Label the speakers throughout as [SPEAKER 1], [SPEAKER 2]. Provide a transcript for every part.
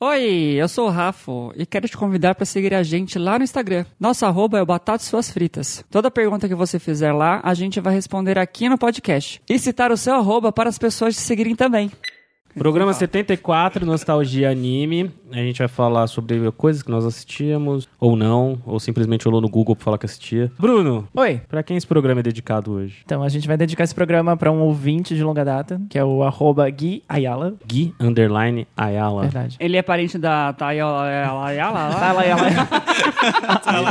[SPEAKER 1] Oi, eu sou o Rafa e quero te convidar para seguir a gente lá no Instagram. Nosso arroba é o Batatas Suas Fritas. Toda pergunta que você fizer lá, a gente vai responder aqui no podcast. E citar o seu arroba para as pessoas te seguirem também.
[SPEAKER 2] Programa 74, Nostalgia Anime. A gente vai falar sobre coisas que nós assistíamos, ou não, ou simplesmente olhou no Google pra falar que assistia. Bruno,
[SPEAKER 3] Oi.
[SPEAKER 2] pra quem esse programa é dedicado hoje?
[SPEAKER 3] Então, a gente vai dedicar esse programa para um ouvinte de longa data, que é o arroba Gui Ayala.
[SPEAKER 2] Gui Underline Ayala.
[SPEAKER 3] Verdade.
[SPEAKER 1] Ele é parente da é, Tayola.
[SPEAKER 3] Ayala, Ayala.
[SPEAKER 4] Ela,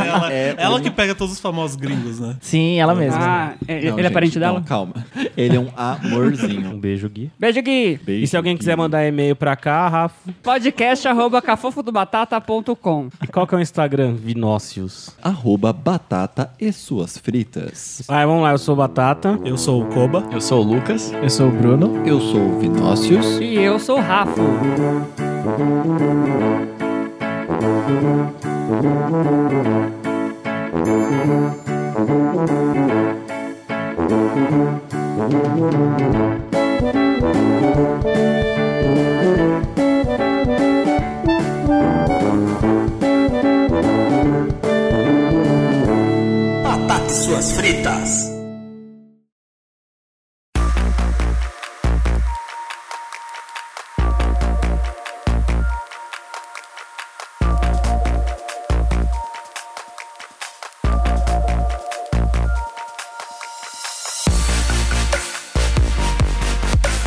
[SPEAKER 4] ela-
[SPEAKER 5] É,
[SPEAKER 4] ela
[SPEAKER 5] ele-
[SPEAKER 4] que pega todos os famosos gringos, né?
[SPEAKER 3] Sim, ela mesma.
[SPEAKER 1] Ah, é- ele
[SPEAKER 5] Não,
[SPEAKER 1] é
[SPEAKER 5] gente,
[SPEAKER 1] parente
[SPEAKER 5] não,
[SPEAKER 1] dela?
[SPEAKER 5] calma. Ele é um
[SPEAKER 2] Um
[SPEAKER 5] amorzinho.
[SPEAKER 2] beijo, Gui.
[SPEAKER 1] Beijo, Gui.
[SPEAKER 5] Beijo,
[SPEAKER 2] E se alguém
[SPEAKER 5] Gui.
[SPEAKER 2] quiser mandar e-mail pra cá, Rafa,
[SPEAKER 1] Podcast arroba cafofodobatata.com.
[SPEAKER 2] e qual que é o Instagram? Vinócios.
[SPEAKER 5] Arroba batata e suas fritas.
[SPEAKER 2] Ah, vamos lá, eu sou o Batata.
[SPEAKER 4] Eu sou o Koba.
[SPEAKER 6] Eu sou o Lucas.
[SPEAKER 3] Eu sou o Bruno.
[SPEAKER 5] Eu sou o Vinócios.
[SPEAKER 1] E eu sou o Rafa.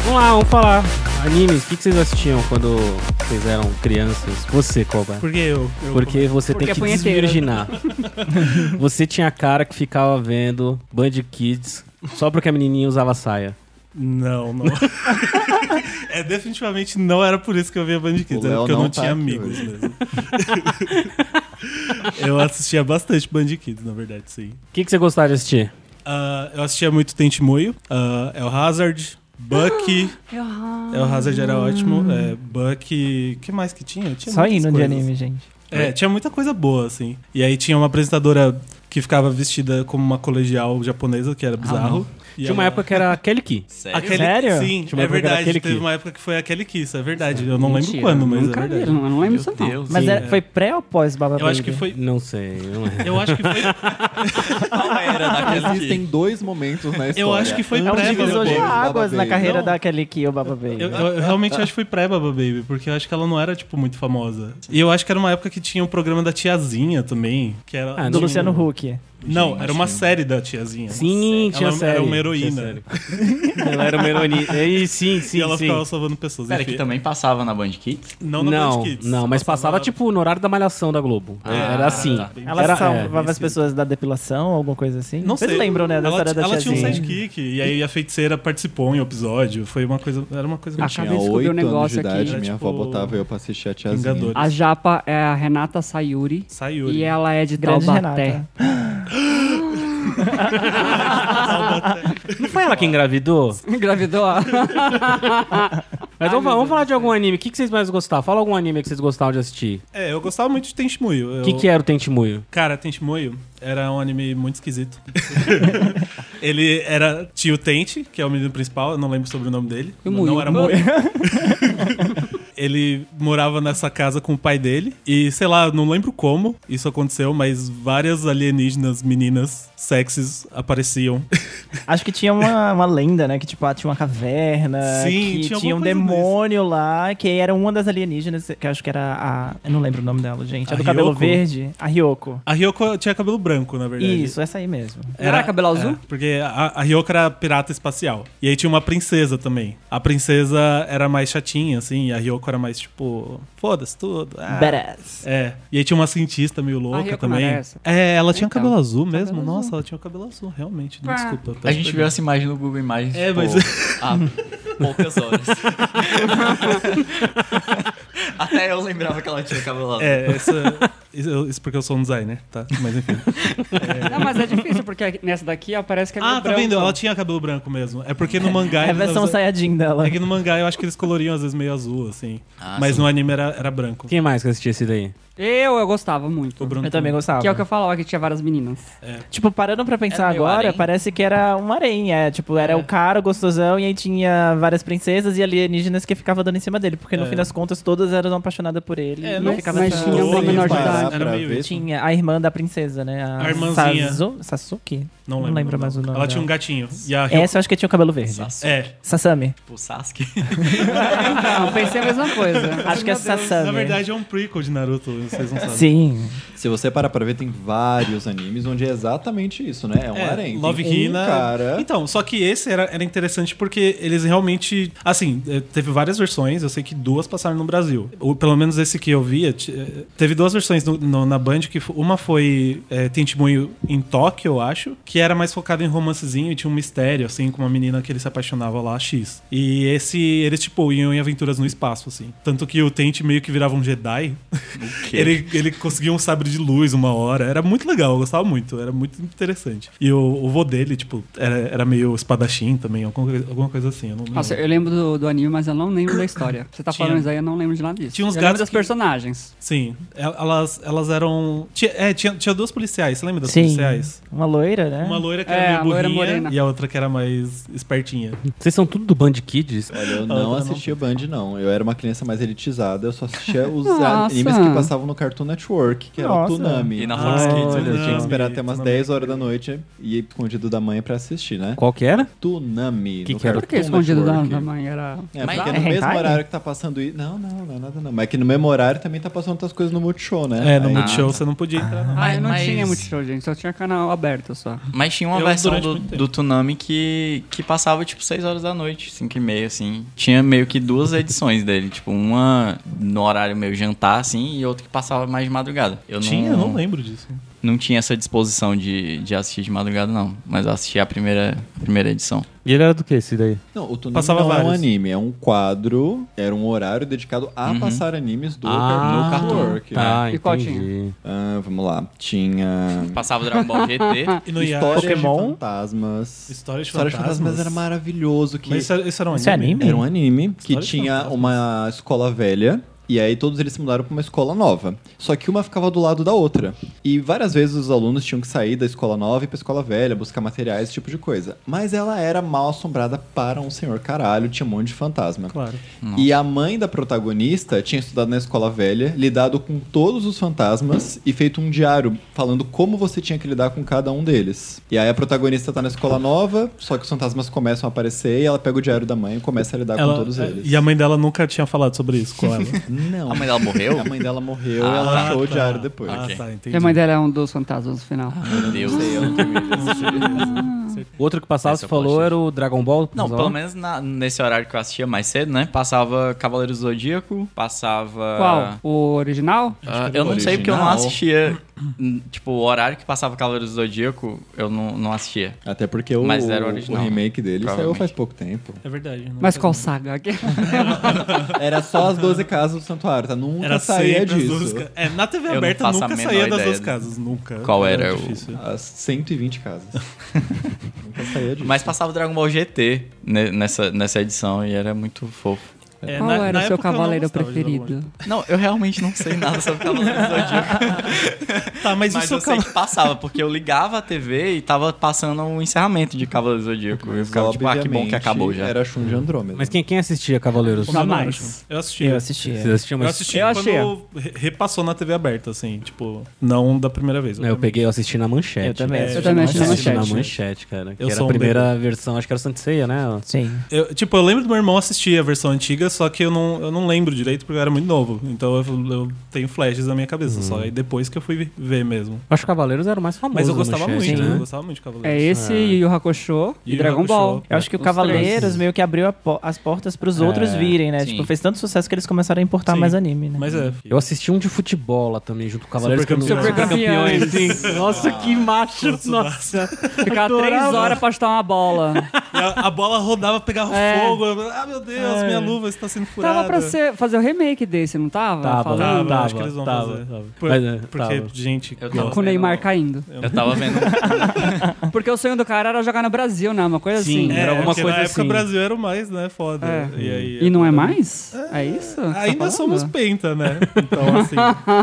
[SPEAKER 2] Vamos lá, vamos falar. Animes, o que, que vocês assistiam quando vocês eram crianças? Você, Coba.
[SPEAKER 4] Por que eu? eu
[SPEAKER 2] Porque você
[SPEAKER 1] Porque é
[SPEAKER 2] tem que
[SPEAKER 1] punheteiro.
[SPEAKER 2] desvirginar. você tinha a cara que ficava vendo Band Kids só porque a menininha usava saia.
[SPEAKER 4] Não, não. é, definitivamente não era por isso que eu via Band Kids.
[SPEAKER 5] O
[SPEAKER 4] Era
[SPEAKER 5] Léo
[SPEAKER 4] porque eu
[SPEAKER 5] não
[SPEAKER 4] não,
[SPEAKER 5] tá
[SPEAKER 4] tinha
[SPEAKER 5] aqui
[SPEAKER 4] amigos
[SPEAKER 5] hoje.
[SPEAKER 4] mesmo. eu assistia bastante Band Kids, na verdade, sim.
[SPEAKER 2] O que, que você gostava de assistir?
[SPEAKER 4] Ah, eu assistia muito Tentimoio, uh, El Hazard, Bucky. El Hazard era ótimo. É, Bucky. O que mais que tinha? tinha
[SPEAKER 3] Só
[SPEAKER 4] muitas
[SPEAKER 3] indo de
[SPEAKER 4] coisas.
[SPEAKER 3] anime, gente.
[SPEAKER 4] É, tinha muita coisa boa, assim. E aí tinha uma apresentadora que ficava vestida como uma colegial japonesa, que era bizarro. E
[SPEAKER 2] Ah, Tinha uma
[SPEAKER 4] ela-
[SPEAKER 2] época que era Kelly Key.
[SPEAKER 6] Ah, Sério?
[SPEAKER 4] Aquele...
[SPEAKER 3] Sério?
[SPEAKER 4] Sim,
[SPEAKER 2] Tinha uma
[SPEAKER 4] é
[SPEAKER 2] época que era
[SPEAKER 4] verdade.
[SPEAKER 2] aquele
[SPEAKER 4] Teve
[SPEAKER 2] que-
[SPEAKER 4] uma época que foi aquele que isso, é verdade. Eu não lembro
[SPEAKER 1] Mentira,
[SPEAKER 4] quando, mas
[SPEAKER 1] nunca
[SPEAKER 4] é
[SPEAKER 1] vi,
[SPEAKER 4] verdade.
[SPEAKER 1] não, eu não lembro
[SPEAKER 6] Meu
[SPEAKER 1] isso não.
[SPEAKER 6] Deus.
[SPEAKER 3] Mas
[SPEAKER 2] Sim,
[SPEAKER 3] era-
[SPEAKER 2] é.
[SPEAKER 3] foi pré ou pós Baba
[SPEAKER 4] Eu acho que
[SPEAKER 3] Baby?
[SPEAKER 4] foi.
[SPEAKER 2] Não sei, não é.
[SPEAKER 4] Eu acho que foi.
[SPEAKER 6] Qual era daquela que...
[SPEAKER 5] Existem dois momentos na história.
[SPEAKER 4] Eu acho que foi
[SPEAKER 3] É um
[SPEAKER 4] pré Baba
[SPEAKER 3] divisor de
[SPEAKER 4] Baby.
[SPEAKER 3] águas
[SPEAKER 5] Baba
[SPEAKER 3] na
[SPEAKER 5] Baby.
[SPEAKER 3] carreira
[SPEAKER 5] Não.
[SPEAKER 3] da Kelly Key ou Baba Baby.
[SPEAKER 4] Eu, eu- eu realmente acho que foi pré Baba Baby, porque eu acho que ela não era, tipo, muito famosa. E eu acho que era uma época que tinha um programa da tiazinha também, que era.
[SPEAKER 2] Ah,
[SPEAKER 3] Do
[SPEAKER 2] não-
[SPEAKER 3] Luciano Huck.
[SPEAKER 4] Não, era uma série da tiazinha.
[SPEAKER 2] Sim,
[SPEAKER 4] Ela
[SPEAKER 2] tinha
[SPEAKER 4] era
[SPEAKER 2] série.
[SPEAKER 4] uma heroína.
[SPEAKER 2] Tinha série. ela era uma heroína. E, sim, sim,
[SPEAKER 4] e ela
[SPEAKER 2] sim.
[SPEAKER 4] ficava salvando pessoas.
[SPEAKER 6] Pera,
[SPEAKER 4] enfim.
[SPEAKER 6] que também passava na Band Kids?
[SPEAKER 4] Não
[SPEAKER 2] Não,
[SPEAKER 4] na
[SPEAKER 2] não,
[SPEAKER 4] Band Kids. Ah,
[SPEAKER 2] mas passava
[SPEAKER 4] na-
[SPEAKER 2] tipo no horário da malhação da Globo. era assim.
[SPEAKER 6] tá.
[SPEAKER 3] Ela
[SPEAKER 2] Era-
[SPEAKER 3] salvava
[SPEAKER 4] é,
[SPEAKER 3] as pessoas da depilação, alguma coisa assim.
[SPEAKER 4] Não
[SPEAKER 3] Vocês
[SPEAKER 4] sei.
[SPEAKER 3] lembram, né, da
[SPEAKER 4] ela,
[SPEAKER 3] história da
[SPEAKER 4] Ela tinha um
[SPEAKER 3] tiazinha?
[SPEAKER 4] sidekick e aí a feiticeira participou em um episódio. Foi uma coisa. Era uma coisa.
[SPEAKER 1] Ah,
[SPEAKER 4] muito
[SPEAKER 1] cara.
[SPEAKER 5] Tinha
[SPEAKER 1] Acabei de descobrir
[SPEAKER 5] oito
[SPEAKER 1] um
[SPEAKER 5] anos de
[SPEAKER 1] negócio aqui.
[SPEAKER 5] idade, minha
[SPEAKER 4] Era
[SPEAKER 5] avó
[SPEAKER 4] tipo-
[SPEAKER 5] botava eu pra assistir a tiazinha.
[SPEAKER 4] Vingadores.
[SPEAKER 1] A japa é a Renata Sayuri.
[SPEAKER 4] Saiu.
[SPEAKER 1] E ela é de
[SPEAKER 3] Grande
[SPEAKER 1] Taubaté.
[SPEAKER 3] Renata.
[SPEAKER 2] Não foi ela que engravidou?
[SPEAKER 1] Engravidou a...
[SPEAKER 2] Mas
[SPEAKER 1] meu
[SPEAKER 2] vamos, vamos falar de algum anime. O que, que vocês mais gostavam? Fala algum anime que vocês gostavam de assistir.
[SPEAKER 4] É, eu gostava muito de Tenchimuyo.
[SPEAKER 2] O
[SPEAKER 4] Eu...
[SPEAKER 2] que, é? que era o Tentimuyo?
[SPEAKER 4] Cara, Tenchimuyo era um anime muito esquisito. Ele era tio Tente, que é o menino principal, eu não lembro sobre o nome dele.
[SPEAKER 1] E o
[SPEAKER 4] não
[SPEAKER 1] Muyo?
[SPEAKER 4] era Muyo. Ele morava nessa casa com o pai dele e, sei lá, não lembro como isso aconteceu, mas várias alienígenas meninas sexys apareciam
[SPEAKER 3] Acho que tinha uma, uma lenda, né? Que tipo, ah, tinha uma caverna,
[SPEAKER 4] Sim,
[SPEAKER 3] que
[SPEAKER 4] tinha
[SPEAKER 3] tinha, um
[SPEAKER 4] alguma coisa
[SPEAKER 3] demônio lá, que era uma das alienígenas, que acho que era a. Eu não lembro o nome dela, gente. A,
[SPEAKER 4] A
[SPEAKER 3] do cabelo
[SPEAKER 4] Ryoko?
[SPEAKER 3] verde, a Ryoko.
[SPEAKER 4] A Ryoko tinha cabelo branco, na verdade.
[SPEAKER 3] Isso, essa aí mesmo.
[SPEAKER 1] Era cabelo azul?
[SPEAKER 4] é, porque a, a Ryoko era pirata espacial. E aí tinha uma princesa também. A princesa era mais chatinha, assim, e a Ryoko era mais tipo, foda-se tudo. ah.
[SPEAKER 3] Badass.
[SPEAKER 4] É. E aí tinha uma cientista meio louca
[SPEAKER 1] Ryoko
[SPEAKER 4] também.
[SPEAKER 1] não era essa?
[SPEAKER 4] É, ela tinha
[SPEAKER 1] Então,
[SPEAKER 4] cabelo azul mesmo.
[SPEAKER 1] cabelo
[SPEAKER 4] Nossa,
[SPEAKER 1] azul.
[SPEAKER 4] ela tinha o cabelo azul, realmente.
[SPEAKER 1] Pá.
[SPEAKER 4] Desculpa. eu tô
[SPEAKER 6] A gente
[SPEAKER 4] perdendo.
[SPEAKER 6] viu essa imagem no Google Imagens,
[SPEAKER 4] É,
[SPEAKER 6] tipo, há poucas horas. Até eu lembrava que ela tinha cabelo azul.
[SPEAKER 4] É, essa. Isso eu- isso porque eu sou um designer, tá? Mas enfim.
[SPEAKER 1] Não, mas é difícil, porque nessa daqui ó, parece que é
[SPEAKER 4] ah,
[SPEAKER 1] meio
[SPEAKER 4] tá
[SPEAKER 1] branco.
[SPEAKER 4] vendo? Ela tinha cabelo branco mesmo. É porque no mangá.
[SPEAKER 3] É a
[SPEAKER 4] eles
[SPEAKER 3] versão
[SPEAKER 4] usa-
[SPEAKER 3] Sayajin dela.
[SPEAKER 4] É que no mangá eu acho que eles coloriam às vezes meio azul, assim.
[SPEAKER 6] Ah,
[SPEAKER 4] Mas
[SPEAKER 6] sim.
[SPEAKER 4] no anime era, era branco.
[SPEAKER 2] Quem mais que assistia esse daí?
[SPEAKER 1] Eu, eu gostava muito.
[SPEAKER 4] O Bruno
[SPEAKER 3] Eu também gostava.
[SPEAKER 1] Que é o que eu falava, que tinha váras meninas.
[SPEAKER 3] Tipo, parando pra pensar
[SPEAKER 6] Era meio
[SPEAKER 3] agora,
[SPEAKER 6] harém?
[SPEAKER 3] parece que era um harém, é. Tipo, era o cara, o gostosão, e aí tinha várias princesas e alienígenas que ficavam dando em cima dele. Porque no
[SPEAKER 4] É.
[SPEAKER 3] fim das contas, todas eram apaixonadas por ele.
[SPEAKER 4] É,
[SPEAKER 3] e
[SPEAKER 4] não-
[SPEAKER 3] ficava
[SPEAKER 1] mas
[SPEAKER 3] essa-
[SPEAKER 1] tinha uma
[SPEAKER 4] Ou
[SPEAKER 1] menor de
[SPEAKER 4] parar
[SPEAKER 5] idade.
[SPEAKER 4] Era meio
[SPEAKER 5] Pra ver.
[SPEAKER 4] isso.
[SPEAKER 3] Tinha a irmã da princesa, né? A,
[SPEAKER 4] A irmãzinha.
[SPEAKER 3] Sazu- Sasuke?
[SPEAKER 4] Não
[SPEAKER 3] Não
[SPEAKER 4] lembro,
[SPEAKER 3] lembro mais o nome
[SPEAKER 4] Ela tinha
[SPEAKER 3] dela.
[SPEAKER 4] um gatinho. E a
[SPEAKER 3] Essa eu acho que tinha o cabelo verde.
[SPEAKER 6] Sasuke.
[SPEAKER 4] É.
[SPEAKER 3] Sasami.
[SPEAKER 6] Tipo, Sasuke.
[SPEAKER 1] Não, Então, pensei a mesma coisa.
[SPEAKER 3] Acho que é Sasami.
[SPEAKER 4] Na verdade é um prequel de Naruto, vocês não sabem.
[SPEAKER 3] Sim.
[SPEAKER 5] Se você parar pra ver, tem vários animes onde é exatamente isso, né? É um harém.
[SPEAKER 4] Love
[SPEAKER 5] Tem um
[SPEAKER 4] Hina.
[SPEAKER 5] cara...
[SPEAKER 4] Então, só que esse era, era interessante porque eles realmente. Assim, eh, teve várias versões, eu sei que duas passaram no Brasil. Ou pelo menos esse que eu via. ti- eh, Teve duas versões no- no- na Band, que fo- uma foi é, Tentimunho em Tóquio, eu acho, que era mais focado em romancezinho e tinha um mistério, assim, com uma menina que ele se apaixonava lá, X. E esse, eles, tipo, iam em aventuras no espaço, assim. Tanto que o Tente meio que virava um Jedi. Ele, ele conseguia um sabre de luz uma hora. Era muito legal, eu gostava muito. Era muito interessante. E o, o vô dele, tipo, era, era meio espadachim também, alguma coisa, alguma coisa assim. Eu não lembro.
[SPEAKER 1] Nossa, eu lembro do, do anime, mas eu não lembro da história. Você tá
[SPEAKER 4] Tinha-
[SPEAKER 1] falando isso aí, eu não lembro de nada disso.
[SPEAKER 4] Tinha uns
[SPEAKER 1] eu lembro
[SPEAKER 4] gatos
[SPEAKER 1] das
[SPEAKER 4] que-
[SPEAKER 1] personagens.
[SPEAKER 4] Sim. El- Elas, elas eram. Tinha, é, tinha, tinha duas policiais, você lembra das
[SPEAKER 3] Sim.
[SPEAKER 4] policiais?
[SPEAKER 3] Uma loira, né?
[SPEAKER 4] Uma loira que
[SPEAKER 1] É,
[SPEAKER 4] era
[SPEAKER 1] a
[SPEAKER 4] meio
[SPEAKER 1] loira
[SPEAKER 4] burrinha
[SPEAKER 1] morena.
[SPEAKER 4] e a outra que era mais espertinha.
[SPEAKER 2] Vocês são tudo do Band Kids?
[SPEAKER 5] Olha, eu não
[SPEAKER 4] não.
[SPEAKER 5] assistia Band, não. Eu era uma criança mais elitizada, eu só assistia os
[SPEAKER 1] Nossa.
[SPEAKER 5] animes que passavam no Cartoon Network, que era o
[SPEAKER 3] Nossa.
[SPEAKER 5] Toonami.
[SPEAKER 6] E na
[SPEAKER 4] Fox
[SPEAKER 5] Ah,
[SPEAKER 4] Kids,
[SPEAKER 5] olha,
[SPEAKER 4] né?
[SPEAKER 5] eu tinha que esperar
[SPEAKER 4] Toonami,
[SPEAKER 5] até umas
[SPEAKER 4] Toonami.
[SPEAKER 5] 10 horas da noite e ir escondido da mãe pra assistir, né?
[SPEAKER 2] Qual que era?
[SPEAKER 5] Toonami.
[SPEAKER 2] Que
[SPEAKER 5] no
[SPEAKER 2] que era?
[SPEAKER 1] Por
[SPEAKER 5] Cartoon
[SPEAKER 4] é
[SPEAKER 1] que escondido da,
[SPEAKER 5] Network.
[SPEAKER 1] da mãe era.
[SPEAKER 5] É,
[SPEAKER 6] Mas
[SPEAKER 5] porque
[SPEAKER 6] lá
[SPEAKER 3] é
[SPEAKER 5] no mesmo
[SPEAKER 3] hentai?
[SPEAKER 5] horário que tá passando. i- Não, não, não é nada não. Mas é que no mesmo horário também tá passando outras coisas no Multishow, né?
[SPEAKER 4] É, no
[SPEAKER 5] Aí-
[SPEAKER 4] Multishow você não podia entrar, não.
[SPEAKER 1] Ah, eu não
[SPEAKER 6] Mas-
[SPEAKER 1] tinha muito show, gente. Só tinha canal aberto só.
[SPEAKER 6] Mas tinha uma
[SPEAKER 4] Eu,
[SPEAKER 6] versão
[SPEAKER 4] durante
[SPEAKER 6] do,
[SPEAKER 4] muito tempo.
[SPEAKER 6] do Tsunami que, que passava tipo 6 horas da noite, 5 e meia, assim. Tinha meio que duas edições dele. Tipo, uma no horário meio jantar, assim, e outra que passava mais de madrugada. Eu
[SPEAKER 4] Tinha? Eu
[SPEAKER 6] não,
[SPEAKER 4] não lembro disso.
[SPEAKER 6] não tinha essa disposição de, de assistir de madrugada, não. Mas eu assisti a primeira, a primeira edição.
[SPEAKER 2] E ele era do que esse daí?
[SPEAKER 5] Não, o Toonami
[SPEAKER 4] Passava
[SPEAKER 5] não é um
[SPEAKER 4] vários.
[SPEAKER 5] anime, é um quadro, era um horário dedicado a passar animes do
[SPEAKER 2] Ah,
[SPEAKER 5] Cartoon Network. né?
[SPEAKER 2] Tá,
[SPEAKER 1] E qual
[SPEAKER 2] entendi.
[SPEAKER 5] Ah, vamos lá. Tinha.
[SPEAKER 6] Passava Dragon Ball GT.
[SPEAKER 4] E no
[SPEAKER 5] História
[SPEAKER 4] Yasha-
[SPEAKER 5] de
[SPEAKER 3] Pokémon.
[SPEAKER 5] fantasmas.
[SPEAKER 4] História de
[SPEAKER 5] História de fantasmas
[SPEAKER 4] Fantasmas
[SPEAKER 5] era maravilhoso. Que
[SPEAKER 4] Mas isso, isso era um
[SPEAKER 3] Isso é
[SPEAKER 4] anime?
[SPEAKER 3] anime?
[SPEAKER 5] Era um anime que
[SPEAKER 4] História de
[SPEAKER 5] tinha
[SPEAKER 4] fantasmas.
[SPEAKER 5] uma escola velha. E aí todos eles se mudaram pra uma escola nova. Só que uma ficava do lado da outra. E várias vezes os alunos tinham que sair da escola nova e ir pra escola velha, buscar materiais, esse tipo de coisa. Mas ela era mal assombrada para um senhor caralho, tinha um monte de fantasma.
[SPEAKER 4] Claro.
[SPEAKER 5] E a mãe da protagonista tinha estudado na escola velha, lidado com todos os fantasmas e feito um diário falando como você tinha que lidar com cada um deles. E aí a protagonista tá na escola nova, só que os fantasmas começam a aparecer e ela pega o diário da mãe e começa a lidar
[SPEAKER 4] Ela-
[SPEAKER 5] Tá
[SPEAKER 4] é,
[SPEAKER 5] com todos eles.
[SPEAKER 4] E a mãe dela nunca tinha falado sobre isso com ela.
[SPEAKER 5] Não.
[SPEAKER 6] A mãe dela morreu?
[SPEAKER 5] A mãe dela morreu e
[SPEAKER 6] Ah,
[SPEAKER 5] ela achou o
[SPEAKER 4] tá.
[SPEAKER 5] diário depois.
[SPEAKER 4] Ah,
[SPEAKER 6] Ok.
[SPEAKER 4] tá, entendi.
[SPEAKER 1] E a mãe dela é um dos fantasmas no final.
[SPEAKER 4] Ah.
[SPEAKER 6] Meu Deus.
[SPEAKER 2] Outro que passava,
[SPEAKER 6] Essa
[SPEAKER 2] você
[SPEAKER 6] eu
[SPEAKER 2] falou,
[SPEAKER 6] achei.
[SPEAKER 2] era o Dragon Ball?
[SPEAKER 6] Não,
[SPEAKER 2] Mas, ó,
[SPEAKER 6] pelo menos na- nesse horário que eu assistia mais cedo, né? Passava Cavaleiros do Zodíaco, passava.
[SPEAKER 1] Qual? O original?
[SPEAKER 6] Ah, eu não sei porque eu não assistia. hum, Tipo, o horário que passava Cavaleiros do Zodíaco, eu não, não assistia.
[SPEAKER 5] Até porque o,
[SPEAKER 6] Mas era
[SPEAKER 5] o
[SPEAKER 6] original,
[SPEAKER 5] remake dele saiu
[SPEAKER 6] provavelmente.
[SPEAKER 5] faz pouco tempo.
[SPEAKER 4] É verdade. não
[SPEAKER 1] Mas
[SPEAKER 4] faz
[SPEAKER 1] qual
[SPEAKER 4] muito.
[SPEAKER 1] saga?
[SPEAKER 5] Era só as 12 casas do santuário, tá? Nunca
[SPEAKER 4] Era
[SPEAKER 5] saía
[SPEAKER 4] sempre as duas
[SPEAKER 5] disso.
[SPEAKER 4] ca- É, na TV
[SPEAKER 6] Eu não
[SPEAKER 4] aberta
[SPEAKER 6] faço a
[SPEAKER 4] nunca
[SPEAKER 6] menor
[SPEAKER 4] saía das
[SPEAKER 6] ideia
[SPEAKER 4] duas
[SPEAKER 6] do-
[SPEAKER 4] casas, nunca.
[SPEAKER 6] qual era o-
[SPEAKER 4] difícil.
[SPEAKER 5] As 120 casas. Nunca saía disso.
[SPEAKER 6] Mas passava Dragon Ball GT ne- nessa, nessa edição e era muito fofo.
[SPEAKER 4] É,
[SPEAKER 1] Qual
[SPEAKER 4] na-
[SPEAKER 1] era
[SPEAKER 4] na
[SPEAKER 1] o seu
[SPEAKER 4] época eu não
[SPEAKER 1] cavaleiro
[SPEAKER 4] gostava de
[SPEAKER 1] preferido?
[SPEAKER 6] Não, eu realmente não sei nada sobre Cavaleiros do Zodíaco.
[SPEAKER 4] Dragon Ball. Tá, mas,
[SPEAKER 6] Mas
[SPEAKER 4] o seu
[SPEAKER 6] eu sei
[SPEAKER 4] cavalo.
[SPEAKER 6] que passava, porque eu ligava a TV e tava passando o encerramento de Cavaleiros do Zodíaco. Eu ficava tipo, ah, que bom que
[SPEAKER 5] Obviamente,
[SPEAKER 6] acabou já.
[SPEAKER 5] Era Shun de Andrômeda.
[SPEAKER 2] mas quem, quem assistia Cavaleiros?
[SPEAKER 1] Não. Jamais.
[SPEAKER 4] Eu assisti.
[SPEAKER 3] Eu
[SPEAKER 4] Eu
[SPEAKER 2] Vocês
[SPEAKER 3] assistia.
[SPEAKER 2] assistiam, mas...
[SPEAKER 4] assisti
[SPEAKER 1] Eu
[SPEAKER 4] quando re- repassou na TV aberta, assim, tipo, não da primeira vez.
[SPEAKER 2] Não, eu peguei, eu assisti na manchete.
[SPEAKER 3] Eu também.
[SPEAKER 4] É,
[SPEAKER 3] assisti
[SPEAKER 1] eu também assisti na
[SPEAKER 2] assisti
[SPEAKER 1] manchete.
[SPEAKER 2] na manchete, cara. Que
[SPEAKER 4] Eu
[SPEAKER 2] era a
[SPEAKER 4] sou um
[SPEAKER 2] primeira versão, acho que era Santa Ceia, né?
[SPEAKER 3] Sim.
[SPEAKER 4] Eu- tipo, eu lembro do meu irmão assistir a versão antiga, só que eu não, eu não lembro direito porque eu era muito novo. Então eu, eu tenho flashes na minha cabeça só. E depois que eu fui ver mesmo.
[SPEAKER 2] Acho que Cavaleiros era Hum. o mais famoso
[SPEAKER 4] Mas eu
[SPEAKER 2] da
[SPEAKER 4] gostava
[SPEAKER 2] manchete,
[SPEAKER 4] muito,
[SPEAKER 2] né?
[SPEAKER 4] eu gostava muito de
[SPEAKER 1] É
[SPEAKER 4] Cavaleiros.
[SPEAKER 1] esse, Yu Yu Hakusho e,
[SPEAKER 4] Yu Yu
[SPEAKER 1] Dragon Ball.
[SPEAKER 4] Hakusho.
[SPEAKER 3] Eu acho que o
[SPEAKER 1] Os
[SPEAKER 3] Cavaleiros
[SPEAKER 1] três.
[SPEAKER 3] meio que abriu a po- as portas pros
[SPEAKER 2] É,
[SPEAKER 3] outros virem, né?
[SPEAKER 6] sim.
[SPEAKER 3] Tipo, fez tanto sucesso que eles começaram a importar
[SPEAKER 4] Sim.
[SPEAKER 3] mais anime, né?
[SPEAKER 4] Mas é.
[SPEAKER 2] Eu assisti um de futebol lá também, junto com Cavaleiros
[SPEAKER 4] Super
[SPEAKER 2] Campeões.
[SPEAKER 1] Campeões.
[SPEAKER 2] Nossa, que macho. Nossa.
[SPEAKER 1] Ficar três horas pra chutar uma bola.
[SPEAKER 4] E A, a bola rodava, pegava
[SPEAKER 1] É.
[SPEAKER 4] fogo. eu- Ah, meu Deus, minha luva cabeça tá sendo furada.
[SPEAKER 1] Tava pra ser, fazer o remake desse, não tava?
[SPEAKER 2] Tava,
[SPEAKER 1] Falando.
[SPEAKER 4] Tava,
[SPEAKER 2] Tava,
[SPEAKER 4] acho que eles vão
[SPEAKER 2] tava,
[SPEAKER 4] fazer.
[SPEAKER 2] tava.
[SPEAKER 4] Por-
[SPEAKER 2] Mas, é,
[SPEAKER 4] porque,
[SPEAKER 2] tava.
[SPEAKER 4] gente,
[SPEAKER 6] Eu
[SPEAKER 4] gosta.
[SPEAKER 1] Com o Neymar caindo.
[SPEAKER 6] Eu tava vendo.
[SPEAKER 1] Porque o sonho do cara era jogar no Brasil, né? Uma coisa
[SPEAKER 2] Sim,
[SPEAKER 1] assim.
[SPEAKER 2] era alguma
[SPEAKER 4] É, porque
[SPEAKER 2] coisa
[SPEAKER 4] na época
[SPEAKER 2] assim.
[SPEAKER 4] o Brasil era o mais, né? Foda.
[SPEAKER 1] É.
[SPEAKER 4] E, aí,
[SPEAKER 1] E não é mais? É isso? que você tá
[SPEAKER 4] Ainda
[SPEAKER 1] falando?
[SPEAKER 4] somos penta, né? Então, assim,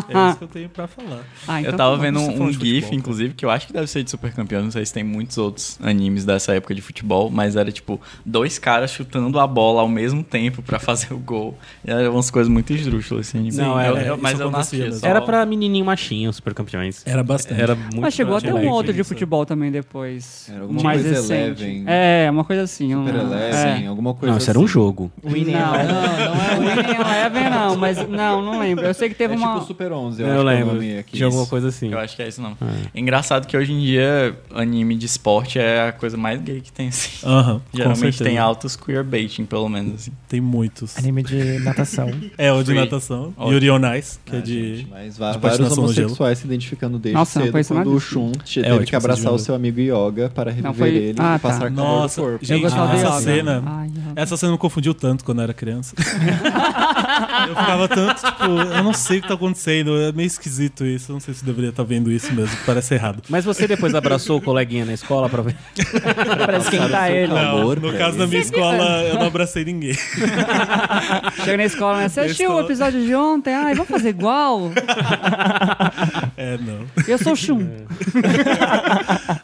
[SPEAKER 4] é isso que eu tenho pra falar.
[SPEAKER 1] Ah, então
[SPEAKER 6] eu tava
[SPEAKER 1] tá bom.
[SPEAKER 6] vendo
[SPEAKER 4] isso
[SPEAKER 6] um,
[SPEAKER 4] falando
[SPEAKER 6] um
[SPEAKER 4] de
[SPEAKER 6] GIF,
[SPEAKER 4] futebol.
[SPEAKER 6] inclusive, que eu acho que deve ser de super campeão. Não sei se tem muitos outros animes dessa época de futebol, mas era tipo dois caras chutando a bola ao mesmo tempo pra fazer o gol. E eram umas coisas muito esdrúxulas assim. anime.
[SPEAKER 2] Não,
[SPEAKER 6] Eu-
[SPEAKER 2] é,
[SPEAKER 6] eu-
[SPEAKER 4] isso
[SPEAKER 6] mas eu não
[SPEAKER 4] acontecia
[SPEAKER 6] assistia,
[SPEAKER 4] mesmo.
[SPEAKER 6] só-
[SPEAKER 2] Era pra menininho machinho, super campeões.
[SPEAKER 4] Era bastante.
[SPEAKER 2] Era muito
[SPEAKER 1] Mas chegou a ter um
[SPEAKER 2] moleque.
[SPEAKER 1] outro de
[SPEAKER 4] isso.
[SPEAKER 1] futebol também depois.
[SPEAKER 5] Era alguma
[SPEAKER 1] mais
[SPEAKER 5] coisa
[SPEAKER 1] recente.
[SPEAKER 5] Eleven.
[SPEAKER 1] É, uma coisa assim. um-
[SPEAKER 5] Super
[SPEAKER 4] Ah, é.
[SPEAKER 5] Eleven, alguma coisa
[SPEAKER 2] Não, isso era um
[SPEAKER 5] assim.
[SPEAKER 2] jogo.
[SPEAKER 1] É. Não, não, não é Winning Eleven, não. Mas não, não lembro. Eu sei que teve
[SPEAKER 5] É
[SPEAKER 1] uma...
[SPEAKER 5] tipo Super 11, eu,
[SPEAKER 2] Eu,
[SPEAKER 5] acho que é o nome
[SPEAKER 2] lembro.
[SPEAKER 5] aqui.
[SPEAKER 2] Tinha alguma coisa assim.
[SPEAKER 6] Eu acho que é isso não. É. Engraçado que hoje em dia anime de esporte é a coisa mais gay que tem, assim.
[SPEAKER 4] Aham, com
[SPEAKER 6] Geralmente
[SPEAKER 4] certeza.
[SPEAKER 6] tem altos queerbaiting, pelo menos, assim.
[SPEAKER 4] Tem muitos.
[SPEAKER 3] Anime de natação.
[SPEAKER 4] É, o de
[SPEAKER 6] Free.
[SPEAKER 4] natação.
[SPEAKER 6] Ótimo.
[SPEAKER 4] Yuri on Ice, que
[SPEAKER 5] Ah,
[SPEAKER 4] é de...
[SPEAKER 5] gente, mas va-
[SPEAKER 4] de
[SPEAKER 5] vários
[SPEAKER 4] patinação no gelo.
[SPEAKER 5] homossexuais se identificando desde
[SPEAKER 1] Nossa, não
[SPEAKER 5] cedo
[SPEAKER 1] conheço
[SPEAKER 5] quando
[SPEAKER 1] nada
[SPEAKER 5] o
[SPEAKER 1] disso.
[SPEAKER 5] Shun te-
[SPEAKER 4] É
[SPEAKER 5] teve
[SPEAKER 4] ótimo,
[SPEAKER 5] que abraçar
[SPEAKER 4] preciso
[SPEAKER 5] o
[SPEAKER 4] de
[SPEAKER 5] seu amigo Yoga para reviver
[SPEAKER 1] foi-
[SPEAKER 5] ele
[SPEAKER 1] Ah,
[SPEAKER 5] e passar
[SPEAKER 1] tá.
[SPEAKER 5] calor
[SPEAKER 4] Nossa,
[SPEAKER 5] no corpo.
[SPEAKER 1] Eu
[SPEAKER 4] gente,
[SPEAKER 1] gostava
[SPEAKER 4] essa
[SPEAKER 1] dela.
[SPEAKER 4] cena...
[SPEAKER 1] Ai, ai.
[SPEAKER 4] Essa cena me confundiu tanto quando eu era criança. eu ficava tanto, tipo, eu não sei o que tá acontecendo, é meio esquisito isso, eu não sei se eu deveria estar vendo isso mesmo, parece errado.
[SPEAKER 2] Mas você depois abraçou o coleguinha na escola pra ver.
[SPEAKER 3] pra esquentar ele.
[SPEAKER 5] Amor
[SPEAKER 4] tá no
[SPEAKER 5] pra
[SPEAKER 4] caso da
[SPEAKER 5] ele.
[SPEAKER 4] minha escola, eu não abracei ninguém.
[SPEAKER 1] Chega na escola, né? Você
[SPEAKER 4] Na
[SPEAKER 1] assistiu
[SPEAKER 4] escola.
[SPEAKER 1] o episódio de ontem? Ai, vamos fazer igual?
[SPEAKER 4] É, não.
[SPEAKER 1] Eu sou o
[SPEAKER 4] É.
[SPEAKER 1] Shun.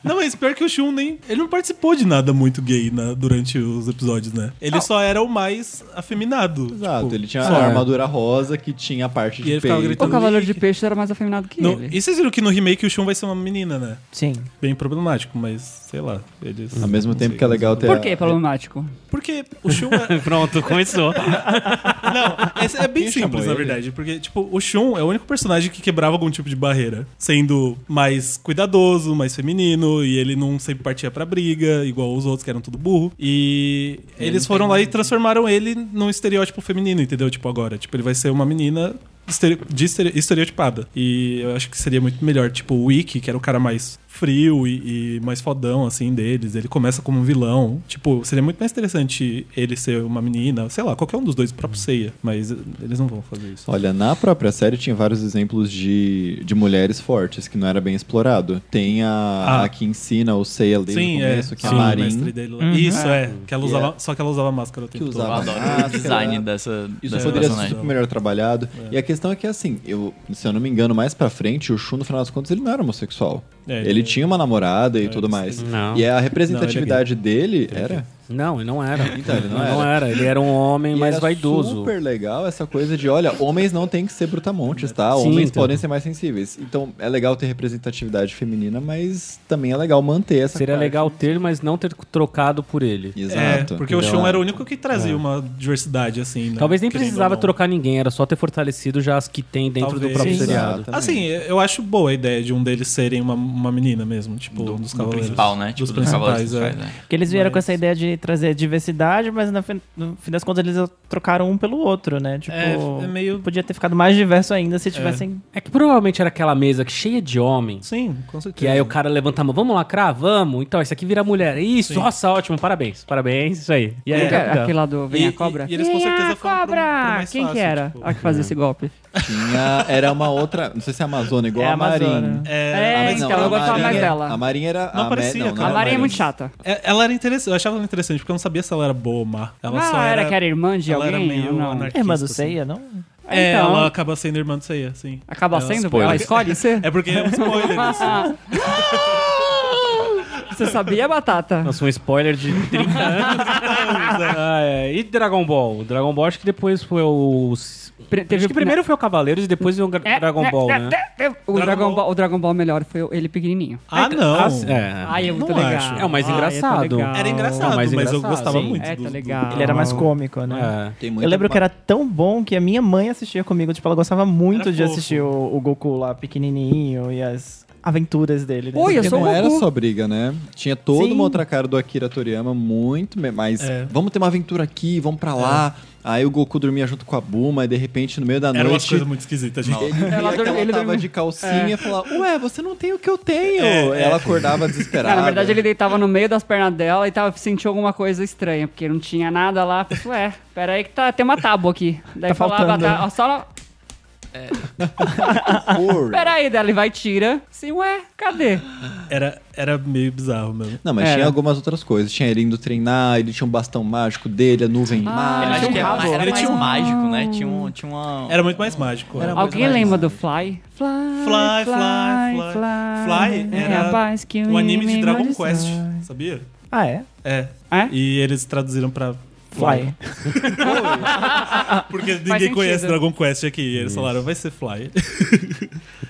[SPEAKER 4] Não, mas pior que o Shun nem. Ele não participou de nada muito gay na- durante os episódios, né? Ele só era o mais afeminado.
[SPEAKER 5] Exato,
[SPEAKER 4] tipo,
[SPEAKER 5] ele tinha
[SPEAKER 4] só.
[SPEAKER 5] a armadura rosa que tinha a parte de
[SPEAKER 4] ele ficava
[SPEAKER 5] peito.
[SPEAKER 1] O
[SPEAKER 4] gritando.
[SPEAKER 1] Cavaleiro de Peixe era mais afeminado que
[SPEAKER 4] No-
[SPEAKER 1] ele.
[SPEAKER 4] e vocês viram que no remake o Shun vai ser uma menina, né?
[SPEAKER 3] Sim.
[SPEAKER 4] Bem problemático, mas sei lá. Eles,
[SPEAKER 5] Ao mesmo
[SPEAKER 4] não
[SPEAKER 5] tempo
[SPEAKER 4] sei
[SPEAKER 5] que é
[SPEAKER 4] como-
[SPEAKER 5] legal ter
[SPEAKER 1] Por
[SPEAKER 5] a-
[SPEAKER 1] que problemático?
[SPEAKER 4] Porque o Shun. É,
[SPEAKER 2] Pronto, começou.
[SPEAKER 4] não, esse é bem
[SPEAKER 5] Quem chamou
[SPEAKER 4] simples, na
[SPEAKER 5] ele?
[SPEAKER 4] verdade. Porque, tipo, o Shun é o único personagem que quebrava algum tipo de barreira. Sendo mais cuidadoso, mais feminino, e ele não sempre partia pra briga, igual os outros que eram tudo burro. E eles foram lá e transformaram ele num estereótipo feminino, entendeu? Tipo, agora. Tipo, ele vai ser uma menina. estere- De estere- estereotipada. E eu acho que seria muito melhor. Tipo, o Wiki, que era o cara mais frio e, e mais fodão, assim, deles. Ele começa como um vilão. Tipo, seria muito mais interessante ele ser uma menina, sei lá, qualquer um dos dois, o
[SPEAKER 2] Uhum.
[SPEAKER 4] próprio Seiya. Mas eh, eles não vão fazer isso.
[SPEAKER 5] Olha, na própria série tinha vários exemplos de, de mulheres fortes, que não era bem explorado. Tem a,
[SPEAKER 4] Ah.
[SPEAKER 5] a que ensina o Seiya desde
[SPEAKER 4] Sim,
[SPEAKER 5] o
[SPEAKER 4] é.
[SPEAKER 5] começo, que é a
[SPEAKER 4] Sim, o
[SPEAKER 5] Marin,
[SPEAKER 4] mestre dele
[SPEAKER 2] Uhum.
[SPEAKER 4] lá. Isso, é. Que ela usava, Só que ela usava máscara o
[SPEAKER 5] que
[SPEAKER 4] tempo
[SPEAKER 6] Eu
[SPEAKER 5] usava
[SPEAKER 6] adoro o
[SPEAKER 4] Ah,
[SPEAKER 5] máscara.
[SPEAKER 4] é.
[SPEAKER 6] design dessa,
[SPEAKER 5] Isso
[SPEAKER 6] dessa
[SPEAKER 5] poderia ser
[SPEAKER 6] personagem.
[SPEAKER 4] um
[SPEAKER 5] super melhor trabalhado. E a questão é que, assim, eu, se eu não me engano, mais pra frente, o Shu, no final das contas, ele não era homossexual.
[SPEAKER 4] É,
[SPEAKER 5] ele
[SPEAKER 4] ele-
[SPEAKER 5] tinha uma namorada e tudo mais.
[SPEAKER 2] Não.
[SPEAKER 5] E
[SPEAKER 4] é
[SPEAKER 5] a representatividade dele era.
[SPEAKER 2] Não, ele não era.
[SPEAKER 5] Então, ele não
[SPEAKER 2] Não era. Ele era um homem
[SPEAKER 5] E
[SPEAKER 2] mais
[SPEAKER 5] era
[SPEAKER 2] vaidoso.
[SPEAKER 5] super legal essa coisa de, olha, homens não tem que ser brutamontes, tá?
[SPEAKER 2] Sim,
[SPEAKER 5] homens
[SPEAKER 2] então.
[SPEAKER 5] podem ser mais sensíveis. Então, é legal ter representatividade feminina, mas também é legal manter essa
[SPEAKER 2] Seria
[SPEAKER 5] parte.
[SPEAKER 2] legal ter, mas não ter trocado por ele.
[SPEAKER 4] É,
[SPEAKER 5] Exato. Então,
[SPEAKER 4] porque o
[SPEAKER 2] Entendeu?
[SPEAKER 4] Shun era o único que
[SPEAKER 5] É.
[SPEAKER 4] trazia uma diversidade, assim, né?
[SPEAKER 2] Talvez nem
[SPEAKER 4] Querendo ou
[SPEAKER 2] precisava
[SPEAKER 4] não.
[SPEAKER 2] trocar ninguém, era só ter fortalecido já as que tem dentro do
[SPEAKER 4] Talvez.
[SPEAKER 2] próprio
[SPEAKER 4] Sim.
[SPEAKER 2] seriado.
[SPEAKER 5] Exato.
[SPEAKER 4] Assim, eu acho boa a ideia de um deles serem uma, uma menina mesmo, tipo, um dos
[SPEAKER 6] Do
[SPEAKER 4] cavaleiros.
[SPEAKER 6] principal, né? Tipo,
[SPEAKER 4] Dos
[SPEAKER 6] dos cavaleiros
[SPEAKER 4] principais, é.
[SPEAKER 6] principais, né?
[SPEAKER 3] Porque eles vieram com
[SPEAKER 4] Mas-
[SPEAKER 3] essa ideia de trazer diversidade, mas no fim, no fim das contas eles trocaram um pelo outro, né? Tipo,
[SPEAKER 4] É, é meio-
[SPEAKER 3] podia ter ficado mais diverso ainda se tivessem.
[SPEAKER 2] É que provavelmente era aquela mesa que cheia de homem.
[SPEAKER 4] Sim, com certeza.
[SPEAKER 2] Que aí o cara levanta a mão, vamos lacrar? Vamos. Então, isso aqui vira mulher. Isso,
[SPEAKER 4] Sim.
[SPEAKER 2] nossa, ótimo, parabéns, parabéns, isso aí. E aí,
[SPEAKER 1] Quem
[SPEAKER 2] tá,
[SPEAKER 1] que era?
[SPEAKER 2] capitão?
[SPEAKER 1] É, Aquele lá do Vem
[SPEAKER 4] E-
[SPEAKER 1] a Cobra?
[SPEAKER 4] e- e eles com
[SPEAKER 1] Vem
[SPEAKER 4] certeza
[SPEAKER 1] a
[SPEAKER 4] foram pro-
[SPEAKER 1] Cobra!
[SPEAKER 4] pro mais
[SPEAKER 1] Quem que
[SPEAKER 4] fácil,
[SPEAKER 1] era?
[SPEAKER 4] tipo.
[SPEAKER 1] A que fazia esse golpe?
[SPEAKER 5] Tinha, era uma outra, não sei se é Amazônia, igual
[SPEAKER 3] É
[SPEAKER 5] a Marin.
[SPEAKER 3] Amazônia.
[SPEAKER 1] É,
[SPEAKER 5] mas
[SPEAKER 1] então, eu
[SPEAKER 5] a
[SPEAKER 1] gostava
[SPEAKER 5] Marin
[SPEAKER 1] mais
[SPEAKER 5] é-
[SPEAKER 1] dela.
[SPEAKER 5] A Marin era...
[SPEAKER 4] Não
[SPEAKER 5] a
[SPEAKER 4] parecia,
[SPEAKER 5] Me- não, não
[SPEAKER 4] cara.
[SPEAKER 1] a
[SPEAKER 5] era
[SPEAKER 1] Maria é
[SPEAKER 5] Marin.
[SPEAKER 1] muito chata.
[SPEAKER 4] É, Ela era interessante, eu achava ela interessante, porque eu não sabia se ela era boa ou má. Ela
[SPEAKER 1] não,
[SPEAKER 4] só
[SPEAKER 1] Ah, era,
[SPEAKER 4] era.
[SPEAKER 1] que era irmã de
[SPEAKER 4] ela era
[SPEAKER 1] alguém?
[SPEAKER 4] meio
[SPEAKER 1] ou não?
[SPEAKER 4] anarquista.
[SPEAKER 3] Irmã do
[SPEAKER 4] assim.
[SPEAKER 3] Ceia, não?
[SPEAKER 4] É,
[SPEAKER 1] Então.
[SPEAKER 4] ela acaba sendo irmã do Seiya, sim.
[SPEAKER 1] Acaba
[SPEAKER 4] Ela-
[SPEAKER 1] sendo?
[SPEAKER 6] spoiler.
[SPEAKER 1] Ela escolhe ser?
[SPEAKER 4] É porque é um spoiler. assim.
[SPEAKER 1] Você sabia, Batata?
[SPEAKER 2] Nossa, um spoiler de 30 anos. Ah, é. E Dragon Ball? Dragon Ball acho que depois foi o...
[SPEAKER 1] Pre- teve-
[SPEAKER 2] acho que primeiro foi o Cavaleiros e depois o Gra-
[SPEAKER 1] É,
[SPEAKER 2] Dragon
[SPEAKER 1] é,
[SPEAKER 2] Ball,
[SPEAKER 1] é,
[SPEAKER 2] né?
[SPEAKER 1] é, é. O
[SPEAKER 4] Dragon
[SPEAKER 1] Dragon
[SPEAKER 4] Ball.
[SPEAKER 1] Ball, o Dragon Ball melhor foi o- ele pequenininho.
[SPEAKER 4] ah, não.
[SPEAKER 2] Ah, sim, é.
[SPEAKER 1] Ai, é muito
[SPEAKER 4] Não
[SPEAKER 1] legal.
[SPEAKER 4] acho.
[SPEAKER 2] É o mais
[SPEAKER 1] Ai,
[SPEAKER 2] engraçado.
[SPEAKER 1] tão legal.
[SPEAKER 4] Era engraçado,
[SPEAKER 2] Ah, mas
[SPEAKER 4] mas, eu
[SPEAKER 2] engraçado,
[SPEAKER 4] gostava
[SPEAKER 2] sim.
[SPEAKER 4] muito.
[SPEAKER 1] É,
[SPEAKER 4] do-
[SPEAKER 1] tá
[SPEAKER 4] do-
[SPEAKER 1] legal.
[SPEAKER 3] Ele era mais cômico, né?
[SPEAKER 2] É.
[SPEAKER 5] Tem
[SPEAKER 3] Eu
[SPEAKER 5] muita
[SPEAKER 3] lembro que era tão bom que a minha mãe assistia comigo, tipo, ela gostava muito
[SPEAKER 4] Era
[SPEAKER 3] de
[SPEAKER 4] fofo.
[SPEAKER 3] assistir o, o Goku lá pequenininho e as aventuras dele. Né?
[SPEAKER 1] Oi, eu
[SPEAKER 5] Porque
[SPEAKER 1] sou um
[SPEAKER 5] não
[SPEAKER 1] o
[SPEAKER 5] era
[SPEAKER 1] Goku.
[SPEAKER 5] só briga, né? Tinha toda
[SPEAKER 3] Sim.
[SPEAKER 5] uma outra cara do Akira Toriyama, muito me- mais.
[SPEAKER 4] É.
[SPEAKER 5] Vamos ter uma aventura aqui, vamos pra lá. Aí o Goku dormia junto com a Buma, e de repente, no meio da
[SPEAKER 4] Era uma
[SPEAKER 5] noite.
[SPEAKER 4] coisa muito esquisita, gente.
[SPEAKER 5] Ele via
[SPEAKER 1] Ela
[SPEAKER 5] que
[SPEAKER 1] dormia-
[SPEAKER 5] ela
[SPEAKER 1] ele
[SPEAKER 5] tava
[SPEAKER 1] dormia-
[SPEAKER 5] de calcinha
[SPEAKER 1] É.
[SPEAKER 5] e falava, ué, você não tem o que eu tenho.
[SPEAKER 4] É, é.
[SPEAKER 5] ela acordava
[SPEAKER 1] Cara,
[SPEAKER 5] desesperada.
[SPEAKER 1] na verdade ele deitava no meio das pernas dela e tava, sentiu alguma coisa estranha, porque não tinha nada lá. Pensou, ué, pera aí que tá, tem uma tábua aqui. Daí
[SPEAKER 3] Tá
[SPEAKER 1] falava,
[SPEAKER 3] faltando.
[SPEAKER 1] tá, ó, só na-
[SPEAKER 5] Por-
[SPEAKER 1] pera aí, daí ele vai e tira. Sim, ué, cadê?
[SPEAKER 4] Era, era meio bizarro mesmo.
[SPEAKER 5] Não, mas
[SPEAKER 1] Era.
[SPEAKER 5] tinha algumas outras coisas. Tinha ele indo treinar, ele tinha um bastão mágico dele, a nuvem
[SPEAKER 1] Ah,
[SPEAKER 6] um Ele
[SPEAKER 5] mágica.
[SPEAKER 6] acho que era,
[SPEAKER 3] rabo.
[SPEAKER 6] mais- era
[SPEAKER 4] Ah, Ele
[SPEAKER 6] mais
[SPEAKER 4] tinha um-
[SPEAKER 6] mágico, né? Tinha, um, tinha uma.
[SPEAKER 4] Era muito mais mágico.
[SPEAKER 5] Era
[SPEAKER 4] né?
[SPEAKER 5] muito
[SPEAKER 1] Alguém
[SPEAKER 5] mais.
[SPEAKER 1] lembra do Fly? Fly,
[SPEAKER 4] Fly, fly, fly.
[SPEAKER 1] É
[SPEAKER 4] Fly era um anime de Dragon Quest, sabia?
[SPEAKER 3] Ah, é?
[SPEAKER 4] É.
[SPEAKER 1] É?
[SPEAKER 4] E eles traduziram pra
[SPEAKER 3] Fly.
[SPEAKER 4] Porque ninguém
[SPEAKER 1] Ah, sentido.
[SPEAKER 4] conhece Dragon Quest aqui. E eles falaram, vai ser Fly.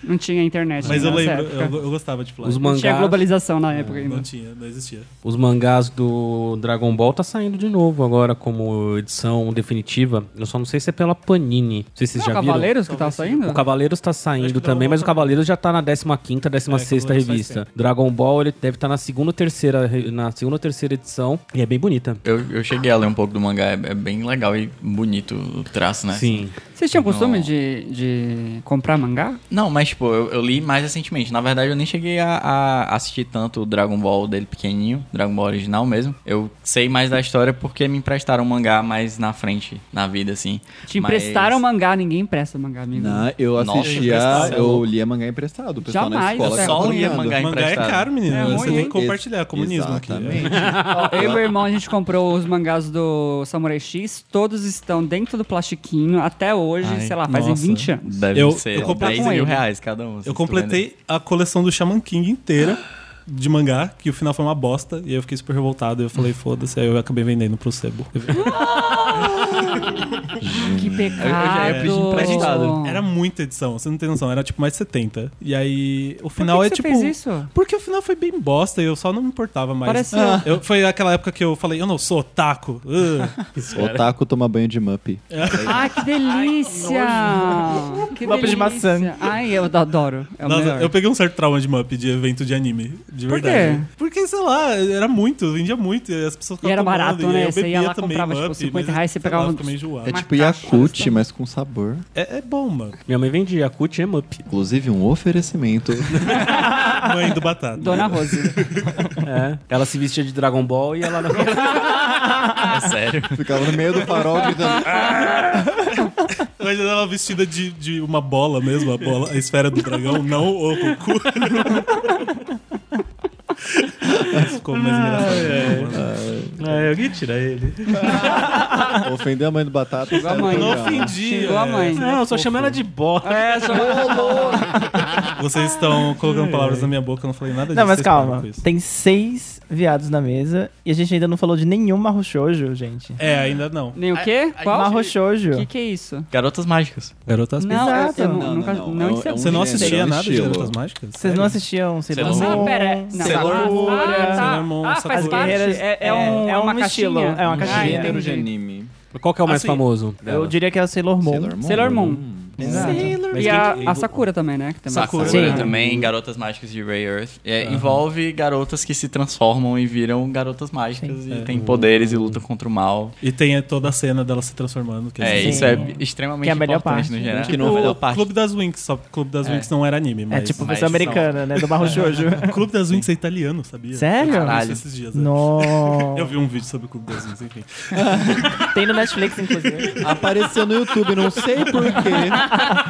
[SPEAKER 1] Não tinha internet.
[SPEAKER 4] Mas eu
[SPEAKER 1] nessa
[SPEAKER 4] lembro,
[SPEAKER 1] época.
[SPEAKER 4] eu, eu gostava de Fly.
[SPEAKER 2] Os
[SPEAKER 1] Não Tinha
[SPEAKER 2] mangás,
[SPEAKER 1] globalização na época ainda.
[SPEAKER 4] Não tinha, não existia.
[SPEAKER 2] os mangás do Dragon Ball tá saindo de novo agora como edição definitiva. Eu só não sei se é pela Panini. Não sei se vocês
[SPEAKER 1] Não,
[SPEAKER 2] já viram.
[SPEAKER 1] Cavaleiros que tava saindo?
[SPEAKER 2] O Cavaleiros tá
[SPEAKER 4] Acho que
[SPEAKER 2] saindo
[SPEAKER 4] o Dragon
[SPEAKER 2] também,
[SPEAKER 4] Ball
[SPEAKER 2] mas o
[SPEAKER 4] tá-
[SPEAKER 2] Cavaleiros já tá na 15ª, 16ª
[SPEAKER 4] Cavaleiros faz
[SPEAKER 2] revista. Dragon Ball, ele deve estar na segunda ou terceira, re- na segunda ou terceira edição, e é bem bonita.
[SPEAKER 6] Eu, eu cheguei a ler um pouco do mangá, é, é bem legal e bonito o traço, né?
[SPEAKER 2] Sim.
[SPEAKER 1] Vocês tinham costume
[SPEAKER 6] Não.
[SPEAKER 1] de, de comprar mangá?
[SPEAKER 6] Não, mas tipo, eu, eu li mais recentemente. Na verdade, eu nem cheguei a, a assistir tanto o Dragon Ball dele pequenininho, Dragon Ball original mesmo. Eu sei mais da história porque me emprestaram um mangá mais na frente, na vida, assim.
[SPEAKER 1] Te
[SPEAKER 6] Mas-
[SPEAKER 1] emprestaram mangá, ninguém empresta mangá, amigo.
[SPEAKER 5] Não, eu
[SPEAKER 6] Nossa,
[SPEAKER 5] assistia,
[SPEAKER 4] emprestado.
[SPEAKER 5] eu lia mangá emprestado. O pessoal na
[SPEAKER 1] Jamais,
[SPEAKER 5] escola
[SPEAKER 1] eu
[SPEAKER 5] ficava
[SPEAKER 6] só lia
[SPEAKER 5] olhando.
[SPEAKER 6] mangá. É
[SPEAKER 4] Mangá é
[SPEAKER 6] emprestado.
[SPEAKER 4] caro, menino.
[SPEAKER 1] É,
[SPEAKER 4] Você
[SPEAKER 1] muito,
[SPEAKER 4] tem
[SPEAKER 1] hein?
[SPEAKER 4] que compartilhar comunismo aqui.
[SPEAKER 5] Exatamente.
[SPEAKER 1] Ó, Eu e meu irmão, a gente comprou os mangás do Samurai X, todos estão dentro do plastiquinho, até hoje,
[SPEAKER 6] Ai,
[SPEAKER 1] sei lá, fazem
[SPEAKER 6] nossa.
[SPEAKER 1] 20 anos.
[SPEAKER 6] Deve
[SPEAKER 4] Eu-
[SPEAKER 6] ser
[SPEAKER 4] eu comprei
[SPEAKER 6] 10
[SPEAKER 1] com
[SPEAKER 6] mil
[SPEAKER 1] ele.
[SPEAKER 6] reais cada um.
[SPEAKER 4] Eu completei a coleção do Shaman King inteira de mangá, que o final foi uma bosta, e eu fiquei super revoltado. E eu falei, foda-se, aí eu acabei vendendo pro sebo.
[SPEAKER 1] Que
[SPEAKER 6] Eu já ia pedir
[SPEAKER 1] pecado.
[SPEAKER 6] emprestado.
[SPEAKER 4] Era muita edição, você não tem noção, era tipo mais 70. E aí o
[SPEAKER 1] Por
[SPEAKER 4] final
[SPEAKER 1] que
[SPEAKER 4] é
[SPEAKER 1] que
[SPEAKER 4] tipo.
[SPEAKER 1] Você fez isso?
[SPEAKER 4] Porque o final foi bem bosta e eu só não me importava mais. Ah.
[SPEAKER 1] Parece-
[SPEAKER 4] Eu- foi aquela época que eu falei, eu não sou otaku. Ah. Ugh.
[SPEAKER 5] Otaku toma banho de Mup.
[SPEAKER 1] É Ai, que delícia! que
[SPEAKER 3] Mapa de
[SPEAKER 1] delícia.
[SPEAKER 3] maçã.
[SPEAKER 1] Ai, eu adoro. É o
[SPEAKER 4] Nossa,
[SPEAKER 1] melhor.
[SPEAKER 4] eu peguei um certo trauma de Mup de evento de anime, de
[SPEAKER 1] Por
[SPEAKER 4] verdade.
[SPEAKER 1] quê?
[SPEAKER 4] Porque, sei lá, era muito, vendia muito, e as pessoas
[SPEAKER 1] E era
[SPEAKER 4] tomando,
[SPEAKER 1] barato,
[SPEAKER 4] e
[SPEAKER 1] né?
[SPEAKER 4] Eu
[SPEAKER 1] Você ia
[SPEAKER 4] bebia
[SPEAKER 1] lá,
[SPEAKER 4] também
[SPEAKER 1] comprava, tipo,
[SPEAKER 4] Mup,
[SPEAKER 1] 50
[SPEAKER 4] mas,
[SPEAKER 1] reais, você
[SPEAKER 4] sei
[SPEAKER 1] pegava
[SPEAKER 4] lá,
[SPEAKER 1] um-
[SPEAKER 4] fica meio enjoado.
[SPEAKER 5] É
[SPEAKER 1] Uma
[SPEAKER 5] tipo
[SPEAKER 1] caixa,
[SPEAKER 5] Yakut, mas com sabor.
[SPEAKER 4] É, é bom, mano.
[SPEAKER 2] Minha mãe vendia Yakut e Emup.
[SPEAKER 5] Inclusive um oferecimento.
[SPEAKER 4] Mãe do Batata.
[SPEAKER 1] Dona Rose.
[SPEAKER 2] É. Ela se vestia de Dragon Ball e ela...
[SPEAKER 6] É sério.
[SPEAKER 5] Ficava no meio do farol gritando.
[SPEAKER 4] Mas ela vestida de, de uma bola mesmo, a bola, a esfera do dragão, não o Goku. Isso Ficou mais engraçado.
[SPEAKER 2] é, alguém tira ele.
[SPEAKER 5] "Ah, Ofendeu a mãe do batata. tá
[SPEAKER 1] Chegou a
[SPEAKER 5] saiu do
[SPEAKER 1] mãe.
[SPEAKER 4] Não
[SPEAKER 5] programa."
[SPEAKER 4] ofendi.
[SPEAKER 1] Xingou a
[SPEAKER 4] é.
[SPEAKER 1] mãe.
[SPEAKER 2] Não, só chama ela de bola.
[SPEAKER 1] É, só
[SPEAKER 4] Vocês estão colocando palavras na minha boca, eu não falei nada disso.
[SPEAKER 3] Não, mas
[SPEAKER 4] vocês param
[SPEAKER 3] calma.
[SPEAKER 4] com isso.
[SPEAKER 3] Tem seis viados na mesa e a gente ainda não falou de nenhum marrochojo, gente.
[SPEAKER 4] É, ainda não.
[SPEAKER 1] Nem o quê? Qual? O
[SPEAKER 3] Marrochojo.
[SPEAKER 1] que, que é isso?
[SPEAKER 6] Garotas Mágicas.
[SPEAKER 4] Garotas
[SPEAKER 1] Não, eu,
[SPEAKER 3] Exato.
[SPEAKER 1] eu nu-
[SPEAKER 5] Não, não,
[SPEAKER 1] nunca.
[SPEAKER 5] não,
[SPEAKER 1] Não,
[SPEAKER 5] é um-
[SPEAKER 1] isso é
[SPEAKER 5] é um
[SPEAKER 4] Você não
[SPEAKER 5] gênero,
[SPEAKER 4] assistia
[SPEAKER 5] é um
[SPEAKER 4] nada
[SPEAKER 5] estilo.
[SPEAKER 4] de Garotas Mágicas?
[SPEAKER 3] Vocês não assistiam Sailor
[SPEAKER 6] Sailor
[SPEAKER 3] Moon?
[SPEAKER 1] Ah, pera. Não.
[SPEAKER 3] Sailor
[SPEAKER 1] Ah,
[SPEAKER 3] Moon.
[SPEAKER 1] ah,
[SPEAKER 4] Sailor
[SPEAKER 1] tá.
[SPEAKER 4] Moon,
[SPEAKER 1] Ah,
[SPEAKER 4] Sakura.
[SPEAKER 1] faz
[SPEAKER 4] As
[SPEAKER 1] parte.
[SPEAKER 3] guerreiras-
[SPEAKER 1] É, é
[SPEAKER 3] é-
[SPEAKER 1] um,
[SPEAKER 3] é
[SPEAKER 1] é uma
[SPEAKER 3] um estilo,
[SPEAKER 1] caixinha.
[SPEAKER 3] é uma
[SPEAKER 1] Ah,
[SPEAKER 3] caixinha.
[SPEAKER 5] Gênero de
[SPEAKER 1] entendi.
[SPEAKER 5] anime.
[SPEAKER 2] Qual que é o mais
[SPEAKER 4] Assim,
[SPEAKER 2] famoso?
[SPEAKER 3] Eu diria que é o Sailor Moon.
[SPEAKER 5] Sailor Moon.
[SPEAKER 1] Sailor Moon.
[SPEAKER 3] Exato.
[SPEAKER 1] E a, a Sakura também, né? Que também
[SPEAKER 6] Sakura
[SPEAKER 1] Sim.
[SPEAKER 6] também, Garotas Mágicas de Ray Earth. É, Envolve garotas que se transformam e viram garotas mágicas
[SPEAKER 3] É.
[SPEAKER 6] e têm poderes e lutam contra o mal.
[SPEAKER 4] E tem é, toda a cena dela se transformando. Que
[SPEAKER 6] É,
[SPEAKER 4] assim,
[SPEAKER 6] isso é extremamente
[SPEAKER 3] Que é a melhor
[SPEAKER 6] importante
[SPEAKER 3] parte.
[SPEAKER 6] no geral.
[SPEAKER 5] Que
[SPEAKER 4] Tipo O
[SPEAKER 5] não-
[SPEAKER 6] melhor parte.
[SPEAKER 4] Clube das Winx, só que Clube das
[SPEAKER 6] É.
[SPEAKER 4] Winx não era anime,
[SPEAKER 3] É
[SPEAKER 4] mas...
[SPEAKER 3] tipo
[SPEAKER 6] mas
[SPEAKER 3] versão
[SPEAKER 6] são-
[SPEAKER 3] americana, né? Do marrochojo.
[SPEAKER 4] Clube das Winx é italiano, sabia?
[SPEAKER 3] Sério?
[SPEAKER 4] Eu vi
[SPEAKER 6] Caralho.
[SPEAKER 4] isso esses dias. é.
[SPEAKER 3] Não.
[SPEAKER 4] Eu vi um vídeo sobre o Clube das Winx, enfim.
[SPEAKER 3] Tem no Netflix, inclusive.
[SPEAKER 5] Apareceu no YouTube, não sei porquê.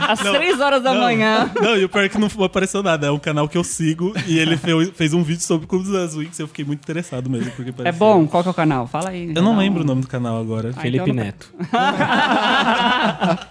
[SPEAKER 1] Às três horas da manhã.
[SPEAKER 4] Não, e o pior é que não apareceu nada. É um canal que eu sigo e ele fez, fez um vídeo sobre o Clube das Winx e eu fiquei muito interessado mesmo. Porque
[SPEAKER 1] É
[SPEAKER 4] parecia-
[SPEAKER 1] bom? Qual que é o canal? Fala aí.
[SPEAKER 4] Eu não lembro o nome do canal agora.
[SPEAKER 1] Ai,
[SPEAKER 2] Felipe
[SPEAKER 1] então não-
[SPEAKER 2] Neto.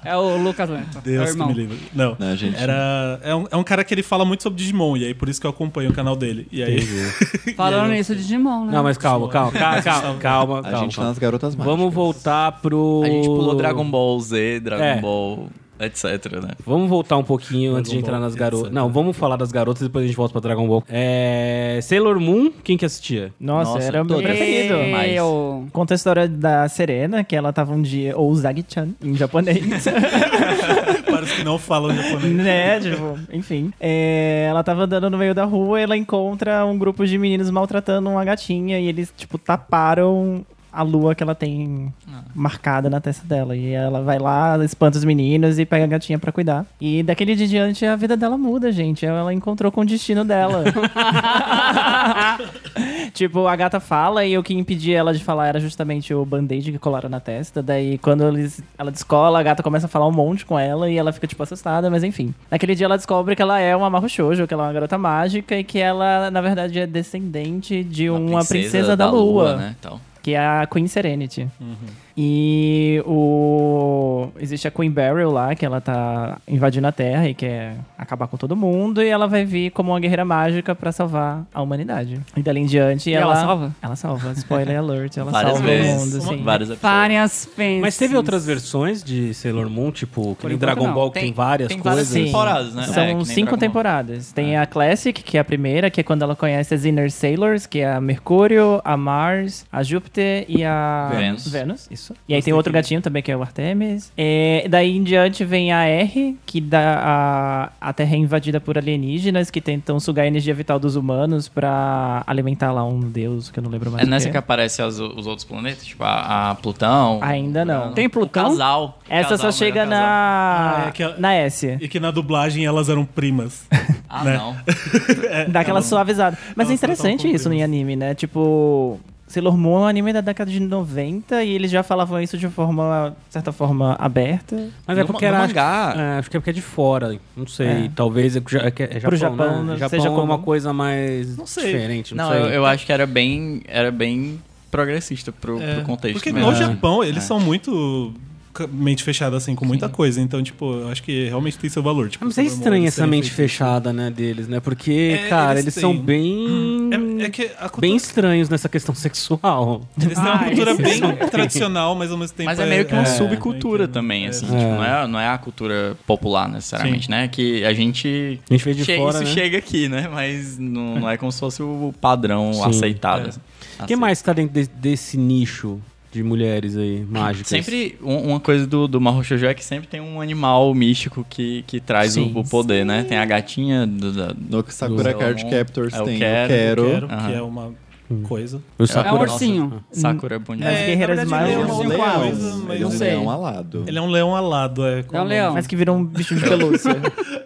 [SPEAKER 1] É o Lucas Neto. é o
[SPEAKER 4] Deus que
[SPEAKER 1] irmão.
[SPEAKER 4] me livre. Não,
[SPEAKER 5] Não, gente.
[SPEAKER 4] era... É um, é um cara que ele fala muito sobre Digimon e aí por isso que eu acompanho o canal dele. E aí...
[SPEAKER 1] Falando nisso de Digimon, né?
[SPEAKER 2] Não, mas calma, calma, calma, calma, calma.
[SPEAKER 5] A
[SPEAKER 2] calma.
[SPEAKER 5] gente tá nas garotas mágicas.
[SPEAKER 2] Vamos voltar pro...
[SPEAKER 6] A gente pulou Dragon Ball Z, Dragon
[SPEAKER 2] É.
[SPEAKER 6] Ball, etc, né?
[SPEAKER 2] Vamos voltar um pouquinho antes de
[SPEAKER 4] Ball,
[SPEAKER 2] entrar nas
[SPEAKER 4] etc.
[SPEAKER 2] garotas. Não, vamos falar das garotas e depois a gente volta pra Dragon Ball. É... Sailor Moon, quem que assistia?
[SPEAKER 3] Nossa,
[SPEAKER 6] Nossa,
[SPEAKER 3] era o meu
[SPEAKER 6] todas.
[SPEAKER 3] preferido.
[SPEAKER 1] E-
[SPEAKER 6] Mas-
[SPEAKER 1] eu-
[SPEAKER 3] Conta a história da Serena, que ela tava um dia, ou Zag-chan, em japonês.
[SPEAKER 4] Para caras que não falam japonês.
[SPEAKER 3] Né, tipo, enfim. É, ela tava andando no meio da rua, ela encontra um grupo de meninos maltratando uma gatinha e eles, tipo, taparam a lua que ela tem marcada na testa dela. E ela vai lá, espanta os meninos e pega a gatinha pra cuidar. E daquele dia em diante a vida dela muda, gente. Ela encontrou com o destino dela. Tipo, a gata fala e o que impedia ela de falar era justamente o band-aid que colaram na testa. Daí, quando eles, ela descola, a gata começa a falar um monte com ela e ela fica, tipo, assustada, mas enfim. Naquele dia ela descobre que ela é uma Maho Shoujo, que ela é uma garota mágica e que ela, na verdade, é descendente de uma, princesa, da, lua,
[SPEAKER 6] né? Tal.
[SPEAKER 3] que é a Queen Serenity.
[SPEAKER 6] Uhum.
[SPEAKER 3] E o. Existe a Queen Beryl lá, que ela tá invadindo a Terra e quer acabar com todo mundo. E ela vai vir como uma guerreira mágica pra salvar a humanidade. E dali em diante.
[SPEAKER 1] E ela salva?
[SPEAKER 3] Ela salva. Spoiler alert. Ela
[SPEAKER 6] Várias
[SPEAKER 3] salva
[SPEAKER 6] vezes.
[SPEAKER 3] o mundo, assim. sim.
[SPEAKER 6] Várias episódios.
[SPEAKER 1] Várias pensas.
[SPEAKER 2] Mas teve outras versões de Sailor Moon, tipo, que
[SPEAKER 1] Por
[SPEAKER 2] nem
[SPEAKER 1] enquanto,
[SPEAKER 2] Dragon
[SPEAKER 1] não.
[SPEAKER 2] Ball, que tem, várias
[SPEAKER 6] tem várias
[SPEAKER 2] coisas.
[SPEAKER 3] Sim.
[SPEAKER 6] temporadas, né? É, que
[SPEAKER 3] São
[SPEAKER 6] nem
[SPEAKER 3] cinco
[SPEAKER 6] Dragon Ball.
[SPEAKER 3] temporadas. Tem a Classic, que é a primeira, que é quando ela conhece as Inner Sailors, que é a Mercúrio, a Mars, a Júpiter e a
[SPEAKER 6] Vênus.
[SPEAKER 3] isso. E aí tem outro gatinho também, que é o Artemis. É, daí em diante vem a R, que dá a, a Terra é invadida por alienígenas que tentam sugar a energia vital dos humanos pra alimentar lá um deus, que eu não lembro mais
[SPEAKER 6] É
[SPEAKER 3] o
[SPEAKER 6] nessa
[SPEAKER 3] quê.
[SPEAKER 6] que aparecem as- os outros planetas? Tipo, a, a Plutão.
[SPEAKER 3] Ainda não.
[SPEAKER 1] Tem
[SPEAKER 6] o
[SPEAKER 1] Plutão?
[SPEAKER 6] casal. O
[SPEAKER 3] Essa
[SPEAKER 6] casal,
[SPEAKER 3] só
[SPEAKER 6] o
[SPEAKER 3] chega
[SPEAKER 6] melhor casal.
[SPEAKER 3] na,
[SPEAKER 4] Ah, é que a-
[SPEAKER 3] na S.
[SPEAKER 4] E que na dublagem elas eram primas.
[SPEAKER 6] Ah,
[SPEAKER 4] né?
[SPEAKER 6] não.
[SPEAKER 3] Dá aquela suavizada. Mas
[SPEAKER 4] elas
[SPEAKER 3] é interessante
[SPEAKER 4] tratam
[SPEAKER 3] isso em
[SPEAKER 4] compridas.
[SPEAKER 3] anime, né? Tipo, Sailor Moon é um anime da década de 90 e eles já falavam isso de forma, de certa forma, aberta.
[SPEAKER 2] Mas é
[SPEAKER 6] No-
[SPEAKER 2] porque
[SPEAKER 6] no
[SPEAKER 2] era.
[SPEAKER 6] mangá.
[SPEAKER 2] acho, é, acho que é porque é de fora. Não sei.
[SPEAKER 3] É.
[SPEAKER 2] Talvez é, que já- é, que é Japão,
[SPEAKER 3] Pro Japão,
[SPEAKER 2] né?
[SPEAKER 3] né,
[SPEAKER 2] Japão
[SPEAKER 3] seja
[SPEAKER 2] é uma
[SPEAKER 3] comum.
[SPEAKER 2] coisa mais
[SPEAKER 4] Não sei.
[SPEAKER 2] diferente. Não,
[SPEAKER 6] Não,
[SPEAKER 2] sei.
[SPEAKER 6] eu, eu acho que era bem, era bem progressista pro, É, pro contexto.
[SPEAKER 4] É, Porque
[SPEAKER 6] mesmo. É.
[SPEAKER 4] no Japão eles são muito ca- mente fechada, assim, com muita coisa. Então, tipo, eu acho que realmente tem seu valor. Tipo,
[SPEAKER 2] Mas é
[SPEAKER 4] Sailor Moon,
[SPEAKER 2] estranha
[SPEAKER 4] eles
[SPEAKER 2] essa
[SPEAKER 4] serem
[SPEAKER 2] mente
[SPEAKER 4] feitos-
[SPEAKER 2] fechada, né, deles, né? Porque,
[SPEAKER 4] É,
[SPEAKER 2] cara, eles,
[SPEAKER 4] eles
[SPEAKER 2] são
[SPEAKER 4] têm.
[SPEAKER 2] bem.
[SPEAKER 4] É, é que a cultura,
[SPEAKER 2] Bem estranhos nessa questão sexual.
[SPEAKER 4] eles têm uma
[SPEAKER 1] Ah,
[SPEAKER 4] cultura
[SPEAKER 1] isso.
[SPEAKER 4] bem tradicional, mas ao mesmo tempo.
[SPEAKER 6] Mas é meio que uma
[SPEAKER 4] é,
[SPEAKER 6] subcultura
[SPEAKER 4] é que-
[SPEAKER 6] também,
[SPEAKER 4] é.
[SPEAKER 6] assim. Tipo, não, é, não é a cultura popular, necessariamente,
[SPEAKER 4] Sim.
[SPEAKER 6] né? Que a gente...
[SPEAKER 2] A gente vê de
[SPEAKER 6] Che-
[SPEAKER 2] fora,
[SPEAKER 6] isso
[SPEAKER 2] né?
[SPEAKER 6] chega aqui, né? Mas não, não é como se fosse o padrão aceitado. assim.
[SPEAKER 2] O que
[SPEAKER 6] Aceito.
[SPEAKER 2] mais tá dentro de- desse nicho de mulheres aí, mágicas?
[SPEAKER 6] Sempre, um- uma coisa do, do Mahou Shoujo é que sempre tem um animal místico que, que traz o-
[SPEAKER 3] Sim,
[SPEAKER 6] o, poder, né? Tem a gatinha do, da-
[SPEAKER 5] No Sakura
[SPEAKER 6] Do
[SPEAKER 5] Card
[SPEAKER 6] Sailor Moon.
[SPEAKER 5] Captors
[SPEAKER 6] É, eu
[SPEAKER 5] tem
[SPEAKER 6] quero,
[SPEAKER 4] Eu
[SPEAKER 5] Eu
[SPEAKER 4] quero,
[SPEAKER 5] Quero.
[SPEAKER 6] Aham.
[SPEAKER 4] que é uma coisa.
[SPEAKER 1] É
[SPEAKER 2] O
[SPEAKER 1] um
[SPEAKER 2] Sakura...
[SPEAKER 1] ursinho.
[SPEAKER 6] Sakura Bonita.
[SPEAKER 3] As
[SPEAKER 4] É,
[SPEAKER 3] guerreiras
[SPEAKER 4] na verdade,
[SPEAKER 5] Ele é
[SPEAKER 3] mágicas.
[SPEAKER 5] um
[SPEAKER 4] Alguma
[SPEAKER 5] leão,
[SPEAKER 4] coisa, mas
[SPEAKER 5] ele é um
[SPEAKER 4] não
[SPEAKER 3] sei.
[SPEAKER 5] leão alado.
[SPEAKER 4] Ele é um leão alado. É, como
[SPEAKER 1] É um leão.
[SPEAKER 3] Mas que viram um bicho de pelúcia.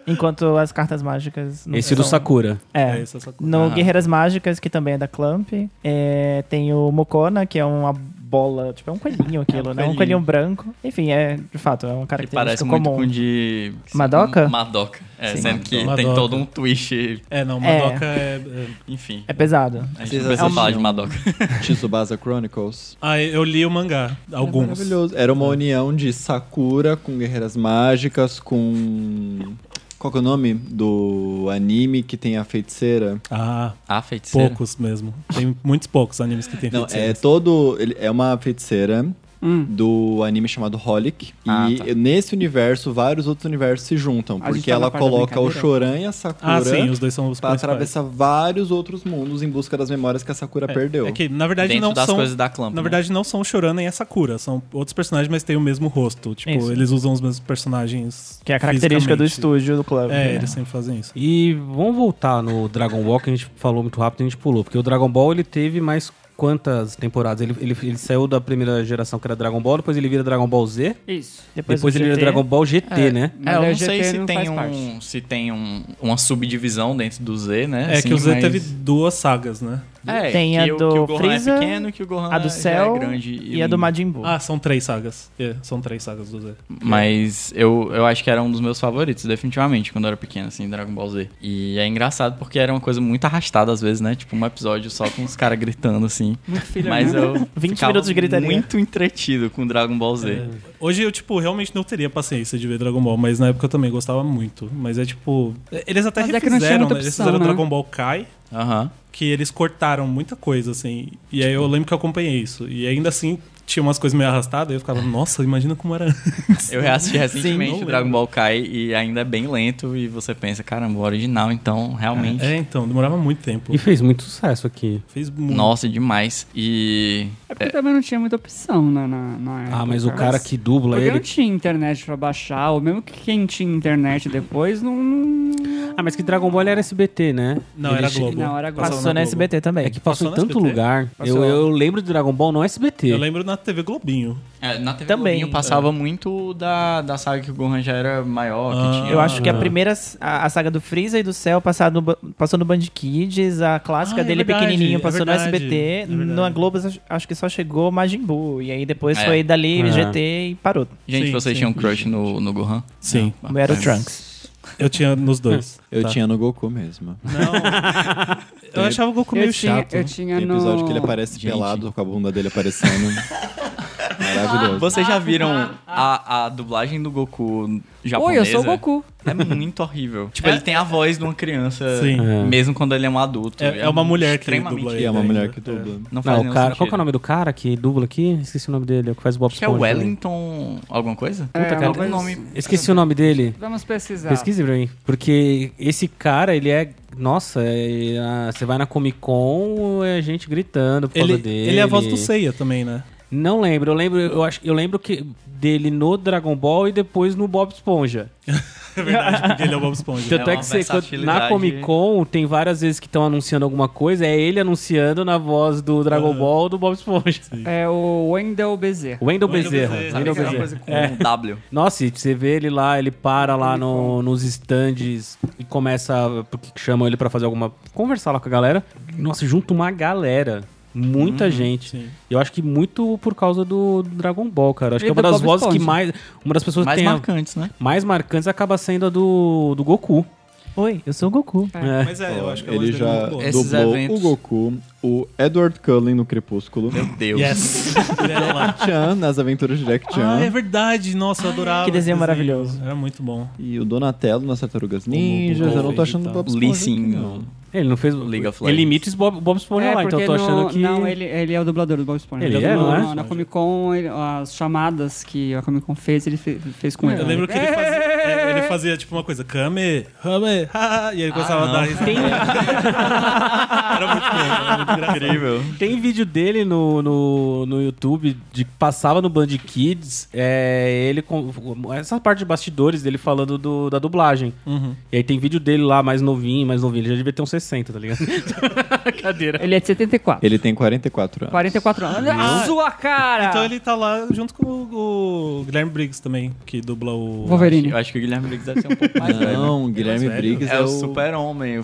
[SPEAKER 3] enquanto as cartas mágicas. não
[SPEAKER 2] Esse do
[SPEAKER 3] são-
[SPEAKER 2] Sakura.
[SPEAKER 4] É,
[SPEAKER 3] É.
[SPEAKER 4] essa, essa coisa.
[SPEAKER 3] No
[SPEAKER 6] Ah.
[SPEAKER 3] Guerreiras Mágicas, que também é da Clamp. É, tem o Mokona, que é uma bola. Tipo, é um coelhinho aquilo, né? Um
[SPEAKER 4] coelhinho.
[SPEAKER 3] coelhinho branco. Enfim, é, de fato, é uma
[SPEAKER 6] Que
[SPEAKER 3] característica
[SPEAKER 6] parece
[SPEAKER 3] comum.
[SPEAKER 6] muito com de...
[SPEAKER 3] Madoka?
[SPEAKER 6] Madoka. É,
[SPEAKER 3] Sim.
[SPEAKER 6] sendo que
[SPEAKER 4] Madoka.
[SPEAKER 6] tem todo um twist,
[SPEAKER 4] É, não,
[SPEAKER 3] É.
[SPEAKER 4] Madoka é. é- um
[SPEAKER 6] enfim.
[SPEAKER 3] É pesado.
[SPEAKER 6] A gente
[SPEAKER 5] Vocês
[SPEAKER 6] não precisa
[SPEAKER 5] assistiram?
[SPEAKER 6] falar de Madoka.
[SPEAKER 5] Tsubasa Chronicles.
[SPEAKER 4] Ah, eu li o mangá.
[SPEAKER 5] É
[SPEAKER 4] Alguns.
[SPEAKER 5] maravilhoso. Era uma união de Sakura com Guerreiras Mágicas, com. Qual que é o nome do anime que tem a feiticeira?
[SPEAKER 4] ah,
[SPEAKER 6] A feiticeira.
[SPEAKER 4] poucos mesmo. Tem muitos poucos animes que tem
[SPEAKER 5] Não, é
[SPEAKER 4] feiticeiras.
[SPEAKER 5] todo. ele- É uma feiticeira
[SPEAKER 1] Hum.
[SPEAKER 5] do anime chamado Holic.
[SPEAKER 6] Ah,
[SPEAKER 5] e
[SPEAKER 6] tá.
[SPEAKER 5] nesse universo, vários outros universos se juntam.
[SPEAKER 1] A gente
[SPEAKER 5] Porque
[SPEAKER 1] tá na
[SPEAKER 5] ela
[SPEAKER 1] parte da
[SPEAKER 5] coloca o
[SPEAKER 1] brincadeira?
[SPEAKER 5] Choran e a Sakura.
[SPEAKER 4] Ah, sim, os dois são os
[SPEAKER 5] Pra
[SPEAKER 4] principais.
[SPEAKER 5] atravessar vários outros mundos em busca das memórias que a Sakura perdeu.
[SPEAKER 4] É que, na verdade,
[SPEAKER 6] Dentro
[SPEAKER 4] não
[SPEAKER 6] das
[SPEAKER 4] são.
[SPEAKER 6] coisas da Clamp.
[SPEAKER 4] Na
[SPEAKER 6] né?
[SPEAKER 4] verdade, não são o Shoran nem a Sakura. São outros personagens, mas têm o mesmo rosto. Tipo,
[SPEAKER 3] Isso.
[SPEAKER 4] eles usam os mesmos personagens.
[SPEAKER 3] Que é a característica do
[SPEAKER 4] fisicamente.
[SPEAKER 3] estúdio do Clamp.
[SPEAKER 4] É,
[SPEAKER 3] né?
[SPEAKER 4] eles sempre fazem isso.
[SPEAKER 2] E vamos voltar no Dragon Ball, que a gente falou muito rápido e a gente pulou. Porque o Dragon Ball, ele teve mais quantas temporadas? Ele, ele, ele saiu da primeira geração, que era Dragon Ball, depois ele vira Dragon Ball Z,
[SPEAKER 1] Isso.
[SPEAKER 2] depois,
[SPEAKER 3] o
[SPEAKER 2] ele vira
[SPEAKER 3] GT.
[SPEAKER 2] Dragon Ball GT, né?
[SPEAKER 6] É,
[SPEAKER 1] Mas
[SPEAKER 6] eu
[SPEAKER 1] a
[SPEAKER 6] não
[SPEAKER 1] GT
[SPEAKER 6] sei se
[SPEAKER 1] não
[SPEAKER 6] tem,
[SPEAKER 1] faz parte.
[SPEAKER 6] um, se tem um, uma subdivisão dentro do Z, né?
[SPEAKER 4] É
[SPEAKER 6] Assim,
[SPEAKER 4] que o Z
[SPEAKER 6] mas-
[SPEAKER 4] teve duas sagas, né?
[SPEAKER 6] É,
[SPEAKER 3] Tem
[SPEAKER 6] que
[SPEAKER 3] a
[SPEAKER 6] o-
[SPEAKER 3] do
[SPEAKER 6] que o Gohan
[SPEAKER 3] Freeza,
[SPEAKER 6] é pequeno, que o Gohan
[SPEAKER 3] A do
[SPEAKER 6] já
[SPEAKER 3] Cell
[SPEAKER 6] é grande
[SPEAKER 3] e, a do
[SPEAKER 6] lindo.
[SPEAKER 3] Majin Buu.
[SPEAKER 4] Ah, são três sagas. É, são três sagas do Z.
[SPEAKER 6] Mas eu, eu acho que era um dos meus favoritos, definitivamente, quando eu era pequeno, assim, Dragon Ball Z. E é engraçado porque era uma coisa muito arrastada às vezes, né? Tipo, um episódio só com os caras gritando, assim.
[SPEAKER 1] Muito filho né?
[SPEAKER 6] Mas eu
[SPEAKER 3] 20
[SPEAKER 6] ficava
[SPEAKER 3] minutos de gritaria. É.
[SPEAKER 6] muito entretido com Dragon Ball Z.
[SPEAKER 4] Hoje eu, tipo, realmente não teria paciência de ver Dragon Ball, mas na época eu também gostava muito. Mas é tipo. Eles até
[SPEAKER 1] Mas é que não tinha
[SPEAKER 4] refizeram,
[SPEAKER 1] muita
[SPEAKER 4] né? Eles
[SPEAKER 1] opção,
[SPEAKER 4] fizeram
[SPEAKER 1] né?
[SPEAKER 4] Dragon Ball Kai,
[SPEAKER 6] Aham.
[SPEAKER 1] Tipo.
[SPEAKER 4] que eles cortaram muita coisa, assim. E aí eu lembro que eu acompanhei isso. E ainda assim. tinha umas coisas meio arrastadas, aí eu ficava, nossa, imagina como era antes.
[SPEAKER 6] Eu reassisti recentemente
[SPEAKER 4] não
[SPEAKER 6] o Dragon Ball Kai e ainda é bem lento e você pensa, caramba, o original, então realmente.
[SPEAKER 4] É, então, demorava muito tempo.
[SPEAKER 2] E fez muito sucesso aqui.
[SPEAKER 4] Fez muito.
[SPEAKER 6] Nossa, é demais. E.
[SPEAKER 1] É porque também não tinha muita opção na, na, na época.
[SPEAKER 2] Ah, mas o cara que dubla
[SPEAKER 1] Porque não
[SPEAKER 2] ele.
[SPEAKER 1] tinha internet pra baixar, ou mesmo que quem tinha internet depois, não. não-
[SPEAKER 2] Ah, mas que Dragon Ball era SBT, né?
[SPEAKER 4] Não,
[SPEAKER 2] Ele
[SPEAKER 4] era
[SPEAKER 2] che-
[SPEAKER 4] Globo.
[SPEAKER 1] Não, era Globo.
[SPEAKER 4] Passava
[SPEAKER 3] Passou na
[SPEAKER 4] Globo.
[SPEAKER 3] SBT também.
[SPEAKER 2] É que passou,
[SPEAKER 4] Passou
[SPEAKER 2] em
[SPEAKER 4] no
[SPEAKER 2] tanto
[SPEAKER 4] SBT.
[SPEAKER 2] lugar. Eu,
[SPEAKER 3] Passou.
[SPEAKER 2] eu lembro de Dragon Ball no SBT.
[SPEAKER 4] Eu lembro na TV Globinho.
[SPEAKER 6] É, na TV
[SPEAKER 3] Também,
[SPEAKER 6] Globinho passava muito da, da saga que o Gohan já era maior, que
[SPEAKER 4] Ah.
[SPEAKER 6] tinha.
[SPEAKER 3] Eu acho que a
[SPEAKER 2] Ah.
[SPEAKER 3] primeira, a, a saga do Freeza e do Cell passado, no Ba- passou no Band Kids, a clássica
[SPEAKER 4] Ah, é
[SPEAKER 3] dele
[SPEAKER 4] verdade,
[SPEAKER 3] pequenininho
[SPEAKER 4] é
[SPEAKER 3] passou no
[SPEAKER 4] verdade,
[SPEAKER 3] SBT,
[SPEAKER 4] é verdade.
[SPEAKER 3] na Globo acho- acho que só chegou Majin Buu, e aí depois
[SPEAKER 6] É.
[SPEAKER 3] foi dali,
[SPEAKER 2] É.
[SPEAKER 3] GT e parou.
[SPEAKER 6] Gente,
[SPEAKER 4] Sim,
[SPEAKER 6] vocês
[SPEAKER 4] sim.
[SPEAKER 6] tinham crush no, no Gohan?
[SPEAKER 4] Sim.
[SPEAKER 6] Não. é.
[SPEAKER 3] Como era o Trunks.
[SPEAKER 4] Eu tinha nos dois.
[SPEAKER 5] Eu
[SPEAKER 4] Tá.
[SPEAKER 5] tinha no Goku mesmo.
[SPEAKER 4] Não. eu achava o Goku meio
[SPEAKER 1] Eu tinha,
[SPEAKER 4] chato.
[SPEAKER 2] né?
[SPEAKER 1] eu tinha
[SPEAKER 5] Tem
[SPEAKER 1] no.
[SPEAKER 5] episódio que ele é aparece
[SPEAKER 6] Gente.
[SPEAKER 5] pelado com a bunda dele aparecendo. Maravilhoso.
[SPEAKER 6] Vocês já viram a, a dublagem do Goku japonesa?
[SPEAKER 1] Oi, eu sou o Goku.
[SPEAKER 6] É muito horrível. Tipo, ele tem a voz de uma criança,
[SPEAKER 4] Sim.
[SPEAKER 2] É.
[SPEAKER 6] mesmo quando ele é um adulto.
[SPEAKER 4] É- é uma mulher que
[SPEAKER 6] extremamente...
[SPEAKER 4] dubla
[SPEAKER 5] E
[SPEAKER 4] ele.
[SPEAKER 5] é uma mulher
[SPEAKER 4] ainda.
[SPEAKER 5] que dubla.
[SPEAKER 6] Não faz
[SPEAKER 2] Não, o
[SPEAKER 6] nenhum
[SPEAKER 2] cara,
[SPEAKER 6] sentido.
[SPEAKER 2] qual que é o nome do cara que dubla aqui? Esqueci o nome dele, é o que faz o Bob
[SPEAKER 6] Acho que é o
[SPEAKER 2] Esponja também.
[SPEAKER 6] Wellington alguma coisa?
[SPEAKER 1] É,
[SPEAKER 6] Puta, cara,
[SPEAKER 1] alguma
[SPEAKER 6] algum
[SPEAKER 1] coisa-
[SPEAKER 6] nome...
[SPEAKER 2] Esqueci o nome dele.
[SPEAKER 1] Vamos pesquisar.
[SPEAKER 2] Pesquise pra mim. Porque esse cara, ele é. Nossa, é- a- você vai na Comic Con, é gente gritando por
[SPEAKER 4] Ele,
[SPEAKER 2] causa dele.
[SPEAKER 4] ele é a voz do Seiya também, né?
[SPEAKER 2] Não lembro, eu lembro, eu acho, eu lembro que dele no Dragon Ball e depois no Bob Esponja.
[SPEAKER 4] É verdade, porque ele é o Bob Esponja.
[SPEAKER 2] Tanto é,
[SPEAKER 6] uma
[SPEAKER 2] que você, quando- na
[SPEAKER 6] versatilidade.
[SPEAKER 2] Comic Con tem várias vezes que estão anunciando alguma coisa, é ele anunciando na voz do Dragon
[SPEAKER 4] Aham.
[SPEAKER 2] Ball do Bob Esponja.
[SPEAKER 1] É o Wendell Bezerra.
[SPEAKER 2] Wendel
[SPEAKER 4] Wendell
[SPEAKER 2] Bezerra.
[SPEAKER 4] Bezerra.
[SPEAKER 6] Sabe
[SPEAKER 2] Wendell
[SPEAKER 6] aquela
[SPEAKER 2] Bezerra.
[SPEAKER 6] coisa com um W?
[SPEAKER 2] Nossa, e você vê ele lá, ele para lá no- nos stands e começa. a- Porque chamam ele pra fazer alguma. conversar lá com a galera. Nossa, junta uma galera. Muita
[SPEAKER 1] Uhum,
[SPEAKER 2] gente.
[SPEAKER 4] sim.
[SPEAKER 2] Eu acho que muito por causa do Dragon Ball, cara.
[SPEAKER 1] E
[SPEAKER 2] Acho que é uma
[SPEAKER 1] do
[SPEAKER 2] das
[SPEAKER 1] Bob
[SPEAKER 2] vozes que
[SPEAKER 1] Esponja.
[SPEAKER 2] mais. Uma das pessoas que
[SPEAKER 6] Mais
[SPEAKER 2] tem a-
[SPEAKER 6] marcantes, né?
[SPEAKER 2] mais marcantes acaba sendo a do, do Goku.
[SPEAKER 3] Oi, eu sou o Goku.
[SPEAKER 2] É.
[SPEAKER 4] Mas é, eu acho que a voz
[SPEAKER 5] ele
[SPEAKER 4] dele
[SPEAKER 5] já
[SPEAKER 4] é muito boa.
[SPEAKER 6] Esses
[SPEAKER 5] dublou
[SPEAKER 6] eventos.
[SPEAKER 5] o Goku, o Edward Cullen no Crepúsculo,
[SPEAKER 6] Meu Deus.
[SPEAKER 4] Yes. Ele era lá.
[SPEAKER 5] Chan nas Aventuras de Jack Chan
[SPEAKER 4] Ah, é verdade. Nossa, eu
[SPEAKER 3] né?
[SPEAKER 4] adorava.
[SPEAKER 3] que
[SPEAKER 4] esse
[SPEAKER 3] desenho maravilhoso.
[SPEAKER 4] Era muito bom.
[SPEAKER 5] e o Donatello nas Tartarugas Ninjas.
[SPEAKER 4] Golden
[SPEAKER 5] Eu não tô
[SPEAKER 1] tá.
[SPEAKER 5] achando
[SPEAKER 4] e
[SPEAKER 5] o
[SPEAKER 4] tal.
[SPEAKER 5] Bob
[SPEAKER 6] Lee
[SPEAKER 5] Esponja
[SPEAKER 6] Sin.
[SPEAKER 5] aqui, não.
[SPEAKER 2] Ele não fez.
[SPEAKER 6] League of
[SPEAKER 2] ele
[SPEAKER 6] Legends.
[SPEAKER 2] imita o Bob, Bob Esponja lá, então eu tô
[SPEAKER 1] É, porque
[SPEAKER 2] achando
[SPEAKER 1] no-
[SPEAKER 2] que.
[SPEAKER 1] Não, ele, ele é o dublador do Bob Esponja.
[SPEAKER 2] Ele é,
[SPEAKER 1] no,
[SPEAKER 2] não é?
[SPEAKER 1] Na Comic Con, ele- as chamadas que a Comic Con fez, ele fe- fez com ele.
[SPEAKER 4] Eu lembro que ele fazia, é, ele fazia tipo uma coisa, Kame, Kame, ha", e ele começava a dar risada. era muito bom,
[SPEAKER 6] Ah,
[SPEAKER 4] era muito engraçado.
[SPEAKER 6] Incrível.
[SPEAKER 2] Tem vídeo dele no, no, no YouTube de passava no Band Kids, é, ele com essa parte de bastidores dele falando do- da dublagem.
[SPEAKER 4] Uhum.
[SPEAKER 2] E aí tem vídeo dele lá mais novinho, mais novinho, ele já devia ter uns 60, tá ligado? Cadeira.
[SPEAKER 1] Ele é de 74.
[SPEAKER 5] Ele tem 44 anos.
[SPEAKER 1] 44 anos. Olha a sua cara!
[SPEAKER 4] Então ele tá lá junto com o, o Guilherme Briggs também, que dubla o...
[SPEAKER 1] Wolverine.
[SPEAKER 6] Eu acho que o Guilherme Briggs deve ser um pouco mais velho.
[SPEAKER 5] Não,
[SPEAKER 1] né?
[SPEAKER 5] Guilherme
[SPEAKER 4] velho.
[SPEAKER 5] Briggs
[SPEAKER 6] É o super-homem, o
[SPEAKER 4] É o Super-Homem.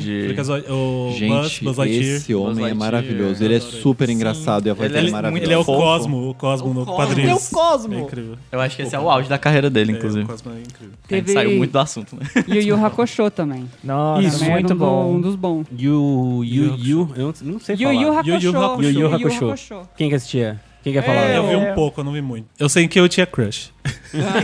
[SPEAKER 6] Freakazoid.
[SPEAKER 4] Freakazoid, O Buzz,
[SPEAKER 5] Gente,
[SPEAKER 4] Buzz Lightyear.
[SPEAKER 5] esse homem é
[SPEAKER 6] Lightyear.
[SPEAKER 5] maravilhoso. Ele é super engraçado e a voz
[SPEAKER 6] Ele
[SPEAKER 5] dele é
[SPEAKER 6] é muito-
[SPEAKER 5] maravilhosa.
[SPEAKER 4] Ele é o
[SPEAKER 6] Fofo.
[SPEAKER 4] Cosmo, o Cosmo no quadrinho.
[SPEAKER 6] Ele é o Cosmo!
[SPEAKER 4] É incrível.
[SPEAKER 6] Eu acho que esse é o auge da carreira dele,
[SPEAKER 4] É, o
[SPEAKER 6] inclusive.
[SPEAKER 4] Cosmo é incrível.
[SPEAKER 6] A gente
[SPEAKER 1] Teve- É,
[SPEAKER 6] saiu muito do assunto, né?
[SPEAKER 1] E o Yu Hakusho também.
[SPEAKER 3] Nossa,
[SPEAKER 2] Isso,
[SPEAKER 1] Também era
[SPEAKER 3] muito
[SPEAKER 1] um do-
[SPEAKER 3] bom.
[SPEAKER 1] um dos bons.
[SPEAKER 2] E o Yu Yu, eu não- não sei
[SPEAKER 1] Yu
[SPEAKER 2] falar.
[SPEAKER 1] Yu
[SPEAKER 4] Yu Yu
[SPEAKER 1] Hakusho.
[SPEAKER 4] Hakusho.
[SPEAKER 2] Yu Yu Hakusho. Quem que assistia? Quem quer falar?
[SPEAKER 4] Eu vi
[SPEAKER 3] É.
[SPEAKER 4] um pouco, eu não vi muito. Eu sei que eu tinha crush.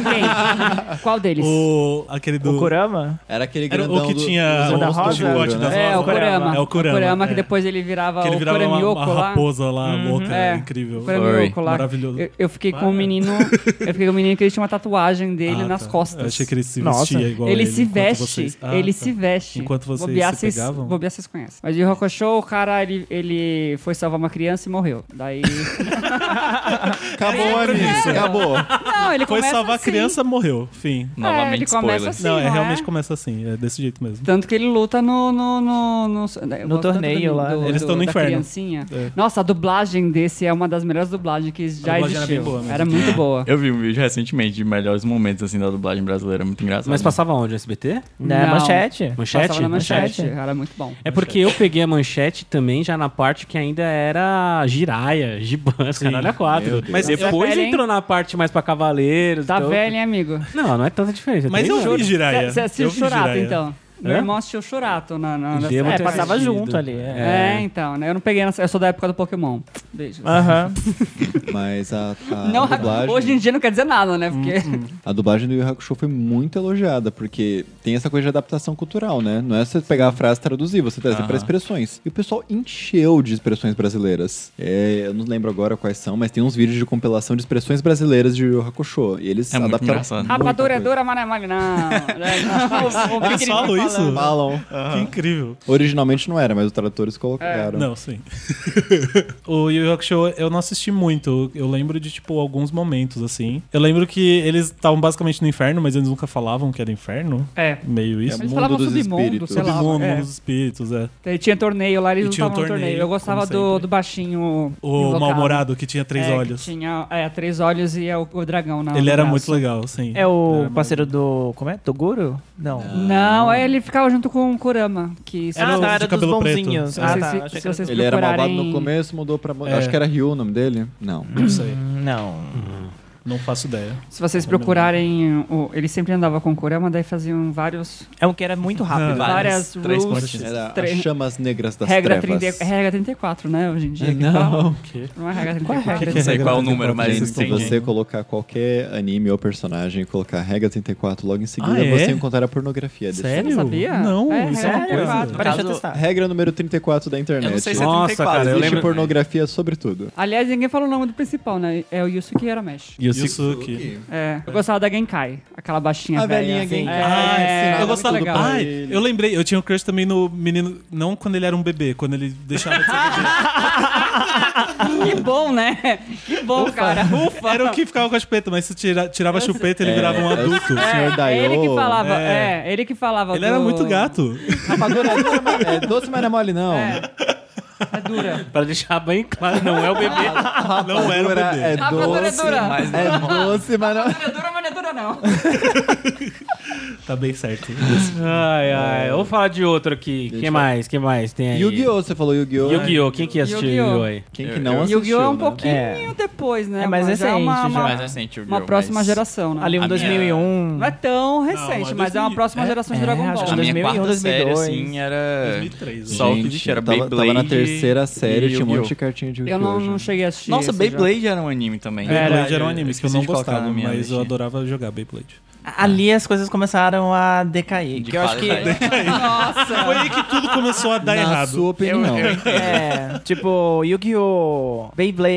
[SPEAKER 1] Quem? Qual deles?
[SPEAKER 4] O... Aquele do...
[SPEAKER 3] O Kurama?
[SPEAKER 5] Era aquele
[SPEAKER 4] Era o
[SPEAKER 5] grandão
[SPEAKER 4] que
[SPEAKER 5] do-
[SPEAKER 4] tinha
[SPEAKER 5] dos
[SPEAKER 4] o-
[SPEAKER 3] o
[SPEAKER 5] olhos do
[SPEAKER 3] chicote
[SPEAKER 5] olho,
[SPEAKER 4] das
[SPEAKER 5] né?
[SPEAKER 1] É, o Kurama.
[SPEAKER 4] É, o Kurama,
[SPEAKER 1] que
[SPEAKER 4] é.
[SPEAKER 1] depois ele virava
[SPEAKER 4] que ele
[SPEAKER 1] o
[SPEAKER 4] virava uma,
[SPEAKER 1] Kuramyoko
[SPEAKER 4] uma
[SPEAKER 1] lá.
[SPEAKER 4] raposa lá, louca.
[SPEAKER 1] É.
[SPEAKER 4] É. Incrível.
[SPEAKER 6] Furry.
[SPEAKER 1] Kuramyoko lá.
[SPEAKER 4] Maravilhoso.
[SPEAKER 1] Eu, eu fiquei com um menino. Eu fiquei com um menino que ele tinha uma tatuagem dele
[SPEAKER 4] Ah,
[SPEAKER 1] nas
[SPEAKER 4] tá.
[SPEAKER 1] costas.
[SPEAKER 4] Eu achei que ele se
[SPEAKER 3] Nossa.
[SPEAKER 4] vestia igual
[SPEAKER 1] ele,
[SPEAKER 4] ele
[SPEAKER 1] se
[SPEAKER 4] enquanto
[SPEAKER 1] veste,
[SPEAKER 4] vocês- Ah,
[SPEAKER 1] ele
[SPEAKER 4] tá.
[SPEAKER 1] se veste.
[SPEAKER 4] Enquanto vocês
[SPEAKER 1] Bobear,
[SPEAKER 4] se
[SPEAKER 1] vocês-
[SPEAKER 4] pegavam?
[SPEAKER 1] Bobear, vocês conhecem. Mas de Rocochô, o cara, ele, ele foi salvar uma criança e morreu. Daí...
[SPEAKER 5] Acabou, amigo. Acabou.
[SPEAKER 1] Não, ele
[SPEAKER 4] Foi
[SPEAKER 1] começa
[SPEAKER 4] salvar a
[SPEAKER 1] assim.
[SPEAKER 4] criança, morreu. Fim.
[SPEAKER 1] É,
[SPEAKER 6] Novamente
[SPEAKER 1] ele começa
[SPEAKER 6] spoiler.
[SPEAKER 1] assim,
[SPEAKER 4] não,
[SPEAKER 1] não
[SPEAKER 4] é, realmente
[SPEAKER 1] é?
[SPEAKER 4] começa assim, é desse jeito mesmo.
[SPEAKER 1] Tanto que ele luta no. No, no, no, eu gosto
[SPEAKER 3] torneio
[SPEAKER 1] tanto
[SPEAKER 3] lá, né?
[SPEAKER 1] do-
[SPEAKER 4] Eles estão no
[SPEAKER 1] da
[SPEAKER 4] inferno.
[SPEAKER 1] criancinha.
[SPEAKER 4] É.
[SPEAKER 1] Nossa, a dublagem desse é uma das melhores dublagens que já
[SPEAKER 4] dublagem era
[SPEAKER 1] existiu.
[SPEAKER 4] bem boa mesmo.
[SPEAKER 1] Era muito boa.
[SPEAKER 6] Eu vi um vídeo recentemente de melhores momentos assim da dublagem brasileira, muito engraçado.
[SPEAKER 2] Mas passava onde? SBT?
[SPEAKER 3] Na
[SPEAKER 1] Não.
[SPEAKER 3] manchete?
[SPEAKER 2] Manchete?
[SPEAKER 1] Passava na manchete.
[SPEAKER 3] Manchete.
[SPEAKER 1] Era muito bom.
[SPEAKER 2] É porque eu peguei a manchete também já na parte que ainda era Jiraya, Gibans, Caralho a
[SPEAKER 5] Meu
[SPEAKER 2] 4.
[SPEAKER 5] Deus.
[SPEAKER 2] Mas
[SPEAKER 4] Mas
[SPEAKER 2] depois
[SPEAKER 1] tá velho, hein?
[SPEAKER 2] entrou na parte mais pra Cavaleiros.
[SPEAKER 1] Tá
[SPEAKER 2] então-
[SPEAKER 1] velho, hein, amigo?
[SPEAKER 2] Não, não é tanta diferença.
[SPEAKER 4] Mas eu
[SPEAKER 2] Tem-
[SPEAKER 4] vi Jiraya.
[SPEAKER 1] Você
[SPEAKER 4] eu
[SPEAKER 1] assistiu
[SPEAKER 4] vi
[SPEAKER 1] Churato,
[SPEAKER 4] Jiraya.
[SPEAKER 1] então. Meu
[SPEAKER 2] Hã?
[SPEAKER 1] irmão assistiu Churato na, na, na
[SPEAKER 2] Devo
[SPEAKER 1] é,
[SPEAKER 2] ter
[SPEAKER 3] passava
[SPEAKER 2] assistido.
[SPEAKER 3] junto ali, é.
[SPEAKER 1] é, então, né? Eu não peguei nessa. Eu sou da época do Pokémon. Beijo.
[SPEAKER 3] Aham.
[SPEAKER 5] Mas a, a
[SPEAKER 1] Não,
[SPEAKER 5] dublagem.
[SPEAKER 1] hoje em dia não quer dizer nada, né? Porque.
[SPEAKER 5] A dublagem do Yu Yu Hakusho foi muito elogiada, porque tem essa coisa de adaptação cultural, né? Não é você pegar a frase e traduzir, você trazer pra expressões. E o pessoal encheu de expressões brasileiras. É, eu não lembro agora quais são, mas tem uns vídeos de compilação de expressões brasileiras de Yu Yu Hakusho. E eles
[SPEAKER 6] É muito
[SPEAKER 5] adaptaram
[SPEAKER 6] engraçado.
[SPEAKER 5] muita
[SPEAKER 1] Rapadura é
[SPEAKER 5] coisa.
[SPEAKER 1] dura, mas não é mole, não. O- o
[SPEAKER 4] Eles
[SPEAKER 1] Piquenique
[SPEAKER 4] falam
[SPEAKER 1] tá falando.
[SPEAKER 4] Ah, isso?
[SPEAKER 5] Falam.
[SPEAKER 4] Que incrível.
[SPEAKER 5] Originalmente não era, mas os tradutores colocaram.
[SPEAKER 4] Não, sim. o Yu Yu Hakusho eu não assisti muito. Eu lembro de, tipo, alguns momentos, assim. Eu lembro que eles estavam basicamente no inferno, mas eles nunca falavam que era inferno.
[SPEAKER 1] É.
[SPEAKER 4] Meio isso.
[SPEAKER 1] Eles
[SPEAKER 5] mundo
[SPEAKER 1] falavam
[SPEAKER 5] dos
[SPEAKER 1] submundo,
[SPEAKER 5] espíritos.
[SPEAKER 1] sei lá.
[SPEAKER 4] Submundo,
[SPEAKER 1] é.
[SPEAKER 4] mundo dos espíritos, é.
[SPEAKER 1] Daí tinha torneio lá, eles
[SPEAKER 4] E
[SPEAKER 1] não
[SPEAKER 4] tinha um
[SPEAKER 1] estavam no torneio.
[SPEAKER 4] torneio,
[SPEAKER 1] Eu gostava
[SPEAKER 4] como
[SPEAKER 1] do,
[SPEAKER 4] sempre.
[SPEAKER 1] do baixinho.
[SPEAKER 4] O
[SPEAKER 1] invocado.
[SPEAKER 4] mal-humorado que tinha um três
[SPEAKER 1] É, que
[SPEAKER 4] olhos.
[SPEAKER 1] Tinha, é, três olhos e é o, o dragão na
[SPEAKER 4] Ele
[SPEAKER 1] no
[SPEAKER 4] era
[SPEAKER 1] braço.
[SPEAKER 4] muito legal, sim.
[SPEAKER 3] É o parceiro do. Como é? Toguro? Não. tá,
[SPEAKER 1] Não, é, ele ficava junto com o Kurama, que se
[SPEAKER 4] Era
[SPEAKER 3] Ah,
[SPEAKER 4] o
[SPEAKER 3] tá,
[SPEAKER 4] de
[SPEAKER 3] era dos
[SPEAKER 4] cabelo preto.
[SPEAKER 3] bonzinhos.
[SPEAKER 1] Se
[SPEAKER 3] Ah,
[SPEAKER 1] vocês-
[SPEAKER 3] tá.
[SPEAKER 1] se-
[SPEAKER 3] achei
[SPEAKER 1] se
[SPEAKER 3] que era-
[SPEAKER 1] vocês
[SPEAKER 5] Ele era malvado
[SPEAKER 1] procurarem-
[SPEAKER 5] no começo, mudou pra.
[SPEAKER 4] É.
[SPEAKER 5] Acho que era Ryu o nome dele? Não.
[SPEAKER 4] Não sei.
[SPEAKER 3] Não.
[SPEAKER 4] Não faço ideia.
[SPEAKER 1] Se vocês procurarem, o- ele sempre andava com o Kurama, daí faziam vários,
[SPEAKER 3] É um que era muito rápido.
[SPEAKER 6] Ah,
[SPEAKER 1] várias
[SPEAKER 6] Várias, três
[SPEAKER 1] rules,
[SPEAKER 6] pontes.
[SPEAKER 5] Era
[SPEAKER 1] tre-
[SPEAKER 5] as chamas negras das
[SPEAKER 1] regra,
[SPEAKER 5] trevas.
[SPEAKER 1] 30, regra 34, né, hoje em dia. que fala.
[SPEAKER 5] Não.
[SPEAKER 1] Não é regra 34.
[SPEAKER 6] Não sei qual é o número, mas
[SPEAKER 5] Mas se
[SPEAKER 6] entendi.
[SPEAKER 5] você colocar qualquer anime ou personagem e colocar regra 34 logo em seguida,
[SPEAKER 4] Ah, é?
[SPEAKER 5] você encontrar a pornografia desse.
[SPEAKER 1] Você não sabia?
[SPEAKER 4] Não,
[SPEAKER 1] é,
[SPEAKER 4] isso é
[SPEAKER 1] regra
[SPEAKER 4] uma coisa.
[SPEAKER 1] 34.
[SPEAKER 3] Para deixa eu
[SPEAKER 6] Caso-
[SPEAKER 3] testar.
[SPEAKER 5] Regra número 34 da internet.
[SPEAKER 6] Eu não sei se é
[SPEAKER 2] Nossa,
[SPEAKER 6] 34.
[SPEAKER 2] cara, eu
[SPEAKER 5] Existe
[SPEAKER 2] lembro-
[SPEAKER 5] pornografia sobre tudo.
[SPEAKER 1] Aliás, ninguém falou o nome do principal, né? É o Yusuke Aramesh.
[SPEAKER 2] E o Six-
[SPEAKER 4] Yusuke.
[SPEAKER 1] É. Eu gostava da Genkai, aquela baixinha
[SPEAKER 5] A
[SPEAKER 1] velha,
[SPEAKER 5] velhinha
[SPEAKER 1] assim.
[SPEAKER 5] Genkai.
[SPEAKER 1] É,
[SPEAKER 5] Ah,
[SPEAKER 1] é,
[SPEAKER 5] ensinava
[SPEAKER 1] era
[SPEAKER 4] eu
[SPEAKER 5] muito
[SPEAKER 4] gostava
[SPEAKER 1] muito
[SPEAKER 4] do
[SPEAKER 1] legal.
[SPEAKER 4] pai.
[SPEAKER 5] ele.
[SPEAKER 4] Eu lembrei, eu tinha um crush também no menino. Não quando ele era um bebê, quando ele deixava de ser bebê.
[SPEAKER 1] Que bom, né? Que bom, cara. Ufa.
[SPEAKER 4] Era o que ficava com a chupeta, mas se tira- tirava a chupeta, ele virava um adulto.
[SPEAKER 5] O senhor
[SPEAKER 1] É
[SPEAKER 5] Dayo.
[SPEAKER 1] ele que falava, é.
[SPEAKER 4] É.
[SPEAKER 1] ele que falava.
[SPEAKER 4] Ele era
[SPEAKER 1] do-
[SPEAKER 4] muito gato.
[SPEAKER 5] Rapadura é doce, mas- é doce, mas não é mole, não.
[SPEAKER 1] É. É dura.
[SPEAKER 2] Pra deixar bem claro, não é o bebê.
[SPEAKER 4] Não era um
[SPEAKER 5] Rapadura
[SPEAKER 4] bebê.
[SPEAKER 5] é
[SPEAKER 1] Rapadura é
[SPEAKER 5] doce.
[SPEAKER 1] dura.
[SPEAKER 6] mas não
[SPEAKER 5] É doce, mas não.
[SPEAKER 1] Não é dura, mas não é dura, não.
[SPEAKER 6] é.
[SPEAKER 4] Tá bem certo.
[SPEAKER 2] Ai, ai. Vamos falar de outro aqui. Quem mais? Quem mais? Tem aí.
[SPEAKER 5] Yu-Gi-Oh! Você falou Yu-Gi-Oh!
[SPEAKER 2] É.
[SPEAKER 5] Ah,
[SPEAKER 2] Yu-Gi-Oh! Quem que assistiu
[SPEAKER 1] Yu-Gi-Oh!
[SPEAKER 2] Yu-Gi-Oh! aí?
[SPEAKER 5] Quem que não assistiu?
[SPEAKER 1] Yu-Gi-Oh! é um
[SPEAKER 5] né?
[SPEAKER 1] pouquinho
[SPEAKER 3] É.
[SPEAKER 1] depois, né?
[SPEAKER 3] É mais
[SPEAKER 1] Mas
[SPEAKER 3] recente
[SPEAKER 1] uma,
[SPEAKER 3] já.
[SPEAKER 1] uma,
[SPEAKER 6] mais recente,
[SPEAKER 1] uma próxima geração, né?
[SPEAKER 3] Ali
[SPEAKER 6] A
[SPEAKER 3] um
[SPEAKER 6] minha-
[SPEAKER 3] 2001.
[SPEAKER 1] Não é tão recente,
[SPEAKER 4] é
[SPEAKER 1] mas é uma
[SPEAKER 4] 2000.
[SPEAKER 1] próxima geração de
[SPEAKER 3] É,
[SPEAKER 1] Dragon
[SPEAKER 3] acho
[SPEAKER 1] Ball.
[SPEAKER 3] que
[SPEAKER 6] A minha
[SPEAKER 3] 2001,
[SPEAKER 6] quarta série,
[SPEAKER 3] 2002.
[SPEAKER 6] assim, era...
[SPEAKER 4] 2003,
[SPEAKER 6] Só o que
[SPEAKER 5] Gente,
[SPEAKER 6] existia era
[SPEAKER 5] eu tava,
[SPEAKER 6] Beyblade
[SPEAKER 5] tava na terceira
[SPEAKER 6] e
[SPEAKER 5] série, tinha um
[SPEAKER 6] Yu-Gi-Oh!
[SPEAKER 5] monte de cartinha de
[SPEAKER 1] Eu
[SPEAKER 5] Yu-Gi-Oh!
[SPEAKER 1] não,
[SPEAKER 5] gente.
[SPEAKER 1] não cheguei a assistir. esse
[SPEAKER 6] Nossa,
[SPEAKER 1] jogo.
[SPEAKER 6] Beyblade era um anime também.
[SPEAKER 4] Beyblade era um anime que eu
[SPEAKER 6] esqueci
[SPEAKER 4] não
[SPEAKER 6] de colocar
[SPEAKER 4] gostava,
[SPEAKER 6] na minha
[SPEAKER 4] mas eu
[SPEAKER 6] listinha.
[SPEAKER 4] adorava jogar Beyblade.
[SPEAKER 3] Ali as coisas começaram a decair.
[SPEAKER 6] De
[SPEAKER 3] que eu acho que.
[SPEAKER 6] qualidade.
[SPEAKER 4] né?
[SPEAKER 1] Nossa.
[SPEAKER 4] Foi aí que tudo começou a dar
[SPEAKER 5] Na
[SPEAKER 4] Tá errado.
[SPEAKER 5] sua opinião.
[SPEAKER 3] É, tipo, Yu-Gi-Oh! Beyblade,
[SPEAKER 6] Era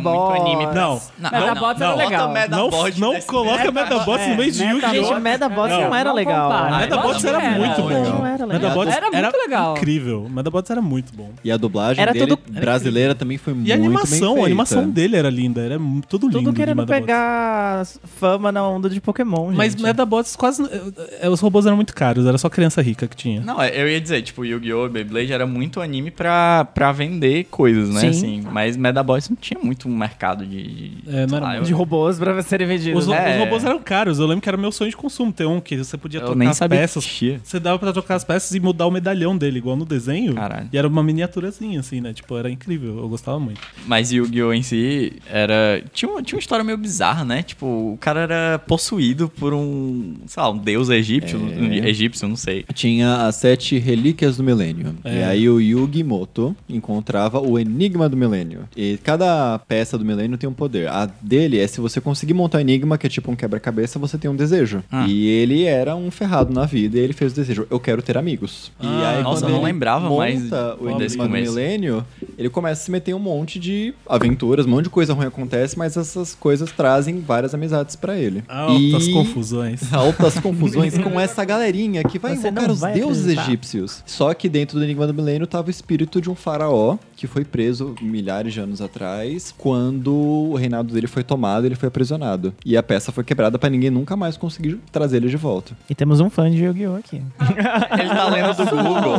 [SPEAKER 6] muito
[SPEAKER 3] Metabot.
[SPEAKER 6] anime.
[SPEAKER 4] Não.
[SPEAKER 6] Não,
[SPEAKER 1] Mas a
[SPEAKER 6] não,
[SPEAKER 1] bota era
[SPEAKER 6] não.
[SPEAKER 1] legal. É,
[SPEAKER 6] Bota
[SPEAKER 4] Não,
[SPEAKER 6] Metabot
[SPEAKER 4] não
[SPEAKER 6] desse-
[SPEAKER 4] coloca Metabots no meio de
[SPEAKER 3] Gente,
[SPEAKER 4] Yu-Gi-Oh!
[SPEAKER 3] Metabot não,
[SPEAKER 4] Não.
[SPEAKER 3] era
[SPEAKER 1] Não
[SPEAKER 3] legal.
[SPEAKER 1] compara.
[SPEAKER 3] Metabot
[SPEAKER 4] Metabots era
[SPEAKER 1] era
[SPEAKER 4] muito
[SPEAKER 6] legal.
[SPEAKER 4] bom.
[SPEAKER 3] não era legal.
[SPEAKER 4] Metabots
[SPEAKER 1] Era muito legal.
[SPEAKER 4] incrível. Metabots era muito bom.
[SPEAKER 5] E a dublagem
[SPEAKER 3] Era
[SPEAKER 5] dele,
[SPEAKER 3] tudo-
[SPEAKER 5] brasileira também foi muito
[SPEAKER 4] E a
[SPEAKER 5] bem
[SPEAKER 4] animação,
[SPEAKER 5] feita.
[SPEAKER 4] a animação dele era linda, era mu- tudo lindo.
[SPEAKER 3] Tudo
[SPEAKER 4] de
[SPEAKER 3] querendo
[SPEAKER 4] Metabots.
[SPEAKER 3] pegar fama na onda de Pokémon, gente.
[SPEAKER 4] Mas Metabots quase. eh, eh, Os robôs eram muito caros, era só criança rica que tinha.
[SPEAKER 6] Não, é, eu ia dizer, tipo, Yu-Gi-Oh! e Beyblade era muito anime pra, pra vender coisas, né?
[SPEAKER 3] Sim.
[SPEAKER 6] Assim, mas Medabots não tinha muito um mercado de. de
[SPEAKER 4] É, não
[SPEAKER 6] sei
[SPEAKER 4] era
[SPEAKER 6] lá,
[SPEAKER 4] muito.
[SPEAKER 6] eu-
[SPEAKER 3] De robôs pra serem vendidos.
[SPEAKER 4] Os, ro-
[SPEAKER 6] É.
[SPEAKER 4] os robôs eram caros, eu lembro que era meu sonho de consumo ter um, que você podia
[SPEAKER 6] Eu
[SPEAKER 4] trocar
[SPEAKER 6] nem
[SPEAKER 4] as
[SPEAKER 6] sabia que
[SPEAKER 4] peças.
[SPEAKER 6] existia.
[SPEAKER 4] Você dava pra trocar as peças e mudar o medalhão dele, igual no desenho.
[SPEAKER 6] Caralho.
[SPEAKER 4] E era uma miniaturazinha, assim, né? Tipo, era incrível, eu gostava muito.
[SPEAKER 6] Mas Yu-Gi-Oh! em si era. Tinha, uma- tinha uma história meio bizarra, né? Tipo, o cara era possuído por um. sei lá, um deus egípcio. um
[SPEAKER 5] É.
[SPEAKER 6] Egípcio, não sei.
[SPEAKER 5] Tinha as sete relíquias do milênio.
[SPEAKER 4] É.
[SPEAKER 5] E aí o Yugi Moto encontrava o enigma do milênio. E cada peça do milênio tem um poder. A dele é se você conseguir montar o enigma, que é tipo um quebra-cabeça, você tem um desejo.
[SPEAKER 6] Ah.
[SPEAKER 5] E ele era um ferrado na vida e ele fez o desejo, eu quero ter amigos. e
[SPEAKER 4] Ah,
[SPEAKER 5] aí
[SPEAKER 6] nossa,
[SPEAKER 5] quando
[SPEAKER 6] eu não
[SPEAKER 5] ele
[SPEAKER 6] lembrava
[SPEAKER 5] monta
[SPEAKER 6] mais
[SPEAKER 5] o
[SPEAKER 6] desse
[SPEAKER 5] enigma do
[SPEAKER 6] começo.
[SPEAKER 5] milênio, ele começa a se meter em um monte de aventuras, um monte de coisa ruim acontece, mas essas coisas trazem várias amizades pra ele.
[SPEAKER 4] Altas
[SPEAKER 5] e...
[SPEAKER 4] confusões.
[SPEAKER 5] Altas confusões com essa galerinha que vai
[SPEAKER 3] Você
[SPEAKER 5] invocar
[SPEAKER 3] não
[SPEAKER 5] os
[SPEAKER 3] vai
[SPEAKER 5] deuses
[SPEAKER 3] acreditar.
[SPEAKER 5] egípcios. Só que dentro do Enigma do Milênio tava o espírito de um faraó que foi preso milhares de anos atrás, quando o reinado dele foi tomado, ele foi aprisionado. E a peça foi quebrada pra ninguém nunca mais conseguir trazer ele de volta.
[SPEAKER 3] E temos um fã de Yu-Gi-Oh! aqui.
[SPEAKER 6] Ele tá lendo do Google.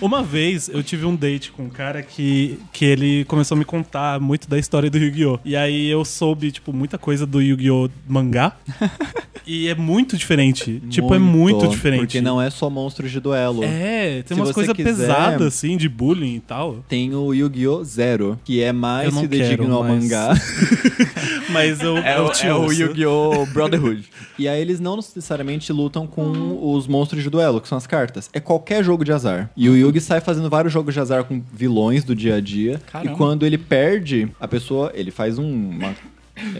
[SPEAKER 4] Uma vez eu tive um date com um cara que, que ele começou a me contar muito da história do Yu-Gi-Oh! E aí eu soube, tipo, muita coisa do Yu-Gi-Oh! mangá. e é muito diferente. Tipo, é muito diferente.
[SPEAKER 5] Porque não é só monstros de duelo.
[SPEAKER 4] É, tem
[SPEAKER 5] Se
[SPEAKER 4] umas
[SPEAKER 5] você
[SPEAKER 4] coisas
[SPEAKER 5] quiser-
[SPEAKER 4] pesadas, assim, de bullying e tal.
[SPEAKER 5] Tem o Yu-Gi-Oh! Zero, que é mais
[SPEAKER 4] Eu não
[SPEAKER 5] fidedigno
[SPEAKER 4] quero
[SPEAKER 5] ao
[SPEAKER 4] mais.
[SPEAKER 5] mangá.
[SPEAKER 4] Mas eu,
[SPEAKER 6] É
[SPEAKER 4] eu
[SPEAKER 6] o,
[SPEAKER 4] te
[SPEAKER 6] é o
[SPEAKER 4] ouço.
[SPEAKER 6] Yu-Gi-Oh! Brotherhood.
[SPEAKER 5] E aí eles não necessariamente lutam com os monstros de duelo, que são as cartas. É qualquer jogo de azar. E o Yugi sai fazendo vários jogos de azar com vilões do dia a dia.
[SPEAKER 6] Caramba.
[SPEAKER 5] E quando ele perde, a pessoa, ele faz um, uma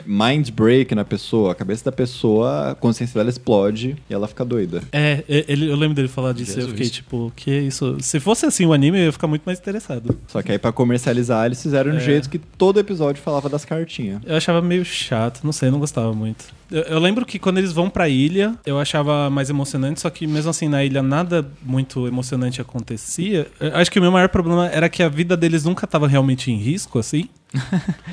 [SPEAKER 5] mind break na pessoa, a cabeça da pessoa, a consciência dela explode e ela fica doida.
[SPEAKER 4] É, ele, eu lembro dele falar disso e eu
[SPEAKER 6] Jesus.
[SPEAKER 4] fiquei tipo, que isso? Se fosse assim o anime, eu ia ficar muito mais interessado.
[SPEAKER 5] Só que aí pra comercializar, eles fizeram de um
[SPEAKER 6] É.
[SPEAKER 5] jeito que todo episódio falava das cartinhas.
[SPEAKER 4] Eu achava meio chato, não sei, não gostava muito. Eu, eu lembro que quando eles vão pra ilha, eu achava mais emocionante, só que mesmo assim na ilha nada muito emocionante acontecia. Eu acho que o meu maior problema era que a vida deles nunca tava realmente em risco, assim.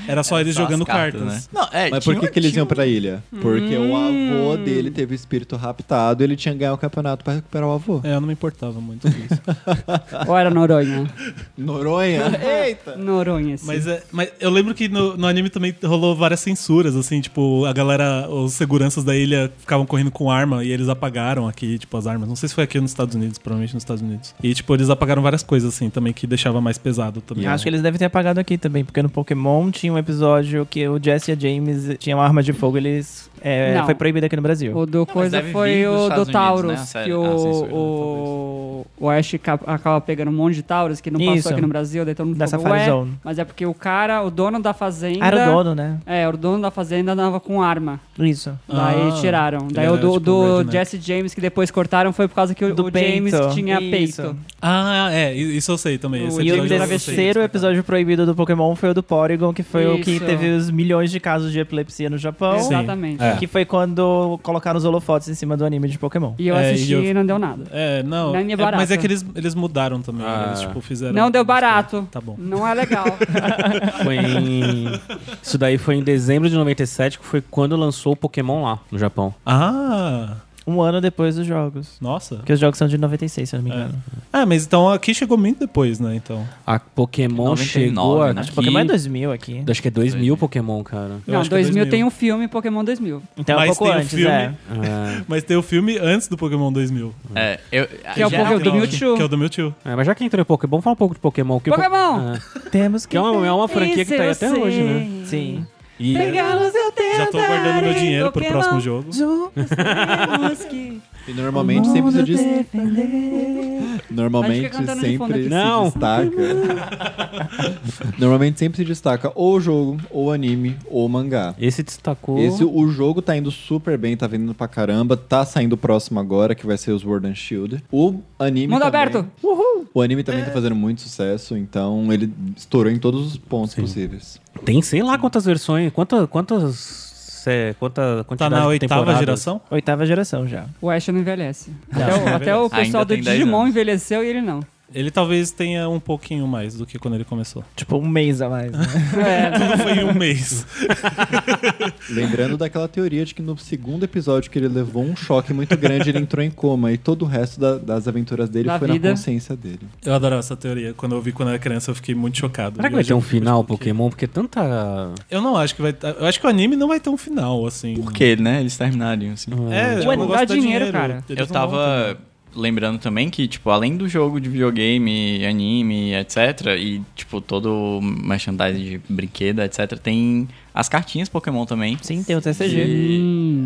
[SPEAKER 4] Era só eles
[SPEAKER 6] Só as
[SPEAKER 4] jogando
[SPEAKER 6] cartas,
[SPEAKER 4] cartas.
[SPEAKER 6] né? Não, é,
[SPEAKER 5] Mas
[SPEAKER 6] tinha
[SPEAKER 5] por que,
[SPEAKER 6] um-
[SPEAKER 5] que eles
[SPEAKER 6] tinha
[SPEAKER 5] iam
[SPEAKER 6] um-
[SPEAKER 5] pra ilha? Porque o avô dele teve o espírito raptado e ele tinha que ganhar o campeonato pra recuperar o avô.
[SPEAKER 4] É, eu não me importava muito com isso.
[SPEAKER 1] Ou era Noronha?
[SPEAKER 5] Noronha? Eita!
[SPEAKER 1] Noronha, sim.
[SPEAKER 4] Mas, é- mas eu lembro que no, no anime também rolou várias censuras, assim, tipo, a galera, os seguranças da ilha ficavam correndo com arma e eles apagaram aqui, tipo, as armas. Não sei se foi aqui nos Estados Unidos, provavelmente nos Estados Unidos. E, tipo, eles apagaram várias coisas, assim, também, que deixava mais pesado também.
[SPEAKER 3] Acho que eles devem ter apagado aqui também, porque no Pokémon tinha um episódio que o Jesse e a James tinham arma de fogo, eles é,
[SPEAKER 1] Não.
[SPEAKER 3] foi proibido aqui no Brasil.
[SPEAKER 1] O do coisa
[SPEAKER 6] deve vir
[SPEAKER 1] foi
[SPEAKER 6] dos
[SPEAKER 1] o do
[SPEAKER 6] Estados Unidos,
[SPEAKER 1] Taurus,
[SPEAKER 6] né? A série-
[SPEAKER 1] que
[SPEAKER 6] a
[SPEAKER 1] o,
[SPEAKER 6] censura,
[SPEAKER 1] o, o Ash ca- acaba pegando um monte de Taurus que não
[SPEAKER 3] Isso.
[SPEAKER 1] passou aqui no Brasil, daí todo mundo
[SPEAKER 3] Da
[SPEAKER 1] falou,
[SPEAKER 3] Safari
[SPEAKER 1] ué,
[SPEAKER 3] Zone.
[SPEAKER 1] mas é porque o cara, o dono da fazenda...
[SPEAKER 3] Ah, Era o dono, né?
[SPEAKER 1] É, o dono da fazenda andava com arma.
[SPEAKER 3] Isso.
[SPEAKER 1] Daí
[SPEAKER 4] Ah,
[SPEAKER 1] tiraram.
[SPEAKER 4] que
[SPEAKER 1] Daí
[SPEAKER 4] ele
[SPEAKER 1] o
[SPEAKER 4] era
[SPEAKER 1] do,
[SPEAKER 4] tipo
[SPEAKER 1] do
[SPEAKER 4] redneck.
[SPEAKER 1] Jesse James, que depois cortaram, foi por causa que o,
[SPEAKER 3] Do
[SPEAKER 1] o James
[SPEAKER 3] peito.
[SPEAKER 1] tinha
[SPEAKER 3] Isso.
[SPEAKER 1] peito.
[SPEAKER 4] Ah, é, i- isso eu sei também. Esse
[SPEAKER 1] O é
[SPEAKER 3] E
[SPEAKER 1] Episódio
[SPEAKER 3] o
[SPEAKER 4] episódio eu
[SPEAKER 1] travesti-
[SPEAKER 4] sei.
[SPEAKER 3] terceiro episódio proibido do Pokémon foi o do Porygon, que foi o que
[SPEAKER 1] Isso.
[SPEAKER 3] teve os milhões de casos de epilepsia no Japão.
[SPEAKER 4] Sim.
[SPEAKER 1] Exatamente.
[SPEAKER 4] É.
[SPEAKER 3] Que foi quando colocaram os holofotes em cima do anime de Pokémon.
[SPEAKER 1] E eu
[SPEAKER 4] É, e
[SPEAKER 1] assisti
[SPEAKER 4] eu-
[SPEAKER 1] e não deu nada.
[SPEAKER 4] É, não.
[SPEAKER 1] Não é
[SPEAKER 4] é-
[SPEAKER 1] barato.
[SPEAKER 4] mas é que eles, eles mudaram também.
[SPEAKER 2] Ah.
[SPEAKER 4] Eles, tipo, fizeram.
[SPEAKER 1] Não deu barato.
[SPEAKER 4] Tá bom.
[SPEAKER 1] Não é legal.
[SPEAKER 2] Foi em... Isso daí foi em dezembro de 97, que foi quando lançou o Pokémon lá, no Japão.
[SPEAKER 4] Ah,
[SPEAKER 3] Um ano depois dos jogos.
[SPEAKER 4] nossa.
[SPEAKER 3] Porque os jogos são de 96, se eu não me
[SPEAKER 4] É.
[SPEAKER 3] engano.
[SPEAKER 4] Ah, mas então aqui chegou muito depois, né? Então.
[SPEAKER 2] A Pokémon
[SPEAKER 6] 99,
[SPEAKER 2] chegou
[SPEAKER 6] né?
[SPEAKER 2] aqui...
[SPEAKER 6] Acho que
[SPEAKER 3] Pokémon é 2000 aqui.
[SPEAKER 2] Acho que é 2000 Pokémon, cara.
[SPEAKER 4] Eu
[SPEAKER 1] não,
[SPEAKER 4] acho que é
[SPEAKER 1] 2000
[SPEAKER 4] 2000.
[SPEAKER 1] tem um filme, Pokémon 2000.
[SPEAKER 3] Então é um
[SPEAKER 4] Mas
[SPEAKER 3] pouco
[SPEAKER 4] tem o
[SPEAKER 3] antes,
[SPEAKER 4] filme.
[SPEAKER 3] é.
[SPEAKER 2] É.
[SPEAKER 4] Mas tem o filme antes do Pokémon 2000.
[SPEAKER 6] É, eu...
[SPEAKER 1] Que é o
[SPEAKER 6] já-
[SPEAKER 1] Pokémon do Mewtwo.
[SPEAKER 4] Que é o do Mewtwo.
[SPEAKER 2] É, mas já que entrou em Pokémon, vamos falar um pouco de Pokémon. Que o po-
[SPEAKER 1] Pokémon!
[SPEAKER 2] É.
[SPEAKER 3] Temos que...
[SPEAKER 1] um
[SPEAKER 2] Que é uma, é uma franquia que tá aí
[SPEAKER 1] Isso
[SPEAKER 2] até
[SPEAKER 1] eu
[SPEAKER 2] hoje,
[SPEAKER 1] sei.
[SPEAKER 2] né?
[SPEAKER 3] Sim.
[SPEAKER 2] E
[SPEAKER 1] Pegá-los eu
[SPEAKER 4] Já tô guardando meu dinheiro pro próximo jogo.
[SPEAKER 5] E normalmente sempre se diz.
[SPEAKER 1] Acho
[SPEAKER 5] Normalmente
[SPEAKER 1] que é cantando de fundo
[SPEAKER 5] sempre
[SPEAKER 1] aqui.
[SPEAKER 5] se
[SPEAKER 2] Não.
[SPEAKER 5] destaca. normalmente sempre se destaca ou o jogo, ou o anime, ou o mangá.
[SPEAKER 2] esse destacou...
[SPEAKER 5] Esse, o jogo tá indo super bem, tá vendendo pra caramba. Tá saindo o próximo agora, que vai ser os World and Shield. O anime.
[SPEAKER 1] Mundo
[SPEAKER 5] também-
[SPEAKER 1] aberto!
[SPEAKER 5] O anime também tá fazendo muito sucesso, então ele estourou em todos os pontos possíveis.
[SPEAKER 2] Tem sei lá quantas versões, quantas... quantas... é, quanta
[SPEAKER 4] Tá
[SPEAKER 2] quantidade
[SPEAKER 4] na
[SPEAKER 2] de
[SPEAKER 4] oitava
[SPEAKER 2] temporadas.
[SPEAKER 4] geração?
[SPEAKER 3] Oitava geração já.
[SPEAKER 1] O Ash não envelhece. Até o, até o pessoal do
[SPEAKER 6] tem 10
[SPEAKER 1] Digimon
[SPEAKER 6] anos.
[SPEAKER 1] envelheceu e ele não.
[SPEAKER 4] Ele talvez tenha um pouquinho mais do que quando ele começou.
[SPEAKER 3] Tipo, um mês a mais, né?
[SPEAKER 4] Tudo foi em um mês.
[SPEAKER 5] Lembrando daquela teoria de que no segundo episódio que ele levou um choque muito grande, ele entrou em coma. E todo o resto da- das aventuras dele
[SPEAKER 1] Da
[SPEAKER 5] foi
[SPEAKER 1] vida.
[SPEAKER 5] na consciência dele.
[SPEAKER 4] Eu adorava essa teoria. Quando eu vi quando eu era criança, eu fiquei muito chocado.
[SPEAKER 2] Será que
[SPEAKER 4] E
[SPEAKER 2] vai
[SPEAKER 4] hoje
[SPEAKER 2] ter um
[SPEAKER 4] eu fico,
[SPEAKER 2] final
[SPEAKER 4] tipo, que-
[SPEAKER 2] Pokémon? Porque tanta...
[SPEAKER 4] Eu não acho que vai. tá, Eu acho que o anime não vai ter um final, assim.
[SPEAKER 6] Por quê, né? Eles terminariam, assim.
[SPEAKER 4] É,
[SPEAKER 1] Tipo,
[SPEAKER 4] o
[SPEAKER 1] não
[SPEAKER 4] negócio
[SPEAKER 1] dá dinheiro, cara.
[SPEAKER 4] Eles não
[SPEAKER 6] Eu tava lembrando também que, tipo, além do jogo de videogame, anime, etc., e, tipo, todo merchandise de brinquedo, etc., tem as cartinhas Pokémon também.
[SPEAKER 3] Sim, tem o TCG.
[SPEAKER 6] E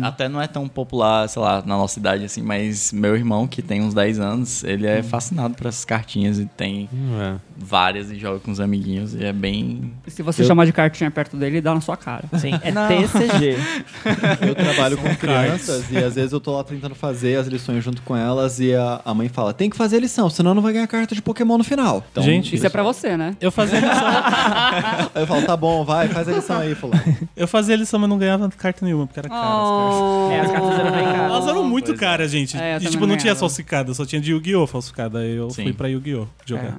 [SPEAKER 1] Hum.
[SPEAKER 6] até não é tão popular, sei lá, na nossa idade, assim, mas meu irmão, que tem uns 10 anos, ele
[SPEAKER 4] Hum.
[SPEAKER 6] é fascinado por essas cartinhas e tem
[SPEAKER 2] Hum, é.
[SPEAKER 6] várias e joga com os amiguinhos e é bem...
[SPEAKER 1] Se você chamar de cartinha perto dele, dá na sua cara.
[SPEAKER 3] Sim, é TCG.
[SPEAKER 5] Eu trabalho com crianças e às vezes eu tô lá tentando fazer as lições junto com elas e a, a mãe fala: tem que fazer a lição, senão não vai ganhar carta de Pokémon no final. Então,
[SPEAKER 4] Gente,
[SPEAKER 1] Isso é pra você, né?
[SPEAKER 4] Eu fazia,
[SPEAKER 5] Aí eu falo: tá bom, vai, faz a lição aí, fulano.
[SPEAKER 4] eu fazia lição, mas não ganhava carta nenhuma, porque era caro as
[SPEAKER 1] Oh.
[SPEAKER 4] cartas.
[SPEAKER 3] É, as cartas eram bem caras.
[SPEAKER 4] Elas eram muito
[SPEAKER 6] Pois é.
[SPEAKER 4] caras, gente.
[SPEAKER 1] É, eu
[SPEAKER 4] e
[SPEAKER 1] também
[SPEAKER 4] tipo, não
[SPEAKER 1] ganhava.
[SPEAKER 4] tinha falsificada, só tinha de Yu-Gi-Oh! falsificada. Aí eu
[SPEAKER 6] Sim.
[SPEAKER 4] fui pra Yu-Gi-Oh!
[SPEAKER 1] É.
[SPEAKER 4] jogar.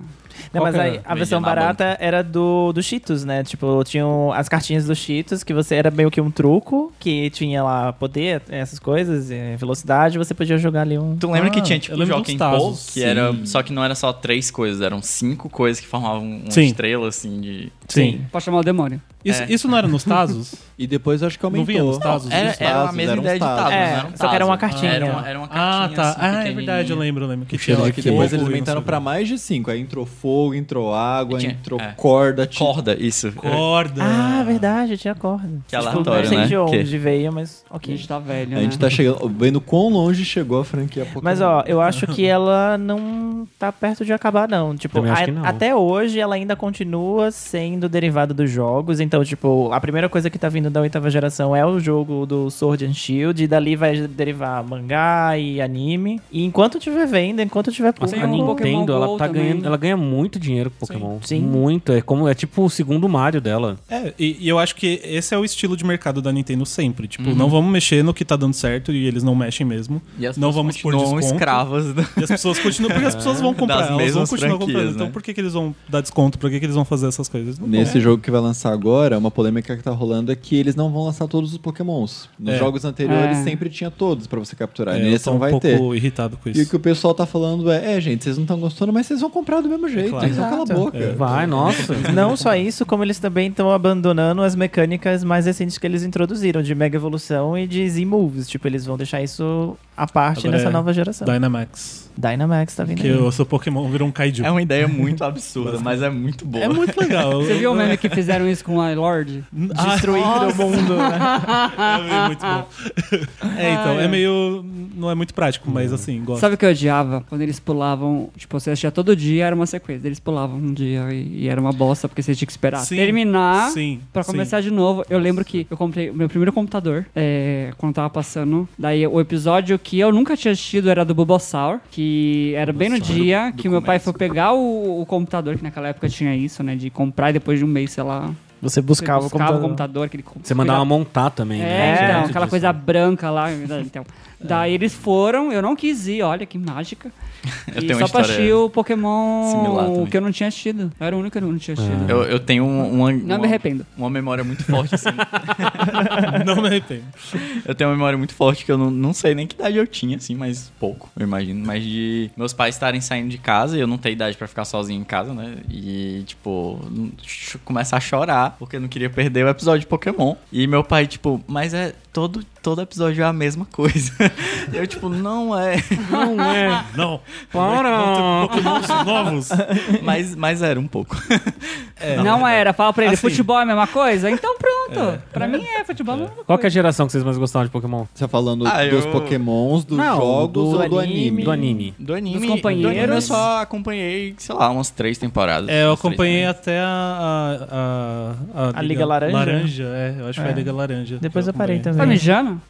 [SPEAKER 3] Não, mas aí, a
[SPEAKER 6] Vendia
[SPEAKER 3] versão
[SPEAKER 6] na
[SPEAKER 3] barata era do, do Cheetos, né? Tipo, tinham as cartinhas do Cheetos, que você era meio que um truco, que tinha lá poder, essas coisas, eh, velocidade, você podia jogar ali um.
[SPEAKER 6] Tu lembra
[SPEAKER 4] Ah,
[SPEAKER 6] que tinha,
[SPEAKER 4] eu
[SPEAKER 6] tipo,
[SPEAKER 4] lembro
[SPEAKER 6] Jockey
[SPEAKER 4] dos
[SPEAKER 6] Pô,
[SPEAKER 4] Tazos,
[SPEAKER 6] que
[SPEAKER 4] sim.
[SPEAKER 6] era... Só que não era só três coisas, eram cinco coisas que formavam uma
[SPEAKER 4] Sim.
[SPEAKER 6] estrela, assim, de...
[SPEAKER 4] Sim.
[SPEAKER 1] Pra chamar o demônio.
[SPEAKER 6] É.
[SPEAKER 4] Isso, isso não era nos Tazos?
[SPEAKER 5] E depois acho que
[SPEAKER 4] Não
[SPEAKER 5] aumentou.
[SPEAKER 4] vinha nos Tazos?
[SPEAKER 6] Era,
[SPEAKER 5] Os
[SPEAKER 6] era a
[SPEAKER 5] Tazos,
[SPEAKER 6] mesma
[SPEAKER 5] eram
[SPEAKER 6] ideia de
[SPEAKER 5] os Tazos.
[SPEAKER 6] Tazos,
[SPEAKER 3] É,
[SPEAKER 6] não era um
[SPEAKER 3] só que era
[SPEAKER 6] Tazo.
[SPEAKER 3] uma cartinha.
[SPEAKER 6] Era uma, era uma
[SPEAKER 4] Ah,
[SPEAKER 6] cartinha,
[SPEAKER 4] tá.
[SPEAKER 6] assim,
[SPEAKER 4] ah, é
[SPEAKER 6] pequenininha.
[SPEAKER 4] verdade, eu lembro, eu lembro. Que
[SPEAKER 5] Só
[SPEAKER 4] tinha
[SPEAKER 5] que depois eles
[SPEAKER 4] fogo e não
[SPEAKER 5] aumentaram
[SPEAKER 4] sei o
[SPEAKER 5] pra mais de 5. Aí entrou fogo, entrou água,
[SPEAKER 6] Tinha-
[SPEAKER 5] entrou
[SPEAKER 6] é.
[SPEAKER 5] corda, tinha
[SPEAKER 6] Corda, isso. É.
[SPEAKER 4] quê. Corda.
[SPEAKER 3] Ah, verdade, tinha corda. Tipo,
[SPEAKER 6] Que aleatório,
[SPEAKER 3] não sei de
[SPEAKER 6] né?
[SPEAKER 3] onde
[SPEAKER 6] Que-
[SPEAKER 3] veio, mas
[SPEAKER 1] Que a
[SPEAKER 3] ok.
[SPEAKER 1] gente tá velho,
[SPEAKER 5] A gente tá chegando, vendo quão longe chegou a franquia Pokémon.
[SPEAKER 3] Mas ó, eu acho que ela não tá perto de acabar, não. Tipo,
[SPEAKER 2] Também acho
[SPEAKER 3] a-
[SPEAKER 2] que não.
[SPEAKER 3] até hoje ela ainda continua sendo derivada dos jogos. Então, tipo, a primeira coisa que tá vindo da oitava geração é o jogo do Sword and Shield. E dali vai derivar mangá e anime. E enquanto tiver venda, enquanto tiver
[SPEAKER 2] Nossa,
[SPEAKER 1] Tem
[SPEAKER 2] a
[SPEAKER 1] um
[SPEAKER 3] público.
[SPEAKER 1] Pokémon
[SPEAKER 2] Nintendo,
[SPEAKER 1] Go
[SPEAKER 2] ela tá
[SPEAKER 1] também.
[SPEAKER 2] ganhando, ela ganha muito dinheiro com Pokémon.
[SPEAKER 3] Sim.
[SPEAKER 2] Muito, é como é tipo o segundo Mario dela.
[SPEAKER 4] É, e, e eu acho que esse é o estilo de mercado da Nintendo sempre. Tipo, não vamos mexer no que tá dando certo e eles não mexem mesmo.
[SPEAKER 6] Uhum. E as
[SPEAKER 4] não
[SPEAKER 6] pessoas
[SPEAKER 4] vamos por
[SPEAKER 6] continuam
[SPEAKER 4] desconto.
[SPEAKER 6] escravas. do-
[SPEAKER 4] E as pessoas continuam, porque as pessoas vão comprar,
[SPEAKER 6] Das
[SPEAKER 4] elas vão
[SPEAKER 6] mesmas
[SPEAKER 4] continuar comprando.
[SPEAKER 6] franquias,
[SPEAKER 4] Então
[SPEAKER 6] né?
[SPEAKER 4] por que, que eles vão dar desconto? Por que, que eles vão fazer essas coisas? Não
[SPEAKER 5] Nesse
[SPEAKER 3] é.
[SPEAKER 4] vão.
[SPEAKER 5] jogo que vai lançar agora, uma polêmica que tá rolando é que eles não vão lançar todos os Pokémons. Nos
[SPEAKER 4] É.
[SPEAKER 5] jogos anteriores
[SPEAKER 1] É.
[SPEAKER 5] sempre tinha todos pra você capturar.
[SPEAKER 4] É, eu
[SPEAKER 5] Nesse
[SPEAKER 4] tô
[SPEAKER 5] não
[SPEAKER 4] um
[SPEAKER 5] vai
[SPEAKER 4] pouco
[SPEAKER 5] ter.
[SPEAKER 4] irritado com
[SPEAKER 5] E o
[SPEAKER 4] isso.
[SPEAKER 5] que o pessoal tá falando é, é, gente, vocês não estão gostando, mas vocês vão comprar do mesmo jeito.
[SPEAKER 4] É claro. É.
[SPEAKER 5] Então cala a
[SPEAKER 3] Exato.
[SPEAKER 5] boca.
[SPEAKER 2] Vai, nossa.
[SPEAKER 3] Não só isso, como eles também estão abandonando as mecânicas mais recentes que eles introduziram, de Mega Evolução e de Z-Moves. Tipo, eles vão deixar isso à parte
[SPEAKER 4] Agora
[SPEAKER 3] nessa
[SPEAKER 4] é
[SPEAKER 3] nova geração.
[SPEAKER 4] Dynamax.
[SPEAKER 3] Dynamax tá vindo
[SPEAKER 4] Que
[SPEAKER 3] aí.
[SPEAKER 4] o seu Pokémon virou um Kaiju.
[SPEAKER 6] É uma ideia muito absurda, mas é muito boa.
[SPEAKER 4] É muito legal. Eu-
[SPEAKER 1] Você viu o meme que fizeram isso com o iLord?
[SPEAKER 4] Ah,
[SPEAKER 3] Destruindo o mundo, né?
[SPEAKER 4] É muito bom. É, então, é meio. Não é muito prático, mas assim, gosto.
[SPEAKER 1] Sabe o que eu odiava? Quando eles pulavam, tipo, você assistia todo dia, era uma sequência. Eles pulavam um dia e, e era uma bosta, porque você tinha que esperar
[SPEAKER 4] Sim,
[SPEAKER 1] terminar
[SPEAKER 4] sim,
[SPEAKER 1] pra
[SPEAKER 4] sim.
[SPEAKER 1] começar de novo. Eu lembro que eu comprei o meu primeiro computador, é, quando tava passando. Daí o episódio que eu nunca tinha assistido era do Bulbasaur, que era bem no dia que meu pai foi pegar o, o computador, que naquela época tinha isso, né? De comprar e depois de um mês, sei lá,
[SPEAKER 3] Você buscava,
[SPEAKER 1] você
[SPEAKER 3] o computador.
[SPEAKER 1] que ele
[SPEAKER 2] Você mandava montar também.
[SPEAKER 1] é,
[SPEAKER 2] né?
[SPEAKER 1] então,
[SPEAKER 2] Direto
[SPEAKER 1] aquela
[SPEAKER 2] disso.
[SPEAKER 1] coisa branca lá. Então. Daí eles foram, eu não quis ir, olha que mágica.
[SPEAKER 6] Eu
[SPEAKER 1] e
[SPEAKER 6] tenho
[SPEAKER 1] só
[SPEAKER 6] uma
[SPEAKER 1] pra assistir
[SPEAKER 6] história.
[SPEAKER 1] o
[SPEAKER 6] similar
[SPEAKER 1] Pokémon
[SPEAKER 6] também.
[SPEAKER 1] que eu não tinha assistido. Eu era o único que eu não tinha assistido.
[SPEAKER 6] Eu, eu tenho um- uma,
[SPEAKER 1] Não
[SPEAKER 6] uma-
[SPEAKER 1] me arrependo.
[SPEAKER 6] uma memória muito forte, assim.
[SPEAKER 4] Não me arrependo.
[SPEAKER 6] Eu tenho uma memória muito forte que eu não, não sei nem que idade eu tinha, assim, mas pouco, eu imagino. Mas de meus pais estarem saindo de casa e eu não ter idade pra ficar sozinho em casa, né? E, tipo, ch- começar a chorar porque eu não queria perder o episódio de Pokémon. E meu pai, tipo, mas é todo, todo episódio é a mesma coisa. eu, tipo, não é.
[SPEAKER 2] Não
[SPEAKER 1] né?
[SPEAKER 2] é.
[SPEAKER 4] Não.
[SPEAKER 2] Para.
[SPEAKER 4] Pokémons novos. É,
[SPEAKER 6] Mas, mas era um pouco.
[SPEAKER 1] não era, fala pra ele,
[SPEAKER 4] Assim.
[SPEAKER 1] futebol é a mesma coisa? Então pronto. Pra mim é, futebol é a mesma
[SPEAKER 2] Qual que é a
[SPEAKER 1] coisa.
[SPEAKER 2] geração que vocês mais gostavam de Pokémon?
[SPEAKER 5] Você tá falando
[SPEAKER 6] Ah,
[SPEAKER 5] dos
[SPEAKER 6] eu-
[SPEAKER 5] Pokémons, dos
[SPEAKER 2] Não,
[SPEAKER 5] jogos
[SPEAKER 2] do
[SPEAKER 5] ou do anime?
[SPEAKER 2] Do anime.
[SPEAKER 6] Do anime.
[SPEAKER 1] Dos
[SPEAKER 6] do anime eu
[SPEAKER 1] companheiros.
[SPEAKER 6] só acompanhei, sei lá, umas três temporadas.
[SPEAKER 4] É, eu
[SPEAKER 6] Umas três,
[SPEAKER 4] acompanhei
[SPEAKER 6] né?
[SPEAKER 4] até a. A,
[SPEAKER 3] A Liga Laranja?
[SPEAKER 4] Laranja, é. Eu acho que foi
[SPEAKER 3] É.
[SPEAKER 4] a Liga Laranja.
[SPEAKER 3] Depois
[SPEAKER 4] que
[SPEAKER 3] eu parei
[SPEAKER 4] acompanhei.
[SPEAKER 1] Tá
[SPEAKER 3] também.
[SPEAKER 1] mijando?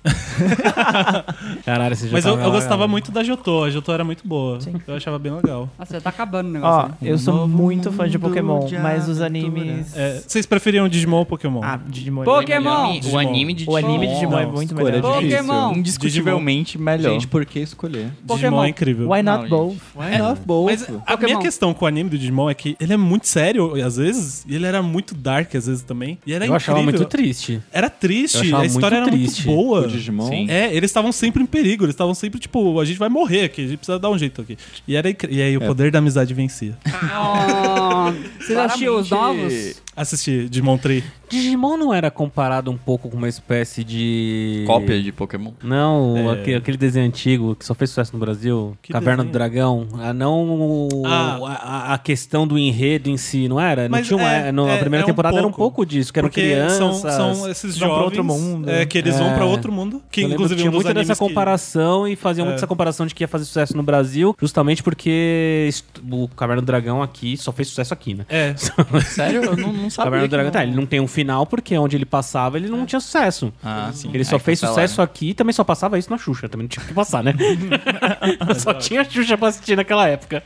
[SPEAKER 2] Caralho, esse já
[SPEAKER 4] Mas eu,
[SPEAKER 2] tava-
[SPEAKER 4] eu gostava muito da Jotô. A Jotô era muito boa. Eu achava bem legal.
[SPEAKER 1] Nossa, já tá acabando o negócio.
[SPEAKER 3] Ó,
[SPEAKER 1] né?
[SPEAKER 3] eu sou muito fã de Pokémon,
[SPEAKER 6] de
[SPEAKER 3] mas os
[SPEAKER 6] aventura.
[SPEAKER 3] animes.
[SPEAKER 4] É, vocês preferiam Digimon ou Pokémon?
[SPEAKER 3] Ah, Digimon. é
[SPEAKER 1] Pokémon!
[SPEAKER 3] melhor.
[SPEAKER 6] O anime de
[SPEAKER 3] O anime de Digimon é
[SPEAKER 4] Não,
[SPEAKER 3] muito
[SPEAKER 5] escolha
[SPEAKER 3] melhor.
[SPEAKER 5] de- difícil.
[SPEAKER 1] Pokémon!
[SPEAKER 6] Indiscutivelmente melhor.
[SPEAKER 5] Gente, por que escolher? é
[SPEAKER 4] Digimon
[SPEAKER 1] Pokémon.
[SPEAKER 4] é incrível.
[SPEAKER 3] Why not
[SPEAKER 6] Não,
[SPEAKER 3] both?
[SPEAKER 5] Why not both?
[SPEAKER 4] Mas a minha
[SPEAKER 1] Pokémon.
[SPEAKER 4] questão com o anime do Digimon é que ele é muito sério, às vezes, e ele era muito dark, às vezes, também. E era
[SPEAKER 2] Eu achava
[SPEAKER 4] incrível.
[SPEAKER 2] muito triste.
[SPEAKER 4] Era
[SPEAKER 2] Eu
[SPEAKER 4] triste,
[SPEAKER 2] achava
[SPEAKER 4] a história
[SPEAKER 2] muito
[SPEAKER 4] era
[SPEAKER 2] triste.
[SPEAKER 4] muito boa.
[SPEAKER 5] O Digimon?
[SPEAKER 2] Sim.
[SPEAKER 4] É, eles estavam sempre em perigo, eles estavam sempre tipo, a gente vai morrer aqui, a gente precisa dar um jeito aqui. E, era incri- e aí o
[SPEAKER 2] É.
[SPEAKER 4] poder da amizade vencia.
[SPEAKER 1] Ó, Vocês assistiam os novos?
[SPEAKER 6] Claramente-
[SPEAKER 4] Assistir Digimon 3.
[SPEAKER 2] Digimon não era comparado um pouco com uma espécie de.
[SPEAKER 6] Cópia de Pokémon.
[SPEAKER 2] Não,
[SPEAKER 4] É.
[SPEAKER 2] aquele, aquele desenho antigo que só fez sucesso no Brasil,
[SPEAKER 4] Que
[SPEAKER 2] Caverna
[SPEAKER 4] desenho?
[SPEAKER 2] do Dragão. Ah, não o-
[SPEAKER 4] Ah.
[SPEAKER 2] A, a questão do enredo em si, não era?
[SPEAKER 4] Mas
[SPEAKER 2] não tinha uma,
[SPEAKER 4] é,
[SPEAKER 2] no-
[SPEAKER 4] é,
[SPEAKER 2] a primeira
[SPEAKER 4] é um
[SPEAKER 2] temporada era um
[SPEAKER 4] pouco.
[SPEAKER 2] pouco disso, que eram
[SPEAKER 4] porque
[SPEAKER 2] crianças.
[SPEAKER 4] são, são esses
[SPEAKER 3] vão pra
[SPEAKER 4] jovens
[SPEAKER 3] outro mundo.
[SPEAKER 4] é, que eles vão
[SPEAKER 2] É.
[SPEAKER 4] pra outro mundo, que
[SPEAKER 2] Eu lembro
[SPEAKER 4] inclusive
[SPEAKER 2] tinha
[SPEAKER 4] um dos
[SPEAKER 2] muito dessa
[SPEAKER 4] animes que-
[SPEAKER 2] comparação e fazia muito
[SPEAKER 4] É.
[SPEAKER 2] essa comparação de que ia fazer sucesso no Brasil, justamente porque est- o Caverna do Dragão aqui só fez sucesso aqui, né?
[SPEAKER 4] É,
[SPEAKER 6] Sério? Eu não, não sabia.
[SPEAKER 2] Caverna
[SPEAKER 6] que
[SPEAKER 2] do Dragão,
[SPEAKER 6] não-
[SPEAKER 2] tá,
[SPEAKER 3] né?
[SPEAKER 2] ele não tem um final porque onde ele passava ele não tinha sucesso.
[SPEAKER 6] Ah, sim.
[SPEAKER 2] Ele só
[SPEAKER 6] Aí né?
[SPEAKER 2] fez
[SPEAKER 6] cancelaram.
[SPEAKER 2] sucesso aqui e também só passava isso na Xuxa. Também não tinha o que passar, né? só tinha Xuxa pra assistir naquela época.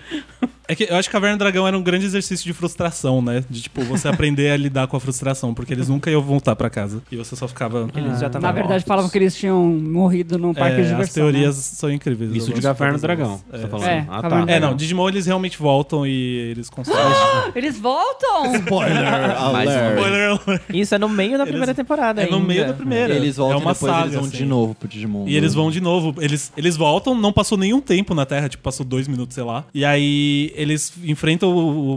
[SPEAKER 4] é que eu acho que Caverna do Dragão era um grande exercício de frustração, né? De tipo, você aprender a lidar com a frustração, porque eles nunca iam voltar pra casa. E você só ficava.
[SPEAKER 3] Eles já estavam
[SPEAKER 1] Na verdade, falavam que eles tinham morrido num um parque
[SPEAKER 4] Tá É,
[SPEAKER 1] de diversão. né?
[SPEAKER 4] as teorias são incríveis.
[SPEAKER 2] Isso
[SPEAKER 4] eu
[SPEAKER 2] de
[SPEAKER 4] gosto
[SPEAKER 2] Caverna do
[SPEAKER 4] todas
[SPEAKER 2] Dragão.
[SPEAKER 4] elas.
[SPEAKER 2] Você tá
[SPEAKER 4] É.
[SPEAKER 2] falando.
[SPEAKER 1] É,
[SPEAKER 2] ah,
[SPEAKER 1] Caverna do
[SPEAKER 2] tá.
[SPEAKER 4] É, não, Digimon eles realmente voltam e eles constroem.
[SPEAKER 1] né? Eles voltam!
[SPEAKER 5] Spoiler
[SPEAKER 6] Mais uma
[SPEAKER 5] alert.
[SPEAKER 6] vez.
[SPEAKER 4] Spoiler alert.
[SPEAKER 3] Isso é no meio da primeira temporada
[SPEAKER 4] É no
[SPEAKER 3] ainda.
[SPEAKER 4] meio da primeira.
[SPEAKER 5] Eles voltam
[SPEAKER 4] é uma
[SPEAKER 5] depois
[SPEAKER 4] saga,
[SPEAKER 5] eles vão
[SPEAKER 4] assim.
[SPEAKER 5] de novo pro Digimon.
[SPEAKER 4] E eles vão de novo. Eles, eles voltam, não passou nenhum tempo na Terra, tipo, passou dois minutos, sei lá. E aí eles enfrentam o. o,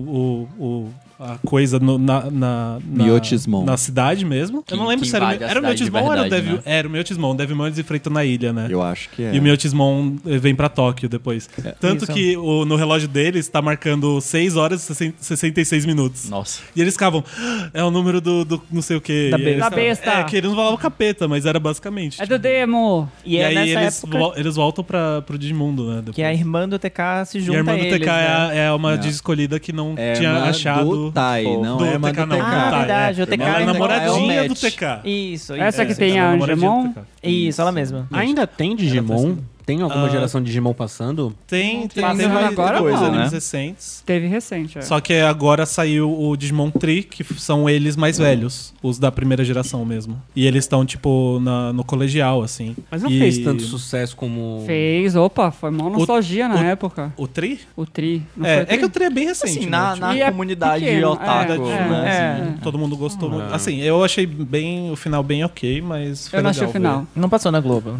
[SPEAKER 4] o- o- a coisa no- na, na, na,
[SPEAKER 5] Miotismon.
[SPEAKER 4] na cidade mesmo.
[SPEAKER 6] Que-
[SPEAKER 4] eu não lembro
[SPEAKER 6] que
[SPEAKER 4] se era, o Mi-
[SPEAKER 6] invade a
[SPEAKER 4] era o
[SPEAKER 6] cidade de
[SPEAKER 4] Miotismon ou era o
[SPEAKER 6] verdade,
[SPEAKER 4] Devil.
[SPEAKER 6] né?
[SPEAKER 4] Era o Miotismon. O Devimon eles enfrentam na ilha, né?
[SPEAKER 5] Eu acho É, que é.
[SPEAKER 4] E o Miotismon eh, vem pra Tóquio depois. Tanto
[SPEAKER 3] Isso.
[SPEAKER 4] que o- no relógio deles tá marcando 6 horas e 66 minutos.
[SPEAKER 6] Nossa.
[SPEAKER 4] E eles ficavam, "Ah, é o número do, do não sei o quê.
[SPEAKER 3] Da
[SPEAKER 4] E eles
[SPEAKER 3] besta.
[SPEAKER 4] ficavam,
[SPEAKER 1] Da besta.
[SPEAKER 4] É, querendo falar o capeta, mas era basicamente. tipo,
[SPEAKER 1] É do demo!
[SPEAKER 3] E,
[SPEAKER 4] E
[SPEAKER 3] é
[SPEAKER 4] aí
[SPEAKER 3] nessa
[SPEAKER 4] eles,
[SPEAKER 3] época
[SPEAKER 4] vo- eles voltam pra, pro Digimundo, né? depois.
[SPEAKER 3] que a irmã do TK se
[SPEAKER 4] e a
[SPEAKER 3] junta
[SPEAKER 4] irmã
[SPEAKER 3] a
[SPEAKER 4] do
[SPEAKER 3] eles,
[SPEAKER 4] TK
[SPEAKER 3] né?
[SPEAKER 4] é, a- é uma
[SPEAKER 5] Não.
[SPEAKER 4] desescolhida que não
[SPEAKER 5] É
[SPEAKER 4] tinha
[SPEAKER 5] irmã
[SPEAKER 4] achado.
[SPEAKER 5] do Tai, não
[SPEAKER 4] do
[SPEAKER 5] é irmã do
[SPEAKER 4] TK, não.
[SPEAKER 5] TK.
[SPEAKER 4] do
[SPEAKER 3] Ah,
[SPEAKER 4] Tai,
[SPEAKER 3] verdade,
[SPEAKER 4] é.
[SPEAKER 3] o TK
[SPEAKER 4] Ela é
[SPEAKER 5] do TK
[SPEAKER 4] namoradinha
[SPEAKER 5] é o
[SPEAKER 4] do
[SPEAKER 5] Matt.
[SPEAKER 4] TK.
[SPEAKER 3] Isso, isso.
[SPEAKER 1] Essa que
[SPEAKER 4] É,
[SPEAKER 1] tem
[SPEAKER 4] ela é
[SPEAKER 1] a
[SPEAKER 4] namoradinha do
[SPEAKER 1] Angemon.
[SPEAKER 4] TK.
[SPEAKER 3] Isso, ela mesma.
[SPEAKER 2] Ainda tem Digimon? Tem alguma
[SPEAKER 4] Ah.
[SPEAKER 2] geração de Digimon passando?
[SPEAKER 4] Tem, tem,
[SPEAKER 1] Mas
[SPEAKER 4] tem
[SPEAKER 1] não é
[SPEAKER 4] mais
[SPEAKER 1] agora,
[SPEAKER 4] coisa,
[SPEAKER 6] não,
[SPEAKER 4] animes
[SPEAKER 6] né?
[SPEAKER 4] recentes.
[SPEAKER 1] Teve recente, é.
[SPEAKER 4] Só que agora saiu o Digimon Tri, que f- são eles mais velhos, os da primeira geração mesmo. E eles estão, tipo, na- no colegial, assim.
[SPEAKER 2] Mas não
[SPEAKER 4] E
[SPEAKER 2] fez tanto sucesso como.
[SPEAKER 1] Fez, opa, foi mó nostalgia na
[SPEAKER 4] um. o-
[SPEAKER 1] época.
[SPEAKER 4] O Tri?
[SPEAKER 1] O Tri. Não
[SPEAKER 4] É,
[SPEAKER 1] foi o tri?
[SPEAKER 4] é que o Tri é bem recente.
[SPEAKER 6] Assim,
[SPEAKER 4] né?
[SPEAKER 6] na,
[SPEAKER 4] Tipo,
[SPEAKER 6] na
[SPEAKER 1] E é
[SPEAKER 6] comunidade
[SPEAKER 1] pequeno,
[SPEAKER 6] otaku,
[SPEAKER 1] é,
[SPEAKER 6] né?
[SPEAKER 3] é.
[SPEAKER 6] assim.
[SPEAKER 4] Todo mundo gostou muito. Assim, eu achei bem o final bem ok, mas foi
[SPEAKER 1] Eu não achei o
[SPEAKER 4] legal
[SPEAKER 1] final.
[SPEAKER 4] ver.
[SPEAKER 3] Não passou na Globo.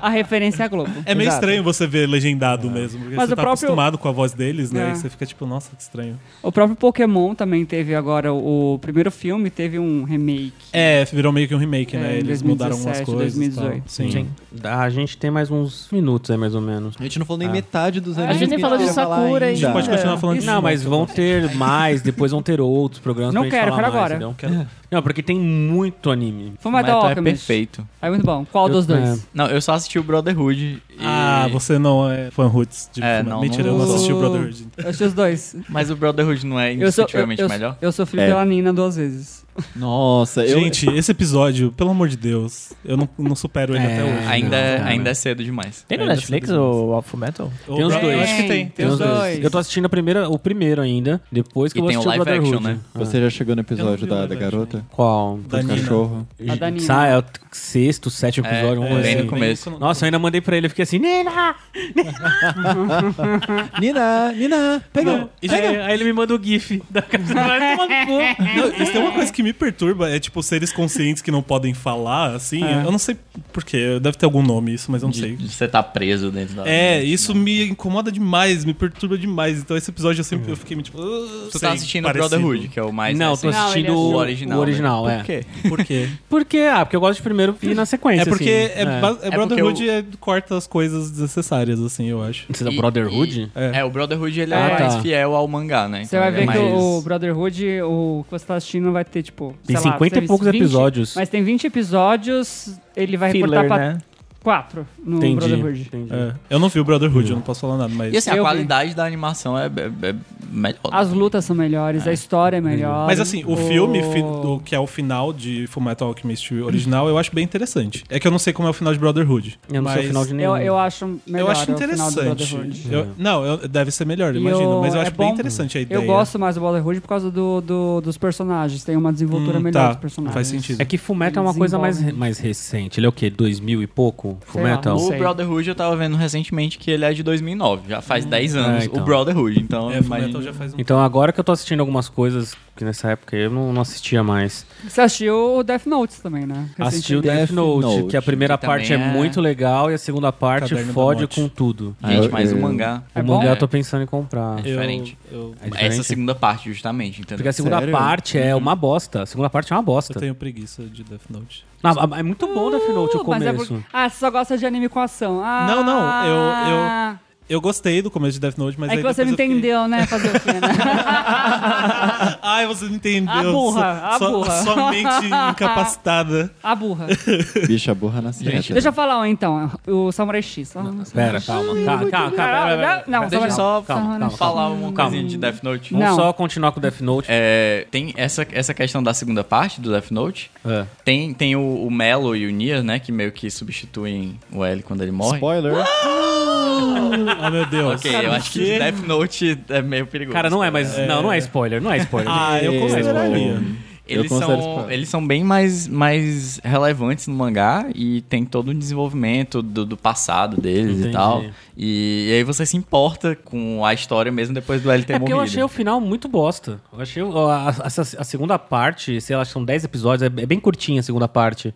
[SPEAKER 1] A referência é a Globo.
[SPEAKER 4] É meio
[SPEAKER 3] Exato.
[SPEAKER 4] estranho você ver legendado mesmo, porque
[SPEAKER 1] Mas
[SPEAKER 4] você
[SPEAKER 1] o
[SPEAKER 4] tá
[SPEAKER 1] próprio-
[SPEAKER 4] acostumado com a voz deles, né?
[SPEAKER 1] É.
[SPEAKER 4] E você fica tipo, nossa, que estranho.
[SPEAKER 1] O próprio Pokémon também teve agora. O o primeiro filme teve um remake.
[SPEAKER 4] É, virou meio que um remake,
[SPEAKER 1] É,
[SPEAKER 4] né?
[SPEAKER 1] em
[SPEAKER 4] Eles
[SPEAKER 1] 2017,
[SPEAKER 4] mudaram algumas coisas. e tal.
[SPEAKER 1] 2018.
[SPEAKER 4] Sim.
[SPEAKER 3] Sim.
[SPEAKER 2] Dá- Ah, A gente tem mais uns minutos aí, mais ou menos.
[SPEAKER 5] A gente não falou nem
[SPEAKER 2] Ah.
[SPEAKER 5] metade dos
[SPEAKER 1] A
[SPEAKER 5] animes.
[SPEAKER 1] gente nem
[SPEAKER 5] que
[SPEAKER 1] falou de
[SPEAKER 5] ia falar
[SPEAKER 3] Sakura
[SPEAKER 5] ainda.
[SPEAKER 3] ainda.
[SPEAKER 4] Pode
[SPEAKER 1] É.
[SPEAKER 4] continuar falando de
[SPEAKER 2] Não, mas vão ter mais, depois vão ter outros programas
[SPEAKER 1] Não
[SPEAKER 2] pra gente
[SPEAKER 1] quero,
[SPEAKER 2] falar
[SPEAKER 1] quero
[SPEAKER 2] mais,
[SPEAKER 1] agora.
[SPEAKER 2] entendeu? Não, porque tem muito anime.
[SPEAKER 1] Fullmetal
[SPEAKER 6] Metal é
[SPEAKER 1] Alchemist.
[SPEAKER 6] perfeito.
[SPEAKER 1] É muito bom. Qual
[SPEAKER 2] Eu-
[SPEAKER 1] dos dois?
[SPEAKER 2] é.
[SPEAKER 6] Não, eu só assisti o Brotherhood. e-
[SPEAKER 4] Ah, você não é fan roots de
[SPEAKER 6] É,
[SPEAKER 4] Fullmetal.
[SPEAKER 6] não,
[SPEAKER 4] Mentira,
[SPEAKER 6] não-
[SPEAKER 4] eu não assisti o
[SPEAKER 1] Uh,
[SPEAKER 4] Brotherhood.
[SPEAKER 1] Eu achei os dois.
[SPEAKER 6] Mas o Brotherhood não
[SPEAKER 1] Eu
[SPEAKER 6] é
[SPEAKER 1] sou, eu,
[SPEAKER 6] indiscutivelmente
[SPEAKER 1] eu,
[SPEAKER 6] melhor?
[SPEAKER 1] eu sofri
[SPEAKER 5] É.
[SPEAKER 1] pela Nina duas vezes.
[SPEAKER 5] Nossa, eu.
[SPEAKER 4] Gente, esse episódio, pelo amor de Deus, eu não, não supero ele
[SPEAKER 2] É,
[SPEAKER 4] até hoje.
[SPEAKER 6] ainda, é-
[SPEAKER 2] não, não.
[SPEAKER 6] ainda é cedo demais.
[SPEAKER 3] Tem no
[SPEAKER 4] Ainda
[SPEAKER 3] Netflix
[SPEAKER 4] sei do
[SPEAKER 3] o Alpha Metal?
[SPEAKER 4] né? O
[SPEAKER 2] Tem os
[SPEAKER 4] Brotherhood,
[SPEAKER 2] dois.
[SPEAKER 4] Eu acho que tem.
[SPEAKER 1] Tem os dois.
[SPEAKER 2] Eu tô assistindo a primeira, o primeiro ainda, depois que
[SPEAKER 6] E
[SPEAKER 2] eu vou
[SPEAKER 6] tem o
[SPEAKER 2] assistir o
[SPEAKER 6] live
[SPEAKER 2] Brotherhood. Ah.
[SPEAKER 6] action, né?
[SPEAKER 5] Você já chegou no
[SPEAKER 4] Eu não vi
[SPEAKER 5] episódio da,
[SPEAKER 4] o
[SPEAKER 5] da
[SPEAKER 4] live
[SPEAKER 5] garota?
[SPEAKER 2] Qual?
[SPEAKER 4] Da
[SPEAKER 5] Do
[SPEAKER 4] Nina.
[SPEAKER 5] cachorro?
[SPEAKER 1] A da Nina.
[SPEAKER 2] Sai, é o t- sexto, sétimo
[SPEAKER 6] É,
[SPEAKER 2] episódio.
[SPEAKER 6] é,
[SPEAKER 2] vamos
[SPEAKER 6] bem
[SPEAKER 2] ver.
[SPEAKER 6] no começo.
[SPEAKER 2] Nossa, eu ainda mandei pra ele, eu fiquei assim, Nina!
[SPEAKER 5] Nina, Nina, pega.
[SPEAKER 4] Não, isso, é-
[SPEAKER 2] Aí ele me manda o GIF da casa. Vai tomar no cu.
[SPEAKER 4] não, isso tem uma coisa que me perturba, é tipo seres conscientes que não podem falar, assim.
[SPEAKER 2] Ah.
[SPEAKER 4] Eu não sei porquê, deve ter algum nome isso, mas eu não sei.
[SPEAKER 6] De você tá preso dentro da.
[SPEAKER 4] É, isso me incomoda demais, me perturba demais. Então esse episódio eu sempre eu fiquei meio tipo. "Ah,
[SPEAKER 6] Tu
[SPEAKER 4] sei,
[SPEAKER 6] tá assistindo o
[SPEAKER 4] parecido."
[SPEAKER 6] Brotherhood, que é o mais.
[SPEAKER 2] Não, tô
[SPEAKER 6] recente.
[SPEAKER 1] Não, ele
[SPEAKER 2] assistindo
[SPEAKER 1] assistiu.
[SPEAKER 2] o
[SPEAKER 6] O
[SPEAKER 2] original,
[SPEAKER 6] original,
[SPEAKER 2] o original
[SPEAKER 6] né?
[SPEAKER 2] é.
[SPEAKER 6] Por quê?
[SPEAKER 4] assim. Por quê?
[SPEAKER 2] Porque, ah, porque eu gosto de primeiro e na sequência,
[SPEAKER 4] É porque é,
[SPEAKER 2] assim.
[SPEAKER 4] ba- é
[SPEAKER 6] É
[SPEAKER 4] Brotherhood
[SPEAKER 6] porque
[SPEAKER 4] é- corta as coisas desnecessárias, assim, eu acho.
[SPEAKER 2] Você é o
[SPEAKER 6] E-
[SPEAKER 2] Brotherhood?
[SPEAKER 6] e- É. o Brotherhood ele é
[SPEAKER 2] Ah, tá.
[SPEAKER 6] mais fiel ao mangá, né?
[SPEAKER 1] Você vai
[SPEAKER 6] Então
[SPEAKER 1] ver
[SPEAKER 6] ele é
[SPEAKER 1] que
[SPEAKER 6] mais-
[SPEAKER 1] o Brotherhood, o que você tá assistindo, vai ter, tipo.
[SPEAKER 2] Tem
[SPEAKER 1] sei lá,
[SPEAKER 2] 50 e
[SPEAKER 1] seis-
[SPEAKER 2] poucos
[SPEAKER 1] 20,
[SPEAKER 2] episódios.
[SPEAKER 1] Mas tem 20 episódios, ele vai recortar
[SPEAKER 3] Filler,
[SPEAKER 1] pra
[SPEAKER 3] né?
[SPEAKER 1] 4 no
[SPEAKER 2] Entendi.
[SPEAKER 1] um Brotherhood.
[SPEAKER 2] entendi.
[SPEAKER 4] É. Eu não vi o Brotherhood, eu não posso falar nada, mas.
[SPEAKER 6] E assim,
[SPEAKER 1] Eu
[SPEAKER 6] a
[SPEAKER 1] vi.
[SPEAKER 6] qualidade da animação é, é- é melhor.
[SPEAKER 1] As lutas são melhores, a história é melhor.
[SPEAKER 4] Mas assim, o filme, fi- do, que é o final de Fullmetal Alchemist original, eu acho bem interessante. É que eu não sei como é o final de Brotherhood.
[SPEAKER 2] Eu não sei o
[SPEAKER 4] mas
[SPEAKER 2] final de nenhum.
[SPEAKER 1] Eu, eu acho melhor.
[SPEAKER 4] Eu acho
[SPEAKER 1] o final do
[SPEAKER 4] interessante.
[SPEAKER 1] Brotherhood.
[SPEAKER 4] Eu- não, eu- deve ser melhor,
[SPEAKER 1] E
[SPEAKER 4] imagino.
[SPEAKER 1] eu-
[SPEAKER 4] Mas eu
[SPEAKER 1] é
[SPEAKER 4] acho bem
[SPEAKER 1] bom.
[SPEAKER 4] interessante a ideia.
[SPEAKER 1] Eu gosto mais do Brotherhood por causa do, do- dos personagens. Tem uma desenvoltura
[SPEAKER 4] Hum,
[SPEAKER 1] melhor
[SPEAKER 4] tá.
[SPEAKER 1] dos personagens.
[SPEAKER 4] Faz sentido.
[SPEAKER 2] É que Fullmetal é
[SPEAKER 1] Eles
[SPEAKER 2] uma coisa mais,
[SPEAKER 1] desenvolvem.
[SPEAKER 2] mais recente. Ele é o quê? 2000 e pouco?
[SPEAKER 1] Sei lá,
[SPEAKER 4] Então.
[SPEAKER 2] Fullmetal?
[SPEAKER 1] não
[SPEAKER 6] O
[SPEAKER 1] sei.
[SPEAKER 6] Brotherhood eu tava vendo recentemente que ele é de 2009, já
[SPEAKER 1] Hum.
[SPEAKER 6] faz 10 anos.
[SPEAKER 2] É, então.
[SPEAKER 6] O Brotherhood, então.
[SPEAKER 4] É, Fullmetal já faz um.
[SPEAKER 2] Então agora que eu tô assistindo algumas coisas que nessa época eu não, não assistia mais.
[SPEAKER 1] Você assistiu o Death Note também, né?
[SPEAKER 2] Assisti o
[SPEAKER 1] Recentemente.
[SPEAKER 2] Death,
[SPEAKER 5] Death
[SPEAKER 2] Note,
[SPEAKER 5] Note,
[SPEAKER 2] que a primeira
[SPEAKER 6] que
[SPEAKER 2] parte é,
[SPEAKER 6] também é-
[SPEAKER 2] muito legal e a segunda parte
[SPEAKER 4] Caderno da
[SPEAKER 2] fode
[SPEAKER 4] Morte.
[SPEAKER 2] com tudo.
[SPEAKER 6] Gente, mas o
[SPEAKER 5] Eu-
[SPEAKER 6] mangá.
[SPEAKER 1] É
[SPEAKER 2] o
[SPEAKER 1] bom?
[SPEAKER 2] mangá eu tô pensando em comprar.
[SPEAKER 6] É. diferente.
[SPEAKER 4] Eu, eu-
[SPEAKER 2] É diferente?
[SPEAKER 6] Essa segunda parte, justamente, entendeu?
[SPEAKER 1] assim,
[SPEAKER 2] Porque a segunda
[SPEAKER 5] Sério?
[SPEAKER 2] parte é uma bosta. A segunda parte é uma
[SPEAKER 4] eu
[SPEAKER 2] bosta.
[SPEAKER 4] tenho preguiça de Death Note.
[SPEAKER 2] Não, a- a- é muito bom Death Note o
[SPEAKER 1] Uh, mas é
[SPEAKER 2] começo.
[SPEAKER 1] porque- Ah, você só gosta de anime com ação. Ah,
[SPEAKER 4] Não, não, eu- Eu gostei do começo de Death Note, mas
[SPEAKER 1] É
[SPEAKER 4] aí
[SPEAKER 1] que você não
[SPEAKER 4] depois eu fiquei-
[SPEAKER 1] entendeu, né? Fazer o quê, né?
[SPEAKER 4] Ai, você não entendeu.
[SPEAKER 1] A burra,
[SPEAKER 4] Sua-
[SPEAKER 1] a
[SPEAKER 4] sua-
[SPEAKER 1] burra.
[SPEAKER 4] Sua mente incapacitada.
[SPEAKER 1] A burra.
[SPEAKER 5] Bicha burra na seta.
[SPEAKER 1] Deixa eu falar um, então. O Samurai X. Ah, não, sei.
[SPEAKER 2] Pera, calma. Calma, calma, calma.
[SPEAKER 1] Não, não,
[SPEAKER 6] Deixa
[SPEAKER 1] Samurai
[SPEAKER 6] eu só
[SPEAKER 2] Calma, calma, calma.
[SPEAKER 6] falar uma
[SPEAKER 2] Calma.
[SPEAKER 6] coisinha de Death Note.
[SPEAKER 1] Não.
[SPEAKER 2] Vamos só continuar com o Death Note.
[SPEAKER 6] É, tem essa, essa questão da segunda parte do Death Note.
[SPEAKER 2] É.
[SPEAKER 6] Tem, tem o, o Melo e o Nier, né? Que meio que substituem o L quando ele morre.
[SPEAKER 5] Spoiler.
[SPEAKER 4] Ah, meu Deus.
[SPEAKER 6] Ok, eu acho que Death Note é meio perigoso.
[SPEAKER 2] Cara, não é, mas. Não, não é spoiler, não é spoiler.
[SPEAKER 4] Ah, eu consideraria.
[SPEAKER 5] Eu
[SPEAKER 6] Eles
[SPEAKER 5] considero
[SPEAKER 6] são,
[SPEAKER 5] spoiler.
[SPEAKER 6] eles são bem mais, mais relevantes no mangá e tem todo um desenvolvimento do, do passado deles
[SPEAKER 2] Entendi.
[SPEAKER 6] e tal. E, e aí você se importa com a história mesmo depois do L ter
[SPEAKER 2] É porque
[SPEAKER 6] morrido.
[SPEAKER 2] eu achei o final muito bosta. Eu achei o- a, a- a- a segunda parte, sei lá, são 10 episódios, é, é bem curtinha a segunda parte.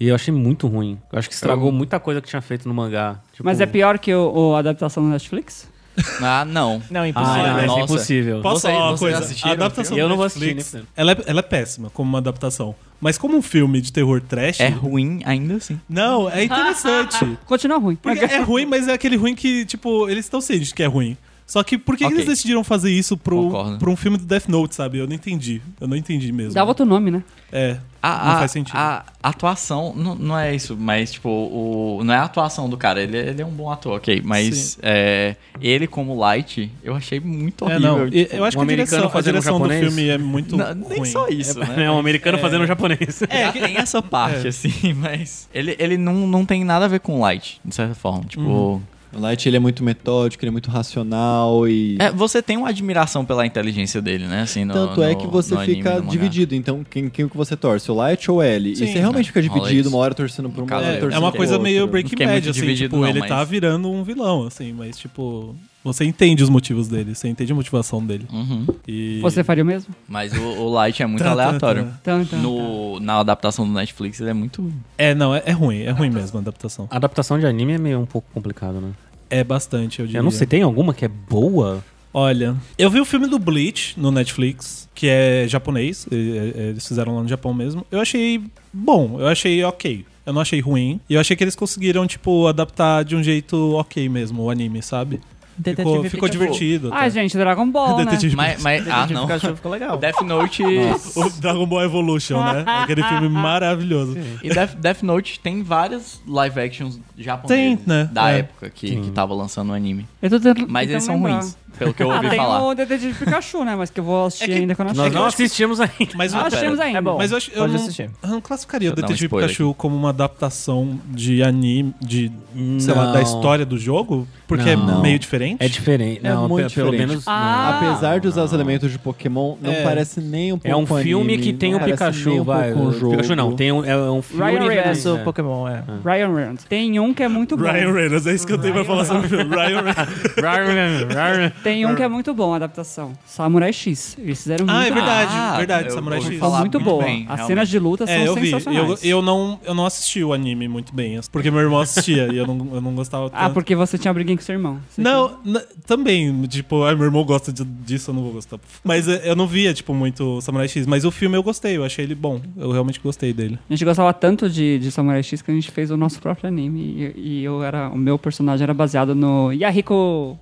[SPEAKER 2] E eu achei muito
[SPEAKER 1] é
[SPEAKER 2] ruim. Eu acho que estragou muita coisa que tinha feito no mangá. Tipo,
[SPEAKER 1] Mas é pior que o, o- a adaptação do Netflix?
[SPEAKER 6] Ah, não.
[SPEAKER 3] Não, impossível.
[SPEAKER 2] Ah,
[SPEAKER 4] Olha,
[SPEAKER 2] não, é
[SPEAKER 6] nossa.
[SPEAKER 2] impossível.
[SPEAKER 4] Posso
[SPEAKER 6] Vocês-
[SPEAKER 4] falar uma
[SPEAKER 6] vocês
[SPEAKER 4] coisa?
[SPEAKER 6] assistiram
[SPEAKER 4] A
[SPEAKER 6] o filme?
[SPEAKER 4] adaptação
[SPEAKER 2] Eu
[SPEAKER 4] do
[SPEAKER 2] não vou
[SPEAKER 4] Netflix,
[SPEAKER 2] assistir,
[SPEAKER 4] ela, é, ela é péssima como uma adaptação. Mas como um filme de terror trash...
[SPEAKER 6] É ruim ainda assim.
[SPEAKER 4] Não, é interessante.
[SPEAKER 1] Continua ruim.
[SPEAKER 4] Porque é ruim, mas é aquele ruim que, tipo, eles estão cientes que é ruim. Só que por que, que
[SPEAKER 6] Ok.
[SPEAKER 4] eles decidiram fazer isso pro,
[SPEAKER 6] Concordo.
[SPEAKER 4] pra um filme do Death Note, sabe? Eu não entendi. Eu não entendi mesmo.
[SPEAKER 1] Dava outro nome, né?
[SPEAKER 4] É.
[SPEAKER 6] A,
[SPEAKER 4] Não
[SPEAKER 6] a-
[SPEAKER 4] faz sentido.
[SPEAKER 6] A atuação, não, não é isso, mas tipo, o, não é a atuação do cara, ele, é- ele é um bom ator, ok, mas é, ele como Light, eu achei muito
[SPEAKER 4] É,
[SPEAKER 6] horrível.
[SPEAKER 4] não. E- Eu
[SPEAKER 2] um
[SPEAKER 4] acho que a
[SPEAKER 2] americano
[SPEAKER 4] direção, a
[SPEAKER 2] fazendo um
[SPEAKER 4] direção do
[SPEAKER 2] japonês?
[SPEAKER 4] filme é muito
[SPEAKER 6] Não,
[SPEAKER 4] ruim.
[SPEAKER 6] nem só isso, né?
[SPEAKER 2] É um americano fazendo um japonês.
[SPEAKER 6] É, tem essa parte, assim, mas. Ele, ele não, não tem nada a ver com light, de certa forma. Tipo.
[SPEAKER 5] O Light ele é muito metódico, ele é muito racional e.
[SPEAKER 6] É, você tem uma admiração pela inteligência dele, né? Assim, no-
[SPEAKER 5] Tanto é
[SPEAKER 6] no-
[SPEAKER 5] que você
[SPEAKER 6] no anime, no
[SPEAKER 5] fica
[SPEAKER 6] mangá.
[SPEAKER 5] dividido. Então, quem, quem que você torce? O Light ou o L?
[SPEAKER 4] Sim.
[SPEAKER 5] e você realmente fica
[SPEAKER 6] Rola
[SPEAKER 5] dividido,
[SPEAKER 6] isso.
[SPEAKER 5] uma hora torcendo pra uma
[SPEAKER 6] Cara,
[SPEAKER 5] hora
[SPEAKER 6] é
[SPEAKER 5] torcendo
[SPEAKER 4] É uma
[SPEAKER 5] pra
[SPEAKER 4] coisa
[SPEAKER 5] outra.
[SPEAKER 4] meio Breaking
[SPEAKER 6] fiquei
[SPEAKER 4] Bad,
[SPEAKER 6] muito
[SPEAKER 4] assim,
[SPEAKER 6] dividido,
[SPEAKER 4] tipo,
[SPEAKER 6] não,
[SPEAKER 4] ele
[SPEAKER 6] mas-
[SPEAKER 4] tá virando um vilão, assim, mas tipo, você entende os motivos dele, você entende a motivação dele.
[SPEAKER 6] Uhum.
[SPEAKER 4] E
[SPEAKER 1] Você faria o mesmo?
[SPEAKER 6] Mas o, o Light é muito
[SPEAKER 4] Tá, tá,
[SPEAKER 6] aleatório.
[SPEAKER 4] tá.
[SPEAKER 1] Então, então.
[SPEAKER 6] No, na adaptação do Netflix, ele é muito.
[SPEAKER 4] é, não, é, é ruim, é ruim mesmo a adaptação.
[SPEAKER 2] A adaptação de anime é meio um pouco complicado, né?
[SPEAKER 4] É bastante, eu diria.
[SPEAKER 2] Eu não sei, tem alguma que é boa?
[SPEAKER 4] Olha, eu vi o filme do Bleach no Netflix, que é japonês, e- e- eles fizeram lá no Japão mesmo. Eu achei bom, eu achei ok. Eu não achei ruim. E eu achei que eles conseguiram, tipo, adaptar de um jeito ok mesmo o anime, sabe? Ficou,
[SPEAKER 3] Detetive Ah, é
[SPEAKER 4] ficou
[SPEAKER 6] Pikachu.
[SPEAKER 4] divertido. tá?
[SPEAKER 1] Ai, gente, Dragon Ball, né?
[SPEAKER 4] Detetive
[SPEAKER 6] Mas, mas- ah,
[SPEAKER 3] Detetive
[SPEAKER 6] não.
[SPEAKER 3] Pikachu ficou legal.
[SPEAKER 6] Death Note.
[SPEAKER 4] O Dragon Ball Evolution, né? Aquele filme maravilhoso.
[SPEAKER 6] e Death, Death Note tem várias live actions
[SPEAKER 4] Tem,
[SPEAKER 6] japoneses
[SPEAKER 4] né?
[SPEAKER 6] da
[SPEAKER 4] É.
[SPEAKER 6] época que, que tava lançando o anime.
[SPEAKER 1] Eu tô tentando-
[SPEAKER 6] Mas eles
[SPEAKER 1] tentando
[SPEAKER 6] são
[SPEAKER 1] Então lembrar.
[SPEAKER 6] ruins, pelo que eu
[SPEAKER 1] ah,
[SPEAKER 6] ouvi
[SPEAKER 1] tem
[SPEAKER 6] falar.
[SPEAKER 1] o Detetive Pikachu, né? Mas que eu vou assistir
[SPEAKER 4] É que-
[SPEAKER 1] ainda que eu não
[SPEAKER 2] Nós
[SPEAKER 1] assisti.
[SPEAKER 2] não assistimos ainda.
[SPEAKER 4] Mas,
[SPEAKER 1] Ah,
[SPEAKER 4] o-
[SPEAKER 1] achamos ainda.
[SPEAKER 3] É bom.
[SPEAKER 4] mas eu acho eu
[SPEAKER 3] Pode
[SPEAKER 4] não,
[SPEAKER 3] assistir.
[SPEAKER 4] eu não classificaria o
[SPEAKER 6] Deixa eu dar um
[SPEAKER 4] Detetive
[SPEAKER 6] spoiler
[SPEAKER 4] Pikachu como uma adaptação de anime, de, sei lá, da história do jogo, porque é
[SPEAKER 2] Não.
[SPEAKER 4] meio diferente.
[SPEAKER 2] É diferente.
[SPEAKER 5] É
[SPEAKER 2] não,
[SPEAKER 5] muito
[SPEAKER 2] pe- pelo
[SPEAKER 5] diferente.
[SPEAKER 2] menos.
[SPEAKER 1] Ah,
[SPEAKER 5] Apesar de usar os elementos de Pokémon, não
[SPEAKER 4] É.
[SPEAKER 5] parece nem um
[SPEAKER 2] É
[SPEAKER 5] pouco
[SPEAKER 2] um filme
[SPEAKER 5] anime,
[SPEAKER 2] que tem
[SPEAKER 5] não
[SPEAKER 2] o
[SPEAKER 5] parece nem
[SPEAKER 2] Pikachu,
[SPEAKER 5] um
[SPEAKER 2] vai.
[SPEAKER 5] pouco um
[SPEAKER 2] O
[SPEAKER 5] jogo.
[SPEAKER 2] Pikachu não, tem um, é um filme.
[SPEAKER 3] Ryan
[SPEAKER 2] né?
[SPEAKER 3] Reynolds,
[SPEAKER 2] É.
[SPEAKER 3] o Pokémon, é.
[SPEAKER 1] Ryan Reynolds. Tem um que é muito bom.
[SPEAKER 4] Ryan Reynolds, é isso que eu tenho pra falar sobre o filme. Ryan Reynolds.
[SPEAKER 2] Ryan Reynolds, Ryan Reynolds.
[SPEAKER 1] Tem um que é muito bom, a adaptação. Samurai X. Eles fizeram
[SPEAKER 4] Ah, é
[SPEAKER 1] muito
[SPEAKER 4] verdade,
[SPEAKER 6] Ah,
[SPEAKER 4] verdade,
[SPEAKER 6] eu
[SPEAKER 4] Samurai
[SPEAKER 6] ouvi
[SPEAKER 4] X.
[SPEAKER 1] Foi
[SPEAKER 6] falar
[SPEAKER 1] muito,
[SPEAKER 6] muito
[SPEAKER 1] boa.
[SPEAKER 6] bem,
[SPEAKER 1] As
[SPEAKER 6] realmente.
[SPEAKER 1] cenas de luta são
[SPEAKER 4] É, eu vi. Eu,
[SPEAKER 1] sensacionais.
[SPEAKER 4] eu, não, eu não assisti o anime muito bem, assim, porque meu irmão assistia e eu não, eu não gostava tanto.
[SPEAKER 1] Ah, porque você tinha briguinha com seu irmão. Você
[SPEAKER 4] Não, n- também, tipo, ah, meu irmão gosta de- disso, eu não vou gostar. Mas eh, eu não via, tipo, muito Samurai X, mas o filme eu gostei, eu achei ele bom. Eu realmente gostei dele.
[SPEAKER 1] A gente gostava tanto de, de Samurai X que a gente fez o nosso próprio anime. E, e eu era, o meu personagem era baseado no Yahiko.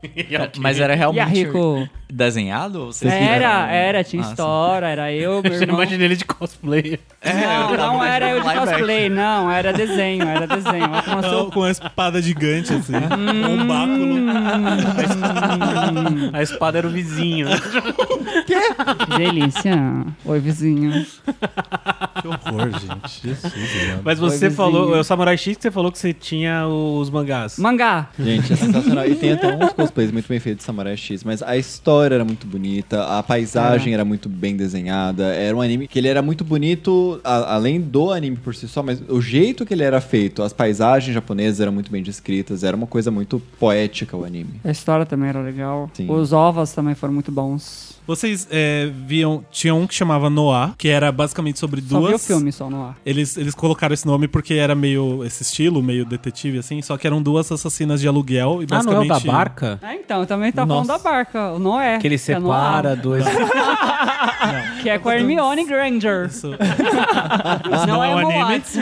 [SPEAKER 6] Mas era realmente
[SPEAKER 1] Yahiko.
[SPEAKER 6] desenhado? Ou vocês fizeram-
[SPEAKER 1] Era, era, tinha
[SPEAKER 6] Ah, sim.
[SPEAKER 1] história, era eu, meu
[SPEAKER 2] Eu não
[SPEAKER 1] irmão.
[SPEAKER 2] imaginei ele de cosplay.
[SPEAKER 1] Não,
[SPEAKER 6] eu tava
[SPEAKER 1] não era eu de
[SPEAKER 6] imaginando live
[SPEAKER 1] cosplay, não, era desenho, era desenho. Olha como eu Hum. sou-
[SPEAKER 4] Então, Com uma espada gigante, assim, com um báculo.
[SPEAKER 2] A espada era o vizinho.
[SPEAKER 1] Delícia. Oi, vizinho.
[SPEAKER 4] Que horror, gente. Jesus, mano.
[SPEAKER 2] Mas
[SPEAKER 1] Foi
[SPEAKER 2] você
[SPEAKER 1] vizinho.
[SPEAKER 2] falou, é o Samurai X que você falou que você tinha os mangás.
[SPEAKER 1] Mangá.
[SPEAKER 5] Gente, é sensacional. e tem até uns cosplays muito bem feitos de Samurai X, mas a história era muito bonita, a
[SPEAKER 4] É.
[SPEAKER 5] paisagem era muito bem desenhada, era um anime que ele era muito bonito, a- além do anime por si só, mas o jeito que ele era feito, as paisagens japonesas eram muito bem descritas, era uma coisa muito poética o anime.
[SPEAKER 1] A história também era legal.
[SPEAKER 5] Sim.
[SPEAKER 1] Os ovas também foram muito bons.
[SPEAKER 4] Vocês eh, viam. Tinha um que chamava Noah, que era basicamente sobre
[SPEAKER 1] Só vi o
[SPEAKER 4] duas.
[SPEAKER 1] filme só no ar.
[SPEAKER 4] Eles, eles colocaram esse nome porque era meio esse estilo, meio detetive, assim, só que eram duas assassinas de aluguel e
[SPEAKER 2] Ah, não é o
[SPEAKER 4] basicamente.
[SPEAKER 2] da barca? Tá
[SPEAKER 1] Ah, então, eu também tava falando da
[SPEAKER 2] Nossa.
[SPEAKER 1] barca, o Noé.
[SPEAKER 2] Que ele
[SPEAKER 1] é Noah,
[SPEAKER 2] separa dois.
[SPEAKER 1] que é com a Hermione Granger.
[SPEAKER 4] Isso.
[SPEAKER 1] Não,
[SPEAKER 4] não
[SPEAKER 1] é
[SPEAKER 4] é
[SPEAKER 1] o
[SPEAKER 4] um anime.
[SPEAKER 1] Watson.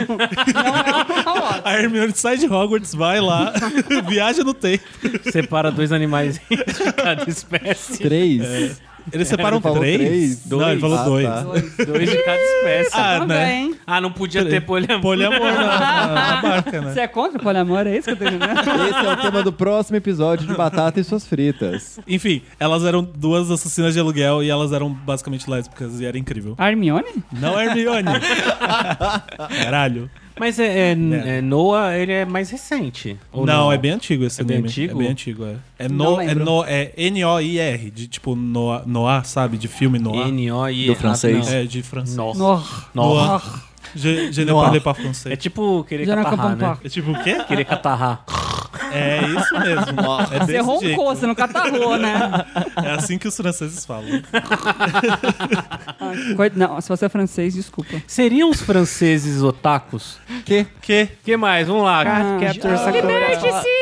[SPEAKER 1] Não é o Watson.
[SPEAKER 4] A Hermione sai de Hogwarts, vai lá, viaja no tempo.
[SPEAKER 2] separa dois animais de cada espécie.
[SPEAKER 5] Três.
[SPEAKER 4] Eles separam
[SPEAKER 5] Ele falou
[SPEAKER 4] três?
[SPEAKER 5] três,
[SPEAKER 4] Não, É, ele
[SPEAKER 5] dois.
[SPEAKER 4] falou
[SPEAKER 5] Ah,
[SPEAKER 4] dois.
[SPEAKER 5] tá.
[SPEAKER 2] Dois de cada espécie. Ah,
[SPEAKER 4] Ah,
[SPEAKER 1] Também.
[SPEAKER 2] não podia ter poliamor.
[SPEAKER 4] Poliamor na, na- na barca, né?
[SPEAKER 1] Você é contra o poliamor? É isso que eu tô entendendo?
[SPEAKER 5] Esse é o tema do próximo episódio de Batata e Suas Fritas.
[SPEAKER 4] Enfim, elas eram duas assassinas de aluguel e elas eram basicamente lésbicas e era incrível.
[SPEAKER 1] A Hermione?
[SPEAKER 4] Não a Hermione. Caralho.
[SPEAKER 2] Mas é, é, é, Noah, ele é mais recente. ou
[SPEAKER 4] não, é bem antigo esse
[SPEAKER 2] É bem
[SPEAKER 4] anime.
[SPEAKER 2] antigo?
[SPEAKER 4] É bem antigo, é. É,
[SPEAKER 1] Não
[SPEAKER 4] no, é,
[SPEAKER 1] lembro.
[SPEAKER 4] no, é N-O-I-R, de tipo Noah, Noah, sabe? De filme Noah.
[SPEAKER 2] N.O.I.
[SPEAKER 6] Do francês.
[SPEAKER 4] É, de francês.
[SPEAKER 2] Nossa.
[SPEAKER 1] Nossa.
[SPEAKER 2] Noah.
[SPEAKER 4] Je, je ne
[SPEAKER 2] Noah.
[SPEAKER 4] parle pas
[SPEAKER 2] É
[SPEAKER 4] français.
[SPEAKER 2] tipo querer
[SPEAKER 1] Já não
[SPEAKER 2] catarrar,
[SPEAKER 1] acabou um
[SPEAKER 2] né?
[SPEAKER 1] pouco.
[SPEAKER 4] É tipo o quê?
[SPEAKER 2] Querer catarrar.
[SPEAKER 4] É isso mesmo. É desse
[SPEAKER 1] Você
[SPEAKER 4] jeito.
[SPEAKER 1] roncou, você não catarrou, né?
[SPEAKER 4] É assim que os franceses falam.
[SPEAKER 1] Coi- Não, se você é francês, desculpa.
[SPEAKER 2] Seriam os franceses otakus?
[SPEAKER 4] Que? Que?
[SPEAKER 2] que mais? Vamos lá.
[SPEAKER 1] Ah,
[SPEAKER 3] Card Captor Sakura.
[SPEAKER 1] Liberte-se!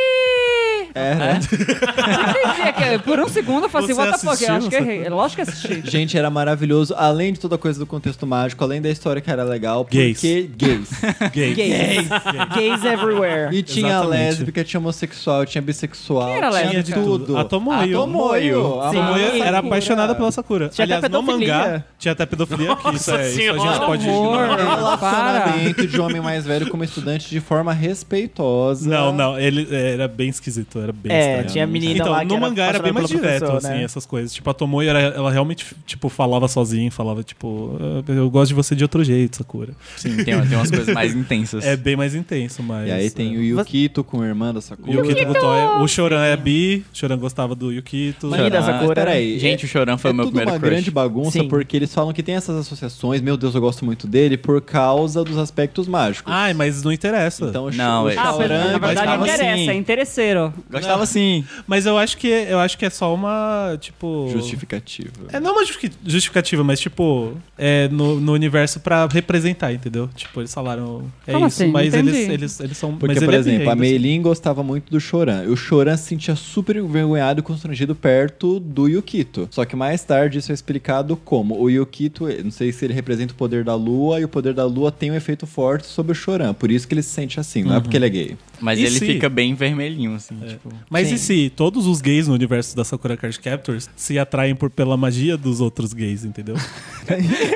[SPEAKER 5] Era.
[SPEAKER 1] Entendi, é que por um segundo eu falei assim,
[SPEAKER 4] Você
[SPEAKER 1] what the fuck, eu
[SPEAKER 4] assistiu?
[SPEAKER 1] acho que errei. É Lógico que assisti.
[SPEAKER 5] Gente, era maravilhoso. Além de toda a coisa do contexto mágico, além da história que era legal,
[SPEAKER 4] Gays.
[SPEAKER 5] porque gays.
[SPEAKER 4] Gay.
[SPEAKER 3] Gays. Gays everywhere.
[SPEAKER 5] E tinha
[SPEAKER 4] Exatamente.
[SPEAKER 5] lésbica, tinha homossexual, tinha bissexual.
[SPEAKER 1] Quem era
[SPEAKER 5] tinha
[SPEAKER 1] lésbica?
[SPEAKER 5] de tudo. Ah,
[SPEAKER 4] Tudo. A Tomoyo.
[SPEAKER 5] Tomoyo.
[SPEAKER 4] A
[SPEAKER 5] Sim.
[SPEAKER 4] Tomoyo era apaixonada pela Sakura.
[SPEAKER 3] Tinha até
[SPEAKER 4] Aliás, no
[SPEAKER 3] pedofilia.
[SPEAKER 4] mangá tinha até pedofilia aqui. Isso, é, isso a
[SPEAKER 2] Senhora.
[SPEAKER 4] gente pode
[SPEAKER 1] Horror.
[SPEAKER 4] ignorar.
[SPEAKER 5] um Relacionamento de homem mais velho como estudante de forma respeitosa.
[SPEAKER 4] Não, não, ele é, era bem esquisito, era bem
[SPEAKER 3] É,
[SPEAKER 4] estranho.
[SPEAKER 3] tinha a menina
[SPEAKER 4] então,
[SPEAKER 3] lá que
[SPEAKER 4] no
[SPEAKER 3] era
[SPEAKER 4] mangá era bem mais
[SPEAKER 3] apaixonada pelo
[SPEAKER 4] direto,
[SPEAKER 3] professor,
[SPEAKER 4] assim,
[SPEAKER 3] né?
[SPEAKER 4] essas coisas. Tipo, a Tomoyo, era, ela realmente, tipo, falava sozinha, falava, tipo, "Ah, eu gosto de você de outro jeito, Sakura.
[SPEAKER 6] Sim, tem, tem umas coisas mais intensas.
[SPEAKER 4] É bem mais intenso, mas...
[SPEAKER 5] E aí tem o Yukito com a irmã da Sakura.
[SPEAKER 4] E o Yukito Butoya, o Choran é bi, o Choran gostava do Yukito.
[SPEAKER 5] Mas-
[SPEAKER 3] da
[SPEAKER 5] mas
[SPEAKER 3] Sakura.
[SPEAKER 5] peraí,
[SPEAKER 6] Ah, tá. Gente, o Chorão foi
[SPEAKER 5] é
[SPEAKER 6] o meu
[SPEAKER 5] tudo
[SPEAKER 6] primeiro
[SPEAKER 5] uma
[SPEAKER 6] crush.
[SPEAKER 5] grande bagunça,
[SPEAKER 3] Sim.
[SPEAKER 5] porque eles falam que tem essas associações, meu Deus, eu gosto muito dele, por causa dos aspectos mágicos.
[SPEAKER 4] Ai, mas Ah, não interessa.
[SPEAKER 5] Então, o
[SPEAKER 6] Não,
[SPEAKER 5] Sh-
[SPEAKER 6] é-
[SPEAKER 5] o
[SPEAKER 1] Ah, mas
[SPEAKER 5] Shaoran
[SPEAKER 1] na verdade
[SPEAKER 5] gostava
[SPEAKER 1] interessa,
[SPEAKER 4] assim.
[SPEAKER 5] sim.
[SPEAKER 1] é interesseiro.
[SPEAKER 6] Gostava sim.
[SPEAKER 4] Mas eu acho que eu acho que é só uma, tipo...
[SPEAKER 5] Justificativa.
[SPEAKER 4] É não uma justi- justificativa, mas tipo, é no, no universo pra representar, entendeu? Tipo, eles falaram. É
[SPEAKER 1] Como
[SPEAKER 4] isso,
[SPEAKER 1] assim?
[SPEAKER 4] mas
[SPEAKER 1] Entendi.
[SPEAKER 4] eles, eles, eles são.
[SPEAKER 5] Porque,
[SPEAKER 4] mas
[SPEAKER 5] por
[SPEAKER 4] ele é bi
[SPEAKER 5] exemplo, a
[SPEAKER 4] ainda, assim.
[SPEAKER 5] Meilin gostava muito do Choran. E o Choran se sentia super envergonhado e constrangido perto do Yukito. Só que mais tarde isso é explicado como o Yukito, eh, não sei se ele representa o poder da lua, e o poder da lua tem um efeito forte sobre o Choran. Por isso que ele se sente assim, não é
[SPEAKER 4] Uhum.
[SPEAKER 5] porque ele é gay.
[SPEAKER 6] Mas
[SPEAKER 4] E
[SPEAKER 6] ele
[SPEAKER 4] se-
[SPEAKER 6] fica bem vermelhinho, assim, tipo...
[SPEAKER 4] Mas e se todos os gays no universo da Sakura Card Captors se atraem por, pela magia dos outros gays, entendeu?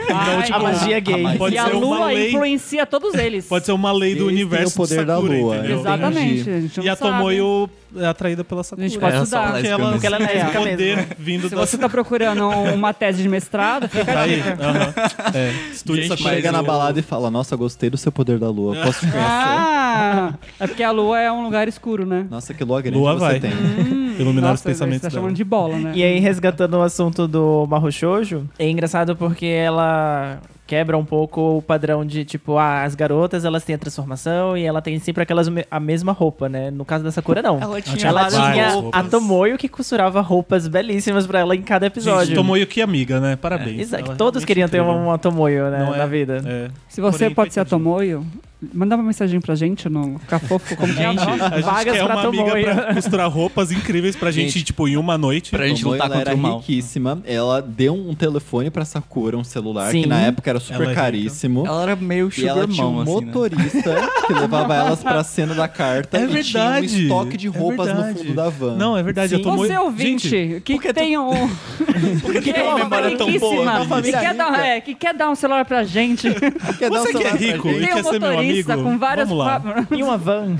[SPEAKER 1] Ai,
[SPEAKER 3] A magia gay.
[SPEAKER 4] Ah, mas- Então, tipo, pode
[SPEAKER 1] e a
[SPEAKER 4] ser uma
[SPEAKER 1] lua
[SPEAKER 4] lei.
[SPEAKER 1] influencia todos eles.
[SPEAKER 4] Pode ser uma lei do
[SPEAKER 5] Eles têm
[SPEAKER 4] universo
[SPEAKER 5] o
[SPEAKER 4] de Sakura,
[SPEAKER 5] poder da lua,
[SPEAKER 4] entendeu?
[SPEAKER 5] exato.
[SPEAKER 1] Exatamente.
[SPEAKER 5] Entendi.
[SPEAKER 1] A gente não
[SPEAKER 4] E a
[SPEAKER 1] sabe.
[SPEAKER 4] Tomoyo é atraída pela Sakura.
[SPEAKER 1] A gente pode
[SPEAKER 6] É,
[SPEAKER 1] estudar.
[SPEAKER 6] só
[SPEAKER 4] Porque ela,
[SPEAKER 6] Porque
[SPEAKER 3] ela é
[SPEAKER 4] tem
[SPEAKER 3] lésbica
[SPEAKER 4] esse poder
[SPEAKER 3] mesmo.
[SPEAKER 4] vindo
[SPEAKER 1] Se
[SPEAKER 4] da
[SPEAKER 1] você tá procurando uma tese de mestrado, fica a
[SPEAKER 4] Aí,
[SPEAKER 1] dica.
[SPEAKER 4] aham. É, estude
[SPEAKER 6] Gente,
[SPEAKER 4] Sakura.
[SPEAKER 5] Chega
[SPEAKER 6] Mas
[SPEAKER 5] na
[SPEAKER 6] o-
[SPEAKER 5] balada e fala, nossa, gostei do seu poder da lua, posso te conhecer?
[SPEAKER 1] Ah, é porque a lua é um lugar escuro, né?
[SPEAKER 5] Nossa, que lua grande
[SPEAKER 4] Lua
[SPEAKER 5] você
[SPEAKER 4] vai.
[SPEAKER 5] tem.
[SPEAKER 4] Hum. Iluminar os
[SPEAKER 1] Nossa,
[SPEAKER 4] pensamentos
[SPEAKER 1] Você tá
[SPEAKER 4] dela.
[SPEAKER 1] chamando de bola, né?
[SPEAKER 3] E aí, resgatando o assunto do Mahou Shoujo, é engraçado porque ela quebra um pouco o padrão de, tipo, ah, as garotas, elas têm a transformação e ela tem sempre aquelas me- a mesma roupa, né? No caso da Sakura, não. Ela
[SPEAKER 4] tinha várias
[SPEAKER 3] a
[SPEAKER 4] roupas.
[SPEAKER 3] Tomoyo que costurava roupas belíssimas pra ela em cada episódio.
[SPEAKER 4] Gente, Tomoyo que amiga, né? Parabéns.
[SPEAKER 3] Exato,
[SPEAKER 4] Ela é
[SPEAKER 3] todos
[SPEAKER 4] realmente
[SPEAKER 3] queriam ter
[SPEAKER 4] incrível.
[SPEAKER 3] uma, uma Tomoyo, né,
[SPEAKER 4] Não é-
[SPEAKER 3] na vida.
[SPEAKER 4] É.
[SPEAKER 1] Se você
[SPEAKER 4] Porém,
[SPEAKER 1] pode ser a
[SPEAKER 4] coitadinho.
[SPEAKER 1] Tomoyo, manda uma mensagem pra gente no Cafofo, como que é o nome?
[SPEAKER 4] A gente
[SPEAKER 3] Vagas
[SPEAKER 4] quer
[SPEAKER 3] pra
[SPEAKER 4] uma amiga
[SPEAKER 3] Tomoyo.
[SPEAKER 4] pra costurar roupas incríveis pra gente,
[SPEAKER 5] Gente,
[SPEAKER 4] tipo, em uma noite.
[SPEAKER 6] Pra gente
[SPEAKER 5] Tomoyo,
[SPEAKER 6] lutar
[SPEAKER 5] ela
[SPEAKER 6] contra
[SPEAKER 5] era
[SPEAKER 6] o mal.
[SPEAKER 5] riquíssima. Ela deu um telefone pra Sakura, um celular, que
[SPEAKER 3] Sim.
[SPEAKER 5] na época era
[SPEAKER 4] Ela é
[SPEAKER 5] super
[SPEAKER 4] rica.
[SPEAKER 5] caríssimo.
[SPEAKER 6] Ela era meio
[SPEAKER 5] E ela
[SPEAKER 6] sugar
[SPEAKER 5] tinha um
[SPEAKER 6] mom, assim, né?
[SPEAKER 5] motorista que levava elas pra cena da carta
[SPEAKER 4] É
[SPEAKER 5] e tinha um
[SPEAKER 4] verdade,
[SPEAKER 5] estoque de
[SPEAKER 4] é
[SPEAKER 5] roupas no
[SPEAKER 4] verdade.
[SPEAKER 5] fundo da van.
[SPEAKER 4] Não, é verdade.
[SPEAKER 3] Sim.
[SPEAKER 4] Eu tô
[SPEAKER 1] Você
[SPEAKER 4] muito-
[SPEAKER 1] ouvinte,
[SPEAKER 4] Gente,
[SPEAKER 1] que tem um... que, é
[SPEAKER 6] tem uma
[SPEAKER 4] é
[SPEAKER 6] memória tão boa,
[SPEAKER 1] riquíssima,
[SPEAKER 6] Vinícius?
[SPEAKER 1] que, quer dar, é, que quer dar um celular pra gente,
[SPEAKER 5] Quer dar um
[SPEAKER 4] você que é
[SPEAKER 5] celular pra
[SPEAKER 4] rico
[SPEAKER 5] gente?
[SPEAKER 4] e
[SPEAKER 1] tem um
[SPEAKER 4] quer ser meu
[SPEAKER 1] motorista
[SPEAKER 4] amigo?
[SPEAKER 1] com várias...
[SPEAKER 4] Vamos lá.
[SPEAKER 1] pa-
[SPEAKER 3] E uma van.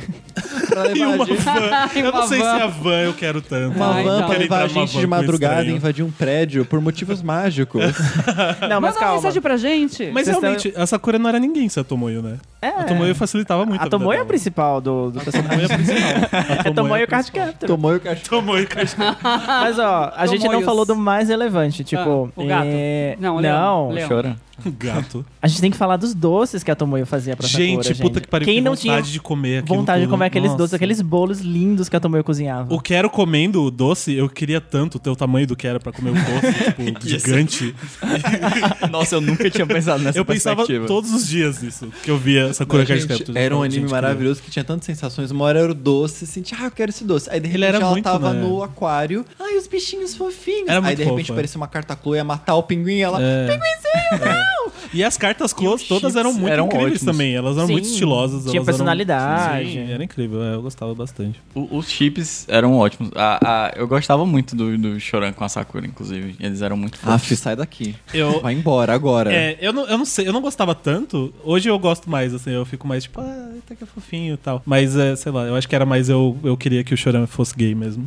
[SPEAKER 5] Pra levar a gente-
[SPEAKER 4] Eu não sei se
[SPEAKER 1] van.
[SPEAKER 4] é a van eu quero tanto.
[SPEAKER 5] Uma
[SPEAKER 1] Ai,
[SPEAKER 5] van
[SPEAKER 1] não.
[SPEAKER 5] pra
[SPEAKER 1] Quero
[SPEAKER 5] levar a
[SPEAKER 4] entrar numa
[SPEAKER 5] gente
[SPEAKER 4] van
[SPEAKER 5] de
[SPEAKER 4] com
[SPEAKER 5] madrugada e
[SPEAKER 4] estranho.
[SPEAKER 5] invadir um prédio por motivos mágicos.
[SPEAKER 3] Não, é mas
[SPEAKER 1] Manda uma
[SPEAKER 3] calma.
[SPEAKER 1] mensagem pra gente.
[SPEAKER 4] Mas
[SPEAKER 3] Vocês
[SPEAKER 4] realmente, a Sakura não era ninguém sem a Tomoyo, né?
[SPEAKER 3] É.
[SPEAKER 4] A Tomoyo facilitava muito.
[SPEAKER 3] A
[SPEAKER 4] vida
[SPEAKER 3] Tomoyo é a
[SPEAKER 4] dela.
[SPEAKER 3] principal do... do...
[SPEAKER 4] Tomoyo é a principal.
[SPEAKER 3] É Tomoyo Card
[SPEAKER 4] principal.
[SPEAKER 3] Captor.
[SPEAKER 5] Tomou o cachorro.
[SPEAKER 4] Tomoyo Card Captor.
[SPEAKER 3] Mas ó, a gente não
[SPEAKER 1] Tomoyos.
[SPEAKER 3] falou do mais relevante, tipo.
[SPEAKER 1] Ah, o gato.
[SPEAKER 3] é,
[SPEAKER 1] Não, o
[SPEAKER 3] não.
[SPEAKER 1] leão.
[SPEAKER 6] Chora.
[SPEAKER 4] Gato.
[SPEAKER 3] A gente tem que falar dos doces que a Tomoyo fazia pra Sakura,
[SPEAKER 4] Gente, puta que pariu.
[SPEAKER 3] Quem
[SPEAKER 4] que
[SPEAKER 3] não tinha
[SPEAKER 4] vontade de comer aquilo
[SPEAKER 3] vontade de
[SPEAKER 4] tudo.
[SPEAKER 3] comer aqueles
[SPEAKER 4] Nossa.
[SPEAKER 3] doces, aqueles bolos lindos que a Tomoyo cozinhava.
[SPEAKER 4] O Quero comendo o doce, eu queria tanto ter o tamanho do Quero pra comer o doce, tipo, gigante.
[SPEAKER 6] Nossa, eu nunca tinha pensado nessa
[SPEAKER 4] Eu pensava
[SPEAKER 6] perspectiva.
[SPEAKER 4] todos os dias nisso, que eu via Sakura Card
[SPEAKER 5] Gente,
[SPEAKER 4] Captors.
[SPEAKER 5] Era
[SPEAKER 4] Eu falava,
[SPEAKER 5] um anime
[SPEAKER 4] é "Gente,
[SPEAKER 5] maravilhoso que tinha tantas sensações. Uma hora era o doce, sentia, ah, eu quero esse doce. Aí de repente
[SPEAKER 4] era
[SPEAKER 5] ela
[SPEAKER 4] muito,
[SPEAKER 5] tava
[SPEAKER 4] né?
[SPEAKER 5] no aquário. Ai, os bichinhos fofinhos.
[SPEAKER 4] Era
[SPEAKER 5] Aí
[SPEAKER 4] muito
[SPEAKER 5] de repente
[SPEAKER 4] fofa.
[SPEAKER 5] parecia uma carta Chloe ia matar o pinguim. Ela.
[SPEAKER 4] É. E as cartas close todas
[SPEAKER 6] chips
[SPEAKER 4] eram muito
[SPEAKER 6] eram
[SPEAKER 4] incríveis
[SPEAKER 6] ótimos.
[SPEAKER 4] também. Elas eram
[SPEAKER 3] Sim,
[SPEAKER 4] muito estilosas.
[SPEAKER 3] tinha
[SPEAKER 4] elas
[SPEAKER 3] personalidade.
[SPEAKER 4] Eram... Sim, era incrível. é, Eu gostava bastante.
[SPEAKER 6] O- os chips eram ótimos. A, a- eu gostava muito do, do Choran com a Sakura, inclusive. Eles eram muito fofos.
[SPEAKER 5] Aff, sai daqui.
[SPEAKER 4] Eu...
[SPEAKER 5] Vai embora agora.
[SPEAKER 4] É, eu não, eu não sei, eu não gostava tanto. Hoje eu gosto mais, assim, eu fico mais tipo, ah, até que é fofinho e tal. Mas, é, sei lá, eu acho que era mais eu, eu queria que o Choran fosse gay mesmo.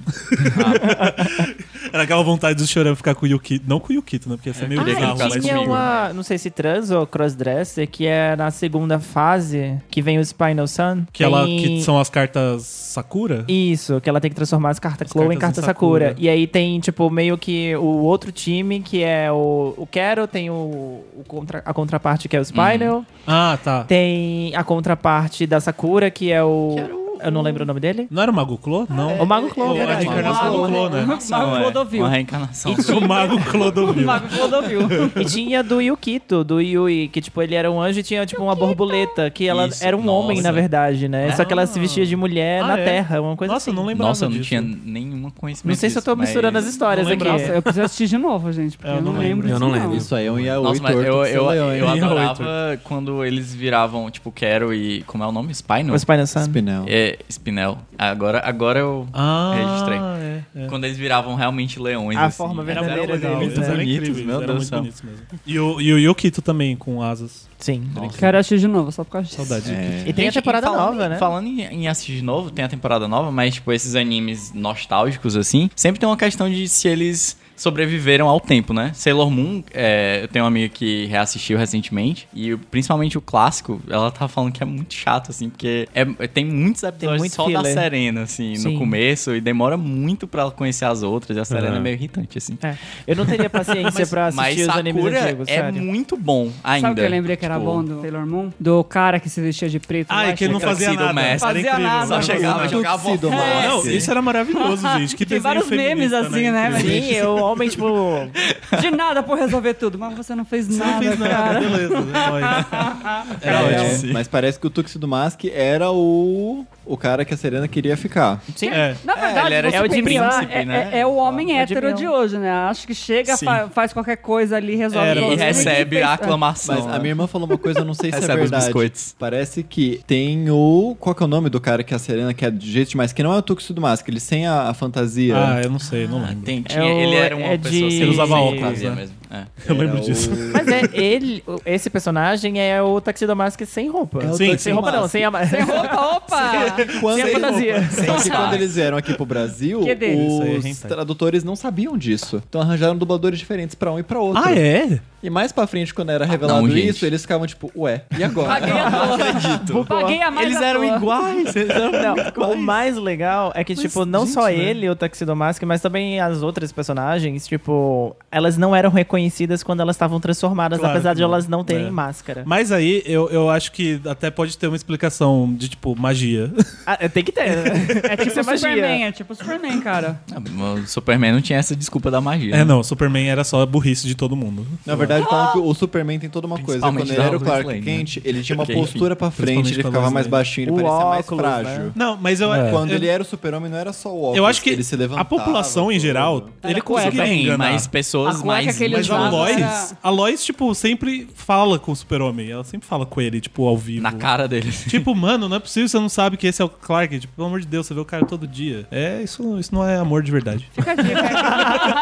[SPEAKER 4] era aquela vontade do Choran ficar com o Yukito. Não com o Yukito, né? Porque ia ser meio
[SPEAKER 6] queria que Ah, ele
[SPEAKER 4] bizarro,
[SPEAKER 6] ficasse
[SPEAKER 4] mas
[SPEAKER 3] Ah, tinha
[SPEAKER 6] comigo.
[SPEAKER 3] uma, não sei se trans ou crossdresser, que é na segunda fase, que vem o Spinal Sun.
[SPEAKER 4] Que, ela,
[SPEAKER 3] tem-
[SPEAKER 4] que são as cartas Sakura?
[SPEAKER 3] Isso, que ela tem que transformar as cartas
[SPEAKER 4] As
[SPEAKER 3] Chloe em
[SPEAKER 4] cartas
[SPEAKER 3] carta
[SPEAKER 4] em
[SPEAKER 3] Sakura.
[SPEAKER 4] Sakura.
[SPEAKER 3] E aí tem, tipo, meio que o outro time, que é o, o Quero, tem o, o contra- a contraparte que é o Spinal,
[SPEAKER 4] Ah, tá.
[SPEAKER 3] tem a contraparte da Sakura, que é o.
[SPEAKER 5] Quero
[SPEAKER 3] Eu não lembro o nome dele.
[SPEAKER 4] Não era o Mago Clô? Não.
[SPEAKER 3] Ah, é. O Mago
[SPEAKER 4] Ou
[SPEAKER 3] Clow,
[SPEAKER 4] a
[SPEAKER 3] verdade.
[SPEAKER 4] reencarnação do Clô, né?
[SPEAKER 1] Mago
[SPEAKER 6] é,
[SPEAKER 1] Clodovil.
[SPEAKER 6] Uma reencarnação.
[SPEAKER 4] O Mago Clodovil.
[SPEAKER 1] Mago Clodovil.
[SPEAKER 3] E tinha do Yukito, do Yui, que tipo, ele era um anjo e tinha tipo uma borboleta, que ela
[SPEAKER 6] Isso,
[SPEAKER 3] era um homem,
[SPEAKER 6] nossa.
[SPEAKER 3] na verdade, né? Só que ela se vestia de mulher
[SPEAKER 4] Ah,
[SPEAKER 3] na
[SPEAKER 4] é?
[SPEAKER 3] terra, uma coisa
[SPEAKER 4] Nossa, eu
[SPEAKER 3] assim.
[SPEAKER 4] não lembrava
[SPEAKER 6] Nossa, eu não
[SPEAKER 4] disso.
[SPEAKER 6] tinha nenhuma conhecimento
[SPEAKER 3] Não sei se eu
[SPEAKER 6] disso,
[SPEAKER 3] tô misturando
[SPEAKER 6] mas-
[SPEAKER 3] as histórias
[SPEAKER 4] não
[SPEAKER 3] aqui.
[SPEAKER 4] lembrava.
[SPEAKER 1] Nossa, eu preciso assistir de novo, gente. Porque eu, não lembro.
[SPEAKER 2] Eu não
[SPEAKER 1] disso,
[SPEAKER 2] lembro.
[SPEAKER 5] Isso aí é um Yaoi
[SPEAKER 6] Nossa, mas
[SPEAKER 5] torto
[SPEAKER 6] eu,
[SPEAKER 5] pro seu
[SPEAKER 6] eu,
[SPEAKER 5] leão, hein?
[SPEAKER 6] eu
[SPEAKER 4] Leão,
[SPEAKER 6] adorava quando eles viravam, tipo, Quero e... Como é o nome? Spinal?
[SPEAKER 3] O Spinal Sun.
[SPEAKER 5] Spinel.
[SPEAKER 6] É, Spinel. Agora, agora eu...
[SPEAKER 4] Ah,
[SPEAKER 6] Registrei.
[SPEAKER 4] é, é.
[SPEAKER 6] Quando eles viravam realmente leões,
[SPEAKER 3] A
[SPEAKER 6] assim.
[SPEAKER 3] forma
[SPEAKER 6] Mas
[SPEAKER 4] Era
[SPEAKER 6] era-
[SPEAKER 4] muito
[SPEAKER 3] verdadeira
[SPEAKER 4] legal.
[SPEAKER 3] deles,
[SPEAKER 4] Eles eram
[SPEAKER 5] né?
[SPEAKER 4] incríveis,
[SPEAKER 5] Bonitos, meu
[SPEAKER 4] eram
[SPEAKER 5] Deus
[SPEAKER 4] muito
[SPEAKER 5] do
[SPEAKER 4] bonitos mesmo. E o, e o Yukito também, com asas.
[SPEAKER 3] Sim.
[SPEAKER 1] Quero assistir de novo, só por causa disso.
[SPEAKER 4] Saudade.
[SPEAKER 5] É.
[SPEAKER 3] E tem a
[SPEAKER 6] Gente,
[SPEAKER 3] temporada
[SPEAKER 6] e falando-
[SPEAKER 3] nova, né?
[SPEAKER 6] Falando em, em assistir de novo, tem a temporada nova, mas, tipo, esses animes nostálgicos, assim, sempre tem uma questão de se eles sobreviveram ao tempo, né? Sailor Moon, é, eu tenho uma amiga que reassistiu recentemente, e o- principalmente o clássico, ela tá falando que é muito chato, assim, porque é- tem muitos episódios
[SPEAKER 3] muito
[SPEAKER 6] só da
[SPEAKER 3] filler.
[SPEAKER 6] Serena, assim,
[SPEAKER 3] Sim.
[SPEAKER 6] no começo, e demora muito pra ela conhecer as outras, e a Serena
[SPEAKER 4] Aham.
[SPEAKER 6] é meio irritante, assim.
[SPEAKER 3] É. Eu não teria paciência pra
[SPEAKER 6] Mas
[SPEAKER 3] assistir os animes
[SPEAKER 6] Sakura
[SPEAKER 3] antigos,
[SPEAKER 6] é
[SPEAKER 3] sério.
[SPEAKER 6] muito bom ainda.
[SPEAKER 1] Sabe o que eu lembrei que era
[SPEAKER 6] Tipo,
[SPEAKER 1] bom do Sailor Moon? Do cara que se vestia de preto.
[SPEAKER 4] Ah,
[SPEAKER 1] lá
[SPEAKER 4] e que ele não
[SPEAKER 1] chegava-
[SPEAKER 4] fazia
[SPEAKER 6] Tuxedo
[SPEAKER 4] nada.
[SPEAKER 6] Mask.
[SPEAKER 4] Era
[SPEAKER 1] Fazia
[SPEAKER 4] incrível,
[SPEAKER 1] nada.
[SPEAKER 6] Só
[SPEAKER 4] não
[SPEAKER 6] chegava,
[SPEAKER 4] fazia nada.
[SPEAKER 3] é
[SPEAKER 6] jogava
[SPEAKER 5] Tuxedo
[SPEAKER 6] uma
[SPEAKER 5] Mask.
[SPEAKER 4] Não, isso era maravilhoso, gente. Que
[SPEAKER 1] Tem vários
[SPEAKER 4] desenho
[SPEAKER 1] memes
[SPEAKER 4] feminista,
[SPEAKER 1] assim, né?
[SPEAKER 4] Incrível.
[SPEAKER 3] Sim, eu, homem, tipo...
[SPEAKER 1] De nada por resolver tudo, mas você não fez
[SPEAKER 4] Você
[SPEAKER 1] nada.
[SPEAKER 4] não fez nada, beleza. Olha. Era
[SPEAKER 5] É,
[SPEAKER 4] ótimo.
[SPEAKER 5] mas parece que o Tuxedo Mask era o, o cara que a Serena queria ficar.
[SPEAKER 3] Sim.
[SPEAKER 4] É.
[SPEAKER 1] Na verdade,
[SPEAKER 6] ele era
[SPEAKER 1] você
[SPEAKER 6] tipo
[SPEAKER 1] pensar,
[SPEAKER 6] príncipe,
[SPEAKER 1] é,
[SPEAKER 6] né?
[SPEAKER 1] é- é o homem
[SPEAKER 3] Ah,
[SPEAKER 1] hétero
[SPEAKER 3] Odimion.
[SPEAKER 1] de hoje, né? Acho que chega,
[SPEAKER 6] Sim.
[SPEAKER 1] fa- faz qualquer coisa ali, resolve
[SPEAKER 4] Era,
[SPEAKER 1] tudo.
[SPEAKER 6] E
[SPEAKER 4] Ninguém
[SPEAKER 6] recebe
[SPEAKER 1] fez-
[SPEAKER 6] a
[SPEAKER 1] é.
[SPEAKER 6] aclamação.
[SPEAKER 5] Mas a
[SPEAKER 6] né?
[SPEAKER 5] minha irmã falou uma coisa, eu não sei se é
[SPEAKER 6] Recebe os
[SPEAKER 5] verdade.
[SPEAKER 6] biscoitos.
[SPEAKER 5] Parece que tem o. Qual que é o nome do cara que a Serena quer de jeito demais? Que não é o Tuxedo Mask, ele sem a, a fantasia.
[SPEAKER 4] Ah, eu não sei, não
[SPEAKER 6] Ah,
[SPEAKER 4] lembro.
[SPEAKER 6] tem- tinha-
[SPEAKER 3] É o-
[SPEAKER 6] ele era uma
[SPEAKER 3] é de-
[SPEAKER 6] pessoa assim,
[SPEAKER 4] Ele usava
[SPEAKER 6] que
[SPEAKER 4] óculos,
[SPEAKER 6] fazia
[SPEAKER 4] né?
[SPEAKER 6] mesmo. É.
[SPEAKER 4] Eu lembro
[SPEAKER 5] Era
[SPEAKER 4] disso.
[SPEAKER 5] o-
[SPEAKER 3] Mas é, ele, o- esse personagem é o Tuxedo Mask sem roupa.
[SPEAKER 5] É o
[SPEAKER 4] Sim,
[SPEAKER 5] Tuxedo
[SPEAKER 3] Sem roupa não,
[SPEAKER 5] Mask.
[SPEAKER 3] sem a...
[SPEAKER 1] Sem roupa, opa!
[SPEAKER 5] Quando,
[SPEAKER 3] sem a fantasia.
[SPEAKER 5] Só que
[SPEAKER 6] Sem
[SPEAKER 5] quando
[SPEAKER 6] falar.
[SPEAKER 5] eles vieram aqui pro Brasil,
[SPEAKER 1] Que deles?
[SPEAKER 4] Isso aí é
[SPEAKER 5] os
[SPEAKER 4] hentai.
[SPEAKER 5] tradutores não sabiam disso. Então arranjaram dubladores diferentes pra um e pra outro.
[SPEAKER 4] Ah, é?
[SPEAKER 5] E mais pra frente, quando era revelado
[SPEAKER 6] Ah, não, gente.
[SPEAKER 5] isso, eles ficavam tipo, ué, e
[SPEAKER 1] Paguei
[SPEAKER 5] agora?
[SPEAKER 1] a toa. Paguei a mais
[SPEAKER 5] eles
[SPEAKER 1] à
[SPEAKER 5] eram
[SPEAKER 1] toa.
[SPEAKER 5] iguais, eles eram
[SPEAKER 3] Não, o
[SPEAKER 5] iguais.
[SPEAKER 3] mais legal é que, tipo, não
[SPEAKER 5] gente,
[SPEAKER 3] só
[SPEAKER 5] né?
[SPEAKER 3] ele, o Tuxedo Mask, mas também as outras personagens, tipo, elas não eram reconhecidas quando elas estavam transformadas,
[SPEAKER 4] Claro
[SPEAKER 3] apesar
[SPEAKER 4] que
[SPEAKER 3] de
[SPEAKER 4] não.
[SPEAKER 3] elas não terem
[SPEAKER 4] É.
[SPEAKER 3] máscara.
[SPEAKER 4] Mas aí eu, eu acho que até pode ter uma explicação de tipo magia.
[SPEAKER 3] Ah, é, tem que ter, né?
[SPEAKER 1] É
[SPEAKER 3] Tem que
[SPEAKER 1] tipo
[SPEAKER 3] ser magia.
[SPEAKER 1] Superman, é tipo Superman, cara.
[SPEAKER 6] Ah, O Superman não tinha essa desculpa da magia.
[SPEAKER 4] É,
[SPEAKER 6] né?
[SPEAKER 4] não, Superman era só a burrice de todo mundo.
[SPEAKER 5] Na verdade, falam que o Superman tem toda uma coisa. Quando
[SPEAKER 6] Principalmente
[SPEAKER 5] ele era o
[SPEAKER 6] da
[SPEAKER 5] Clark
[SPEAKER 6] Lois Lane, né?
[SPEAKER 5] Kent, ele tinha uma
[SPEAKER 6] Ok,
[SPEAKER 5] postura pra frente,
[SPEAKER 4] Principalmente
[SPEAKER 5] ele
[SPEAKER 4] da
[SPEAKER 5] ficava
[SPEAKER 4] Lois
[SPEAKER 5] mais
[SPEAKER 4] Lane.
[SPEAKER 5] baixinho, ele
[SPEAKER 3] O
[SPEAKER 5] parecia mais
[SPEAKER 3] óculos,
[SPEAKER 5] frágil.
[SPEAKER 3] né?
[SPEAKER 4] Não, mas eu, É.
[SPEAKER 5] Quando
[SPEAKER 4] eu,
[SPEAKER 5] ele era o super-homem, não era só o óculos.
[SPEAKER 4] eu acho que
[SPEAKER 5] ele se levantava.
[SPEAKER 4] a população em
[SPEAKER 5] todo.
[SPEAKER 4] geral, ele conseguia
[SPEAKER 6] Superman,
[SPEAKER 4] enganar.
[SPEAKER 6] mas pessoas
[SPEAKER 1] A cueca
[SPEAKER 6] mais...
[SPEAKER 1] que ele
[SPEAKER 4] Mas
[SPEAKER 6] mais
[SPEAKER 1] usava
[SPEAKER 4] a
[SPEAKER 1] Exato,
[SPEAKER 4] Lois,
[SPEAKER 1] era-
[SPEAKER 4] a Lois, tipo, sempre fala com o super-homem. Ela sempre fala com ele, tipo, ao vivo.
[SPEAKER 6] Na cara dele.
[SPEAKER 4] Tipo, mano, não é possível, você não sabe que esse é o Clark. Tipo, pelo amor de Deus, você vê o cara todo dia. É, isso, isso não é amor de verdade.
[SPEAKER 1] Fica a dica.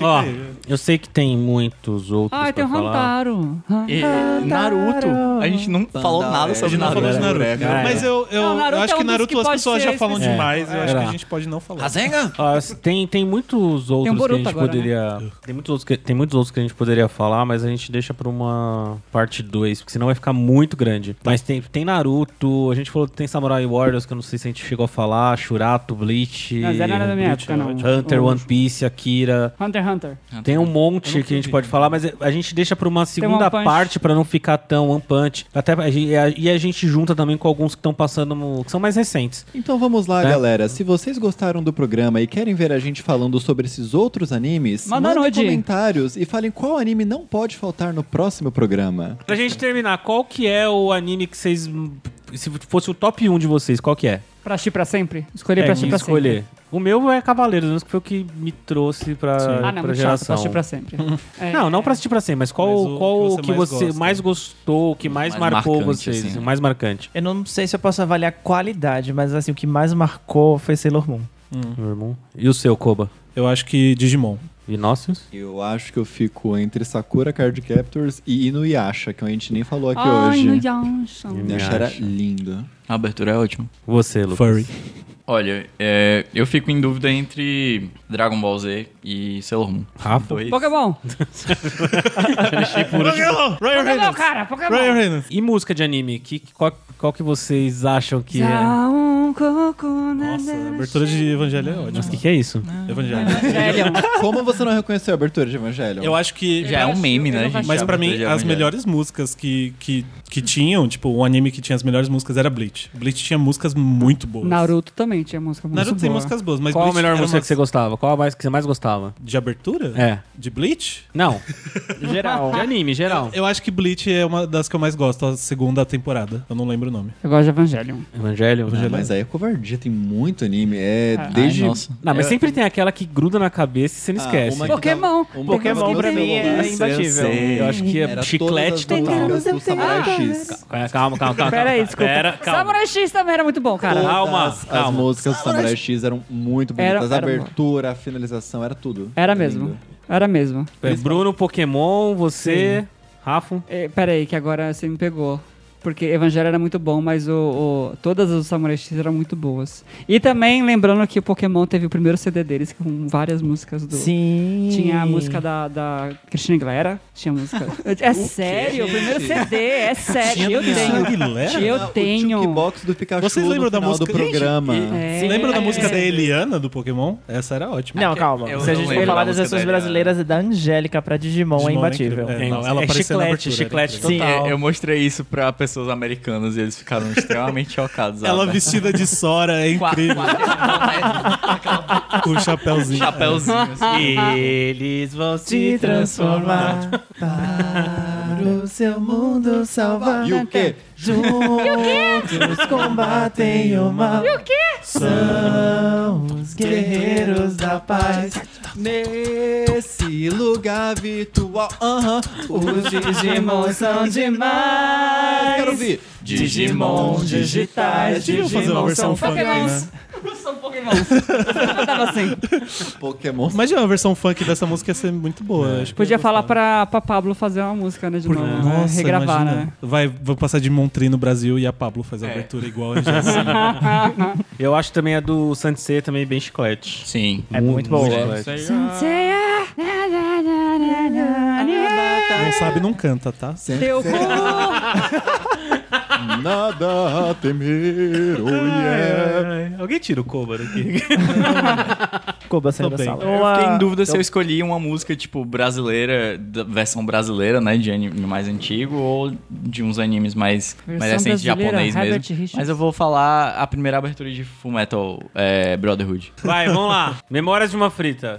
[SPEAKER 2] Ó, eu sei que tem muitos outros
[SPEAKER 1] Ai, tem
[SPEAKER 2] pra
[SPEAKER 1] o
[SPEAKER 2] falar.
[SPEAKER 1] Rantaro.
[SPEAKER 6] E Naruto. A gente não falou nada
[SPEAKER 5] é,
[SPEAKER 6] sobre
[SPEAKER 5] a gente não
[SPEAKER 6] Naruto. né?
[SPEAKER 4] falou de
[SPEAKER 5] Naruto.
[SPEAKER 4] Naruto.
[SPEAKER 2] É.
[SPEAKER 4] Mas eu, eu,
[SPEAKER 1] Não, Naruto
[SPEAKER 4] eu acho
[SPEAKER 1] é um
[SPEAKER 4] que
[SPEAKER 1] dos
[SPEAKER 4] Naruto
[SPEAKER 1] que
[SPEAKER 4] as
[SPEAKER 1] pode
[SPEAKER 4] pessoas
[SPEAKER 1] ser
[SPEAKER 4] já falam
[SPEAKER 1] específico.
[SPEAKER 4] demais. Eu
[SPEAKER 2] É.
[SPEAKER 4] acho que
[SPEAKER 2] Era.
[SPEAKER 4] a gente pode não falar.
[SPEAKER 6] Rasengan?
[SPEAKER 2] Ó, Ah, tem, tem muitos outros que
[SPEAKER 1] Boruto
[SPEAKER 2] a gente
[SPEAKER 1] agora, né?
[SPEAKER 2] poderia. Tem, muitos outros que, tem muitos outros que a gente poderia falar, mas a gente deixa pra uma parte 2, porque senão vai ficar muito grande. Mas tem, tem Naruto, a gente falou que tem Samurai Warriors, que eu não sei se a gente chegou a falar, Shurato, Bleach.
[SPEAKER 1] Mas era da minha época, não.
[SPEAKER 2] Hunter,
[SPEAKER 1] O-
[SPEAKER 2] One Piece, Akira.
[SPEAKER 1] Hunter x Hunter.
[SPEAKER 2] Tem um monte que a gente pode falar, mas a gente deixa pra uma segunda
[SPEAKER 1] One Punch.
[SPEAKER 2] parte pra não ficar tão one punch. Até pra- e a- e a gente junta também com alguns que estão passando, no- que são mais recentes.
[SPEAKER 5] Então vamos lá,
[SPEAKER 6] É.
[SPEAKER 2] Né?
[SPEAKER 5] galera. Se vocês gostaram do programa e querem ver a gente falando sobre esses outros animes,
[SPEAKER 1] Manda
[SPEAKER 5] mandem
[SPEAKER 1] nude.
[SPEAKER 5] comentários e falem qual anime não pode faltar no próximo programa.
[SPEAKER 2] Pra gente terminar, qual que é o anime que vocês se fosse o top 1 de vocês, qual que é?
[SPEAKER 1] Pra assistir pra sempre? Escolher pra
[SPEAKER 2] que
[SPEAKER 1] assistir pra sempre.
[SPEAKER 2] É, escolher. O meu é Cavaleiros, né, que foi o que me trouxe pra,
[SPEAKER 1] Ah, não,
[SPEAKER 2] pra
[SPEAKER 1] muito chato pra
[SPEAKER 2] geração.
[SPEAKER 1] assistir pra sempre. É.
[SPEAKER 2] Não, não pra assistir pra sempre, mas qual,
[SPEAKER 4] Mas o
[SPEAKER 2] qual
[SPEAKER 4] que
[SPEAKER 2] que
[SPEAKER 4] você mais
[SPEAKER 2] você,
[SPEAKER 4] gosta.
[SPEAKER 2] mais gostou, o que mais,
[SPEAKER 6] mais
[SPEAKER 2] marcou
[SPEAKER 6] marcante,
[SPEAKER 2] vocês,
[SPEAKER 6] assim,
[SPEAKER 2] o
[SPEAKER 6] né?
[SPEAKER 2] mais marcante?
[SPEAKER 3] Eu não sei se eu posso avaliar qualidade, mas assim, o que mais marcou foi Sailor Moon.
[SPEAKER 1] Hum.
[SPEAKER 2] Meu irmão. E o seu, Koba?
[SPEAKER 4] Eu acho que Digimon.
[SPEAKER 2] Inócios?
[SPEAKER 5] Eu acho que eu fico entre Sakura Card Captors e Inuyasha, que a gente nem falou aqui
[SPEAKER 1] Ai,
[SPEAKER 5] hoje.
[SPEAKER 1] no Yamcha.
[SPEAKER 5] Inuyasha era lindo.
[SPEAKER 6] A abertura é ótima.
[SPEAKER 2] Você, Lucas.
[SPEAKER 4] Furry.
[SPEAKER 6] Olha, é, eu fico em dúvida entre Dragon Ball Z e Sailor Moon.
[SPEAKER 2] Rafa?
[SPEAKER 6] Dois.
[SPEAKER 1] Pokémon!
[SPEAKER 4] Pokémon! Ryan
[SPEAKER 1] Pokémon,
[SPEAKER 4] Reynolds!
[SPEAKER 1] cara! Pokémon!
[SPEAKER 4] Ryan Reynolds!
[SPEAKER 2] E música de anime? Que, qual, qual que vocês acham que é?
[SPEAKER 1] Já um coco na-
[SPEAKER 4] Nossa, a abertura de Evangelho é ótima.
[SPEAKER 2] O que, que é isso?
[SPEAKER 4] Evangelho.
[SPEAKER 1] Velho,
[SPEAKER 5] Como você não reconheceu a abertura de Evangelho?
[SPEAKER 4] Eu acho que.
[SPEAKER 6] Já é um meme,
[SPEAKER 1] Eu
[SPEAKER 6] né,
[SPEAKER 1] não
[SPEAKER 6] gente?
[SPEAKER 4] Mas
[SPEAKER 6] A
[SPEAKER 4] pra mim,
[SPEAKER 6] abertura já é
[SPEAKER 4] as
[SPEAKER 6] um-
[SPEAKER 4] melhores músicas que, que que tinham, tipo, um anime que tinha as melhores músicas era Bleach. Bleach tinha músicas muito boas.
[SPEAKER 1] Naruto também tinha música muito
[SPEAKER 4] Naruto tem
[SPEAKER 1] boa.
[SPEAKER 4] músicas boas, mas
[SPEAKER 2] Qual a
[SPEAKER 4] Bleach
[SPEAKER 2] melhor
[SPEAKER 4] era
[SPEAKER 2] música
[SPEAKER 4] uma-
[SPEAKER 2] que você gostava? Qual a mais que você mais gostava?
[SPEAKER 4] De abertura?
[SPEAKER 2] É.
[SPEAKER 4] De Bleach?
[SPEAKER 2] Não,
[SPEAKER 3] Geral.
[SPEAKER 2] de anime, geral.
[SPEAKER 4] Eu acho que Bleach é uma das que eu mais gosto, a segunda temporada. Eu não lembro o nome.
[SPEAKER 1] Eu gosto de Evangelion.
[SPEAKER 2] Evangelho?
[SPEAKER 5] Ah, mas aí é covardia, tem muito anime. É
[SPEAKER 1] Ah.
[SPEAKER 5] desde.
[SPEAKER 6] Ai, nossa.
[SPEAKER 2] Não, mas
[SPEAKER 5] Eu-
[SPEAKER 2] sempre tem aquela que gruda na cabeça e você não
[SPEAKER 5] Ah,
[SPEAKER 2] esquece.
[SPEAKER 5] uma que
[SPEAKER 1] Pokémon.
[SPEAKER 5] tava- uma que tava
[SPEAKER 3] Pokémon
[SPEAKER 5] no
[SPEAKER 3] pra
[SPEAKER 5] meu
[SPEAKER 3] mim
[SPEAKER 5] celular.
[SPEAKER 3] é imbatível.
[SPEAKER 2] Eu acho que é
[SPEAKER 5] Era
[SPEAKER 2] chiclete
[SPEAKER 5] todas as
[SPEAKER 2] total.
[SPEAKER 5] músicas do Samurai X.
[SPEAKER 2] Calma, calma, calma. calma.
[SPEAKER 1] Pera aí, desculpa.
[SPEAKER 2] Pera, calma.
[SPEAKER 1] Samurai X também era muito bom, cara.
[SPEAKER 2] Porra. Calma,
[SPEAKER 5] Todas
[SPEAKER 2] calma.
[SPEAKER 5] As músicas do Samurai X eram muito
[SPEAKER 1] Era-
[SPEAKER 5] bonitas. a
[SPEAKER 1] era
[SPEAKER 5] abertura, a finalização, era tudo.
[SPEAKER 1] Era
[SPEAKER 5] lindo.
[SPEAKER 1] mesmo. Era mesmo.
[SPEAKER 2] É, Bruno, Pokémon, você, Rafa.
[SPEAKER 1] É, pera aí, que agora você me pegou. Porque Evangelho era muito bom, mas o, o- todas as Samurai X eram muito boas. E também lembrando que o Pokémon teve o primeiro CD deles com várias músicas do.
[SPEAKER 3] Sim.
[SPEAKER 1] Tinha a música da, da Cristina Aguilera. Tinha a música. É sério, o primeiro CD, é sério. Eu tenho.
[SPEAKER 4] Aguilera?
[SPEAKER 1] Eu
[SPEAKER 5] Ah, O
[SPEAKER 1] tenho.
[SPEAKER 5] jukebox do Pikachu
[SPEAKER 4] Vocês lembram
[SPEAKER 5] no
[SPEAKER 4] da
[SPEAKER 5] final
[SPEAKER 4] música-
[SPEAKER 5] do programa.
[SPEAKER 1] É.
[SPEAKER 4] Lembra da música da
[SPEAKER 1] É.
[SPEAKER 4] Eliana do Pokémon? Essa era ótima.
[SPEAKER 3] Não, calma.
[SPEAKER 6] Eu
[SPEAKER 3] Se a
[SPEAKER 6] não
[SPEAKER 3] gente for
[SPEAKER 6] lembro
[SPEAKER 3] falar
[SPEAKER 6] da
[SPEAKER 3] das
[SPEAKER 6] música
[SPEAKER 3] versões
[SPEAKER 6] da
[SPEAKER 3] brasileiras e da Angélica pra Digimon,
[SPEAKER 4] Digimon
[SPEAKER 3] é
[SPEAKER 4] é
[SPEAKER 3] imbatível.
[SPEAKER 4] incrível. É, não,
[SPEAKER 2] nossa,
[SPEAKER 4] ela apareceu na
[SPEAKER 2] chiclete,
[SPEAKER 4] abertura,
[SPEAKER 2] chiclete
[SPEAKER 4] né?
[SPEAKER 2] total.
[SPEAKER 3] Sim,
[SPEAKER 6] É, eu mostrei isso pra pessoas americanas e eles ficaram extremamente chocados.
[SPEAKER 4] Ela
[SPEAKER 6] sabe?
[SPEAKER 4] vestida de Sora é
[SPEAKER 6] Com a-
[SPEAKER 4] incrível. Com o chapéuzinho.
[SPEAKER 6] Chapéuzinho, assim.
[SPEAKER 2] Eles vão
[SPEAKER 3] Se transformar para o seu mundo salvar.
[SPEAKER 5] E o quê?
[SPEAKER 3] Juntos combatem o mal. E o quê? São os guerreiros da
[SPEAKER 5] Tá,
[SPEAKER 3] paz.
[SPEAKER 5] Nesse lugar virtual. Aham.
[SPEAKER 3] Os Digimon são demais.
[SPEAKER 5] Ah, Quero ouvir.
[SPEAKER 3] Digimon digitais.
[SPEAKER 4] Deixa eu fazer uma
[SPEAKER 3] Digimon são
[SPEAKER 4] versão funk,
[SPEAKER 3] feliz.
[SPEAKER 4] né?
[SPEAKER 1] São Pokémons. Eu tava assim.
[SPEAKER 5] Pokémon.
[SPEAKER 4] Imagina é uma versão funk dessa música ia ser muito boa. acho que eu
[SPEAKER 1] Podia
[SPEAKER 4] ia
[SPEAKER 1] falar
[SPEAKER 4] gostar.
[SPEAKER 1] pra, pra Pablo fazer uma música, né? De
[SPEAKER 4] Porque-
[SPEAKER 1] novo. né?
[SPEAKER 4] Nossa,
[SPEAKER 1] Regravar,
[SPEAKER 4] imagina.
[SPEAKER 1] né?
[SPEAKER 4] Vai, vou passar de Montri no Brasil e a Pablo faz a
[SPEAKER 6] É.
[SPEAKER 4] abertura igual a Jéssica.
[SPEAKER 2] Eu acho também a do Sansei também bem chiclete.
[SPEAKER 6] Sim.
[SPEAKER 3] É muito boa.
[SPEAKER 2] chiclete.
[SPEAKER 1] é-
[SPEAKER 4] Não sabe, não canta, tá?
[SPEAKER 1] Teu cu.
[SPEAKER 5] Nada a temer, oh
[SPEAKER 3] Ah, é.
[SPEAKER 5] yeah.
[SPEAKER 2] Ai, Alguém tira o Kobar aqui.
[SPEAKER 3] Koba saiu da
[SPEAKER 4] Tô bem.
[SPEAKER 3] sala.
[SPEAKER 6] Eu
[SPEAKER 1] Ah,
[SPEAKER 6] fiquei em dúvida se
[SPEAKER 5] Então-
[SPEAKER 6] eu escolhi uma música, tipo, brasileira, da versão brasileira, né? De anime mais antigo, ou de uns animes mais, mais
[SPEAKER 1] Versão
[SPEAKER 6] recentes,
[SPEAKER 1] brasileira,
[SPEAKER 6] é japonês
[SPEAKER 1] Herbert
[SPEAKER 6] mesmo.
[SPEAKER 1] Richards.
[SPEAKER 6] Mas eu vou falar a primeira abertura de Fullmetal é, Brotherhood.
[SPEAKER 2] Vai, vamos lá. Memórias de uma frita.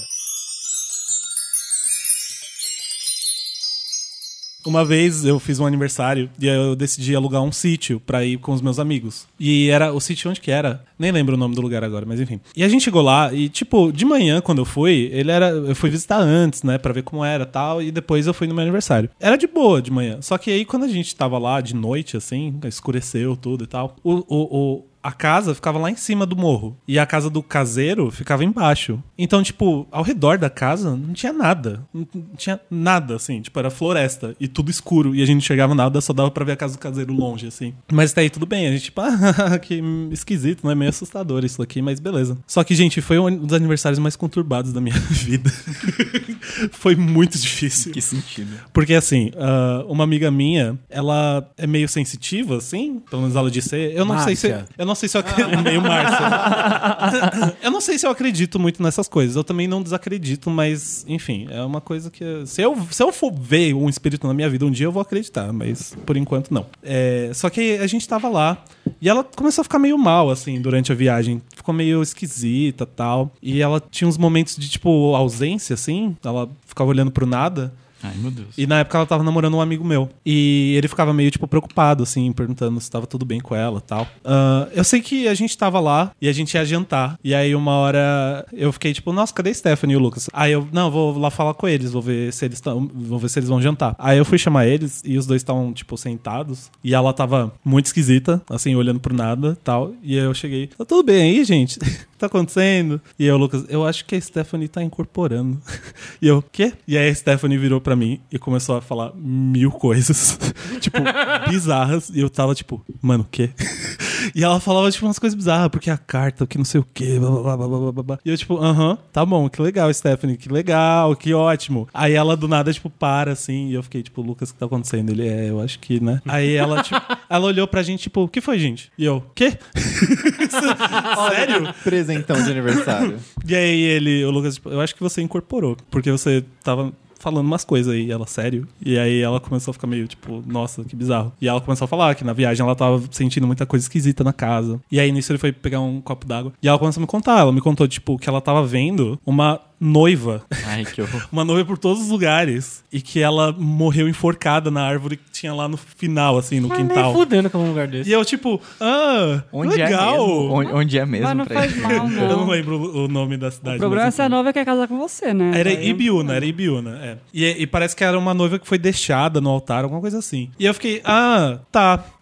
[SPEAKER 4] Uma vez eu fiz um aniversário e aí eu decidi alugar um sítio pra ir com os meus amigos. E era o sítio onde que era? Nem lembro o nome do lugar agora, mas enfim. E a gente chegou lá e tipo, de manhã quando eu fui, ele era, eu fui visitar antes, né, Pra ver como era, tal, e depois eu fui no meu aniversário. Era de boa de manhã. Só que aí quando a gente tava lá de noite assim, escureceu tudo e tal. O, o, o a casa ficava lá em cima do morro. E a casa do caseiro ficava embaixo. Então, tipo, ao redor da casa não tinha nada. Não não tinha nada, assim. Tipo, era floresta e tudo escuro. E a gente não chegava nada, só dava pra ver a casa do caseiro longe, assim. Mas até aí tudo bem. A gente, tipo, ah, que esquisito, né? Meio assustador isso aqui, mas beleza. Só que, gente, foi um dos aniversários mais conturbados da minha vida. foi muito difícil.
[SPEAKER 6] Que sentido.
[SPEAKER 4] Porque, assim, ah, uma amiga minha, ela é meio sensitiva, assim, pelo menos ela disse. Eu não sei se.
[SPEAKER 2] Márcia.
[SPEAKER 4] Eu não sei se eu acredito. meio Márcia. eu não sei se eu acredito muito nessas coisas. Eu também não desacredito, mas, enfim, é uma coisa que. Se eu, se eu for ver um espírito na minha vida um dia, eu vou acreditar, mas por enquanto não. É, só que a gente tava lá. E ela começou a ficar meio mal, assim, durante a viagem. Ficou meio esquisita tal. E ela tinha uns momentos de, tipo, ausência, assim. Ela ficava olhando pro nada.
[SPEAKER 6] Ai, meu Deus.
[SPEAKER 4] E na época ela tava namorando um amigo meu. E ele ficava meio, tipo, preocupado, assim, perguntando se tava tudo bem com ela e tal. Ah, eu sei que a gente tava lá e a gente ia jantar. E aí uma hora eu fiquei, tipo, nossa, cadê Stephanie e o Lucas? Aí eu, não, vou lá falar com eles, vou ver se eles estão. Vou ver se eles vão jantar. Aí eu fui chamar eles e os dois estavam, tipo, sentados. E ela tava muito esquisita, assim, olhando pro nada e tal. E aí eu cheguei, tá tudo bem aí, gente? tá acontecendo? E eu, Lucas, eu acho que a Stephanie tá incorporando. E eu, quê? E aí a Stephanie virou pra mim e começou a falar mil coisas, tipo, bizarras. E eu tava tipo, mano, o quê? E ela falava, tipo, umas coisas bizarras, porque a carta, que não sei o quê, blá, blá, blá, blá, blá, blá, blá. E eu, tipo, aham, tá bom, que legal, Stephanie, que legal, que ótimo. Aí ela, do nada, tipo, para, assim, e eu fiquei, tipo, Lucas, o que tá acontecendo? Ele, é, eu acho que, né? Aí ela, tipo, ela olhou pra gente, tipo, o que foi, gente? E eu, quê? Sério?
[SPEAKER 5] Presentão de aniversário.
[SPEAKER 4] E aí ele, o Lucas, tipo, eu acho que você incorporou, porque você tava falando umas coisas aí. E ela, sério? E aí ela começou a ficar meio tipo, nossa, que bizarro. E ela começou a falar que na viagem ela tava sentindo muita coisa esquisita na casa. E aí nisso ele foi pegar um copo d'água. E ela começou a me contar. Ela me contou, tipo, que ela tava vendo uma noiva
[SPEAKER 6] Ai, que horror.
[SPEAKER 4] uma noiva por todos os lugares e que ela morreu enforcada na árvore que tinha lá no final, assim, no quintal.
[SPEAKER 2] fudendo com um lugar desse.
[SPEAKER 4] E eu, tipo, ah,
[SPEAKER 6] Onde é
[SPEAKER 4] legal.
[SPEAKER 6] mesmo? Onde, onde é mesmo?
[SPEAKER 1] Mas não
[SPEAKER 6] pra
[SPEAKER 1] faz
[SPEAKER 6] ele?
[SPEAKER 1] mal,
[SPEAKER 4] Eu não
[SPEAKER 1] não.
[SPEAKER 4] lembro o o nome da cidade.
[SPEAKER 1] O problema é
[SPEAKER 4] mas,
[SPEAKER 1] se a
[SPEAKER 4] enfim.
[SPEAKER 1] noiva quer casar com você, né?
[SPEAKER 4] Era
[SPEAKER 1] Aí-
[SPEAKER 4] Ibiúna, era Ibiúna, é. E, e parece que era uma noiva que foi deixada no altar, alguma coisa assim. E eu fiquei, ah, tá.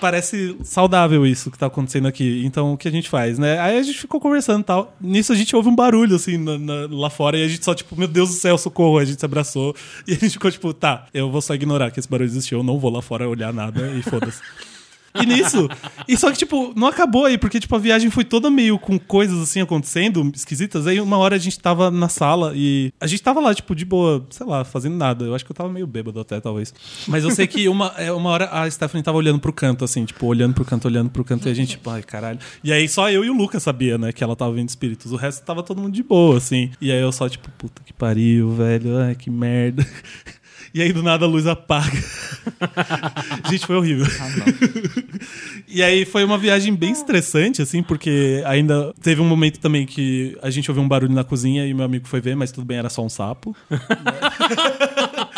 [SPEAKER 4] parece saudável isso que tá acontecendo aqui. Então, o que a gente faz, né? Aí a gente ficou conversando e tal. Nisso a gente ouve um barulho, assim, na- na- lá fora. E a gente só, tipo, meu Deus do céu, socorro. A gente se abraçou. E a gente ficou, tipo, tá, eu vou só ignorar que esse barulho existiu. Eu não vou lá fora olhar nada e foda-se. E nisso. E só que, tipo, não acabou aí, porque, tipo, a viagem foi toda meio com coisas assim acontecendo, esquisitas. Aí uma hora a gente tava na sala e. A gente tava lá, tipo, de boa, sei lá, fazendo nada. Eu acho que eu tava meio bêbado até, talvez. Mas eu sei que uma, é, uma hora a Stephanie tava olhando pro canto, assim, tipo, olhando pro canto, olhando pro canto, e a gente, tipo, ai, caralho. E aí só eu e o Lucas sabia, né, que ela tava vendo espíritos. O resto tava todo mundo de boa, assim. E aí eu só, tipo, puta que pariu, velho. Ai, que merda. E aí, do nada, a luz apaga. Gente, foi horrível.
[SPEAKER 5] Ah,
[SPEAKER 4] E aí foi uma viagem bem estressante, assim, porque ainda teve um momento também que a gente ouviu um barulho na cozinha e meu amigo foi ver, mas tudo bem, era só um sapo.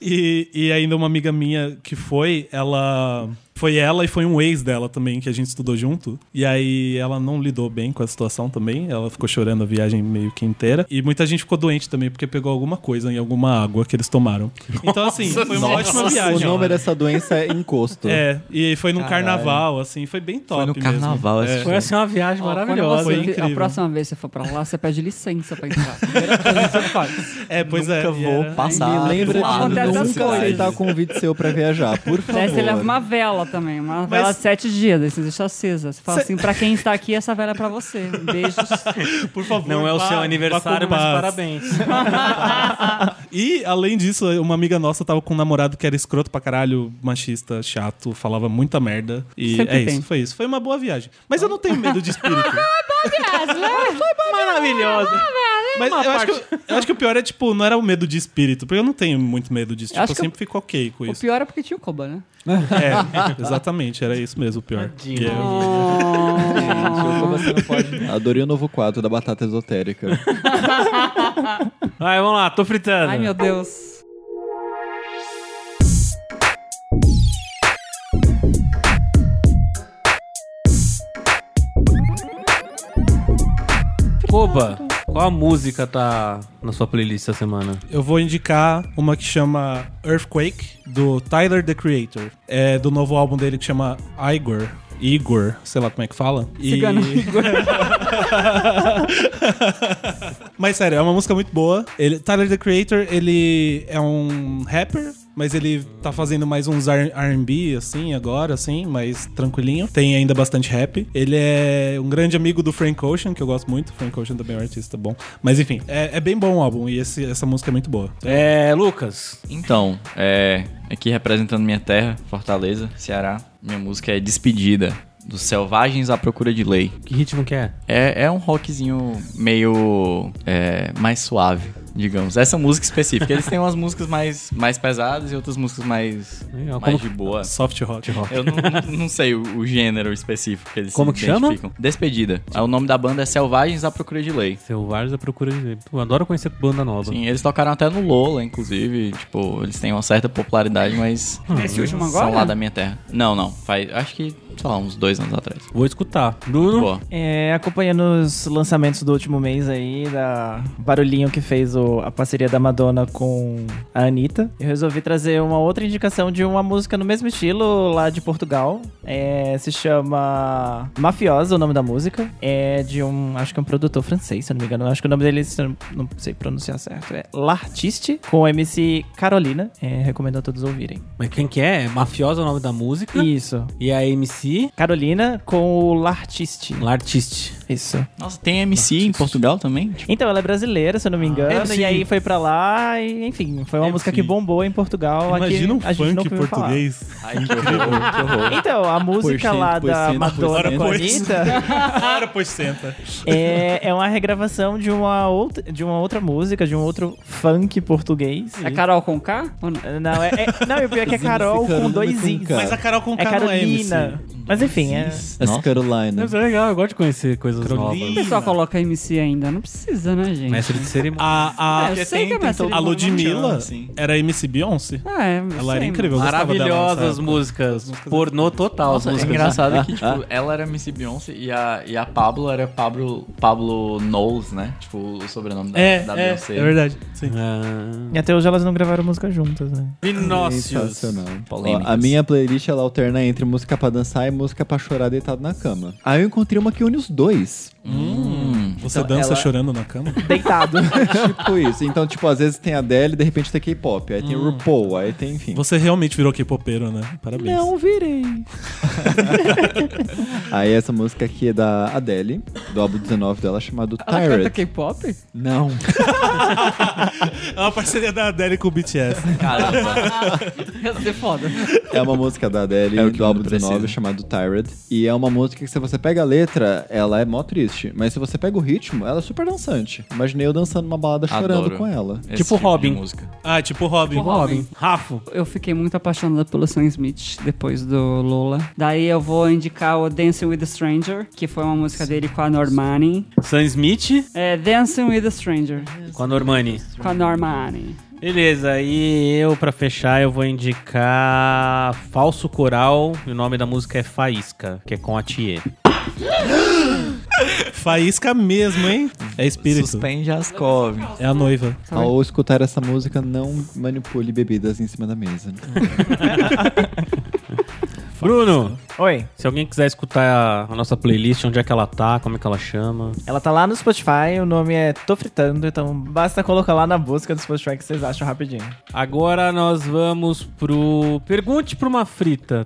[SPEAKER 4] E, e ainda uma amiga minha que foi, ela. Foi ela e foi um ex dela também, que a gente estudou junto. E aí ela não lidou bem com a situação também. Ela ficou chorando a viagem meio que inteira. E muita gente ficou doente também, porque pegou alguma coisa em alguma água que eles tomaram. Então, assim, foi uma ótima
[SPEAKER 5] O
[SPEAKER 4] viagem.
[SPEAKER 5] nome dessa doença é encosto.
[SPEAKER 4] É, e foi num
[SPEAKER 6] Caralho.
[SPEAKER 4] carnaval, assim, foi bem top.
[SPEAKER 6] Foi no
[SPEAKER 4] mesmo.
[SPEAKER 6] carnaval
[SPEAKER 4] É.
[SPEAKER 6] essa
[SPEAKER 2] Foi assim uma viagem
[SPEAKER 1] Ó, Quando
[SPEAKER 2] maravilhosa.
[SPEAKER 4] Foi
[SPEAKER 1] você,
[SPEAKER 4] incrível.
[SPEAKER 1] a próxima vez que você for pra lá, você pede licença pra entrar. Primeira coisa que você faz.
[SPEAKER 4] É, pois é.
[SPEAKER 6] Nunca
[SPEAKER 4] e
[SPEAKER 6] vou
[SPEAKER 4] era-
[SPEAKER 6] passar.
[SPEAKER 5] Me lembra
[SPEAKER 1] Ah,
[SPEAKER 5] de um
[SPEAKER 1] acontece essas
[SPEAKER 5] nunca
[SPEAKER 1] coisas.
[SPEAKER 5] aceitar convite um seu pra viajar, por favor.
[SPEAKER 1] Daí você leva uma vela também, uma vela de sete dias, daí você deixa acesa. Você fala
[SPEAKER 4] Cê-
[SPEAKER 1] assim, pra quem está aqui, essa vela é pra você. Beijos.
[SPEAKER 4] Por favor.
[SPEAKER 2] Não é o
[SPEAKER 4] vá-
[SPEAKER 2] seu
[SPEAKER 4] vá
[SPEAKER 2] aniversário,
[SPEAKER 4] com
[SPEAKER 2] mas
[SPEAKER 4] paz.
[SPEAKER 2] parabéns.
[SPEAKER 4] E, além disso, uma amiga nossa tava com um namorado que era escroto pra caralho, machista, chato, falava muita merda. E
[SPEAKER 1] Sempre
[SPEAKER 4] é
[SPEAKER 1] tem.
[SPEAKER 4] isso, foi isso. Foi uma boa viagem. Mas eu não tenho medo de espírito.
[SPEAKER 1] né?
[SPEAKER 2] Maravilhosa.
[SPEAKER 4] Mas eu acho, que, eu- eu acho que o pior é, tipo, não era o medo de espírito, porque eu não tenho muito medo disso.
[SPEAKER 1] Eu
[SPEAKER 4] Tipo,
[SPEAKER 1] acho
[SPEAKER 4] eu
[SPEAKER 1] que eu-
[SPEAKER 4] sempre fico ok com
[SPEAKER 1] o
[SPEAKER 4] isso.
[SPEAKER 1] pior é porque tinha o Koba, né?
[SPEAKER 4] É, exatamente, era isso mesmo o pior.
[SPEAKER 2] Tadinho.
[SPEAKER 4] Que eu-
[SPEAKER 5] Adorei o novo quadro da batata esotérica.
[SPEAKER 2] Vai, vamos lá, tô fritando.
[SPEAKER 1] Ai, meu Deus.
[SPEAKER 2] Oba, qual a música tá na sua playlist essa semana?
[SPEAKER 4] Eu vou indicar uma que chama Earthquake, do Tyler the Creator. É do novo álbum dele que chama Igor. Igor, sei lá como é que fala. E-
[SPEAKER 1] Cigano.
[SPEAKER 4] Mas sério, é uma música muito boa. Ele, Tyler the Creator, ele é um rapper, mas ele tá fazendo mais uns R- RB, assim, agora, assim, mais tranquilinho. Tem ainda bastante rap. Ele é um grande amigo do Frank Ocean, que eu gosto muito. Frank Ocean também é um artista bom. Mas enfim, é, é bem bom o álbum e esse- essa música é muito boa.
[SPEAKER 2] É, Lucas.
[SPEAKER 6] Então, é, aqui representando minha terra, Fortaleza, Ceará, minha música é Despedida, dos Selvagens à Procura de Lei.
[SPEAKER 2] Que ritmo que é?
[SPEAKER 6] É, é um rockzinho meio é, mais suave, digamos. Essa música específica. Eles têm umas músicas mais, mais pesadas e outras músicas mais,
[SPEAKER 2] Legal,
[SPEAKER 6] mais
[SPEAKER 2] como-
[SPEAKER 6] de boa.
[SPEAKER 4] Soft rock.
[SPEAKER 6] Eu não, não- não sei o, o gênero específico que eles
[SPEAKER 2] Como
[SPEAKER 6] se
[SPEAKER 2] que chama?
[SPEAKER 6] identificam. Despedida. Ah, O nome da banda é Selvagens à Procura de Lei.
[SPEAKER 2] Selvagens à procura de. Pô, adoro conhecer banda nova.
[SPEAKER 6] Sim, eles tocaram até no Lola, inclusive. Tipo, eles têm uma certa popularidade, mas
[SPEAKER 2] Uhum.
[SPEAKER 1] Esse último
[SPEAKER 6] são lá da
[SPEAKER 1] agora?
[SPEAKER 6] minha terra. Não, não. Faz, acho que, sei lá, uns dois anos atrás.
[SPEAKER 2] Vou escutar.
[SPEAKER 7] Uhum.
[SPEAKER 2] Bruno.
[SPEAKER 6] Boa.
[SPEAKER 3] É, acompanhando os lançamentos do último mês aí, da barulhinho que fez o- a parceria da Madonna com a Anitta, eu resolvi trazer uma outra indicação de uma música no mesmo estilo lá de Portugal. É, se chama Mafiosa, o nome da música. É de um, acho que é um produtor francês, se eu não me engano. Acho que o nome dele, se eu não- não sei pronunciar certo, é L'Artiste, com MC Carolina. É, recomendo a todos ouvirem.
[SPEAKER 2] Mas quem que é? É Mafiosa é o nome da música. E,
[SPEAKER 3] Isso.
[SPEAKER 2] a um MC,
[SPEAKER 3] Carolina com o L'Artiste.
[SPEAKER 2] L'artiste.
[SPEAKER 3] Isso.
[SPEAKER 6] Nossa, tem MC em Portugal também? Tipo,
[SPEAKER 3] Então, ela é brasileira, se eu não me engano.
[SPEAKER 2] MC
[SPEAKER 3] e aí foi pra lá, e enfim, foi uma
[SPEAKER 7] É,
[SPEAKER 3] música
[SPEAKER 7] sim.
[SPEAKER 3] que bombou em Portugal. aqui
[SPEAKER 7] Imagina um
[SPEAKER 3] a gente não
[SPEAKER 7] funk
[SPEAKER 3] ouviu falar.
[SPEAKER 7] português.
[SPEAKER 6] Ai, que horror, que horror.
[SPEAKER 3] Então, a música lá
[SPEAKER 5] cento, por
[SPEAKER 3] da
[SPEAKER 5] cento, por
[SPEAKER 3] Madonna
[SPEAKER 5] cento.
[SPEAKER 3] com a Anitta
[SPEAKER 7] Claro, pois senta.
[SPEAKER 3] é, é uma regravação de uma, outra, de uma outra música, de um outro funk português.
[SPEAKER 1] É Carol com K? Ou não?
[SPEAKER 3] Não, é, é- não, e o pior é que é Carol
[SPEAKER 5] Carolina
[SPEAKER 3] com dois
[SPEAKER 5] com
[SPEAKER 3] Is.
[SPEAKER 5] K.
[SPEAKER 7] Mas a Carol com
[SPEAKER 3] É
[SPEAKER 7] K não é
[SPEAKER 3] Carolina.
[SPEAKER 7] MC.
[SPEAKER 3] Mas enfim, é.
[SPEAKER 5] Essa Carolina.
[SPEAKER 2] é legal, eu gosto de conhecer coisas
[SPEAKER 1] O
[SPEAKER 7] Carolina.
[SPEAKER 1] pessoal coloca MC ainda. Não precisa, né, gente?
[SPEAKER 2] Mestre de cerimônia.
[SPEAKER 7] A,
[SPEAKER 1] É,
[SPEAKER 7] a,
[SPEAKER 1] eu
[SPEAKER 7] que
[SPEAKER 1] sei
[SPEAKER 7] tem-
[SPEAKER 1] que é
[SPEAKER 7] tem
[SPEAKER 1] Marcelo
[SPEAKER 7] a
[SPEAKER 1] Ivano
[SPEAKER 7] Ludmilla
[SPEAKER 6] Marciano, sim.
[SPEAKER 7] era MC Beyoncé.
[SPEAKER 1] Ah, é, não
[SPEAKER 7] Ela era
[SPEAKER 1] sei,
[SPEAKER 7] incrível. eu gostava dela
[SPEAKER 2] Maravilhosas
[SPEAKER 7] nessa época.
[SPEAKER 2] músicas. Pornô total. as
[SPEAKER 6] Nossa, é
[SPEAKER 2] músicas.
[SPEAKER 6] engraçado que,
[SPEAKER 2] ah.
[SPEAKER 6] tipo, ela era Missy Beyoncé e a, e a Pablo era Pablo, Pablo Knowles, né? Tipo, o sobrenome da,
[SPEAKER 7] É,
[SPEAKER 6] da
[SPEAKER 7] é, é
[SPEAKER 6] Beyoncé.
[SPEAKER 7] verdade. Sim.
[SPEAKER 2] Ah.
[SPEAKER 3] E até hoje elas não gravaram música juntas, né?
[SPEAKER 2] Vinócios.
[SPEAKER 5] Sensacional. Ó,
[SPEAKER 6] Polêmicas.
[SPEAKER 5] a minha playlist ela alterna entre música pra dançar e música pra chorar deitado na cama. Aí eu encontrei uma que une os dois.
[SPEAKER 6] Hum,
[SPEAKER 7] Você
[SPEAKER 5] Então,
[SPEAKER 7] dança
[SPEAKER 5] ela-
[SPEAKER 7] chorando na cama?
[SPEAKER 3] Deitado.
[SPEAKER 5] tipo isso. Então, tipo, às vezes tem Adele e de repente tem K-pop. Aí tem
[SPEAKER 6] Hum.
[SPEAKER 5] RuPaul, aí tem, enfim.
[SPEAKER 7] Você realmente virou K-popeiro, né? Parabéns.
[SPEAKER 3] virei.
[SPEAKER 5] Aí essa música aqui é da Adele, do álbum 19 dela, chamado
[SPEAKER 1] Ela canta
[SPEAKER 5] Tired.
[SPEAKER 1] K-pop?
[SPEAKER 5] Não.
[SPEAKER 7] É uma parceria da Adele com o BTS.
[SPEAKER 6] caramba.
[SPEAKER 1] Ia ser foda.
[SPEAKER 5] É uma música da Adele,
[SPEAKER 6] É o que
[SPEAKER 5] do álbum
[SPEAKER 6] precisa.
[SPEAKER 5] 19, chamado Tired. E é uma música que se você pega a letra, ela é mó triste. Mas se você pega o ritmo, ela é super dançante. Imaginei eu dançando uma balada chorando
[SPEAKER 6] Adoro.
[SPEAKER 5] com ela.
[SPEAKER 6] Esse
[SPEAKER 2] Tipo
[SPEAKER 6] de
[SPEAKER 2] Robin.
[SPEAKER 6] música.
[SPEAKER 7] Ah, tipo Robin.
[SPEAKER 1] Robin.
[SPEAKER 2] Rafa.
[SPEAKER 1] Eu fiquei muito apaixonada pelo Sam Smith depois do Lola. Daí eu vou indicar o Dancing with a Stranger, que foi uma música dele com a Normani.
[SPEAKER 2] Sam Smith
[SPEAKER 1] É, Dancing with a Stranger,
[SPEAKER 2] com a Normani.
[SPEAKER 1] com a Normani.
[SPEAKER 2] Beleza, e eu pra fechar eu vou indicar Falso Coral, e o nome da música é Faísca, que é com a Thier.
[SPEAKER 7] Faísca mesmo, hein? É espírito.
[SPEAKER 6] Suspende as cove.
[SPEAKER 7] É a noiva.
[SPEAKER 1] Tá
[SPEAKER 5] Ao escutar essa música, não manipule bebidas em cima da mesa.
[SPEAKER 2] Bruno,
[SPEAKER 3] Oi.
[SPEAKER 2] se alguém quiser escutar a, a nossa playlist, onde é que ela tá, como é que ela chama.
[SPEAKER 3] Ela tá lá no Spotify, o nome é Tô Fritando, então basta colocar lá na busca do Spotify que vocês acham rapidinho.
[SPEAKER 2] Agora nós vamos pro Pergunte pra uma frita.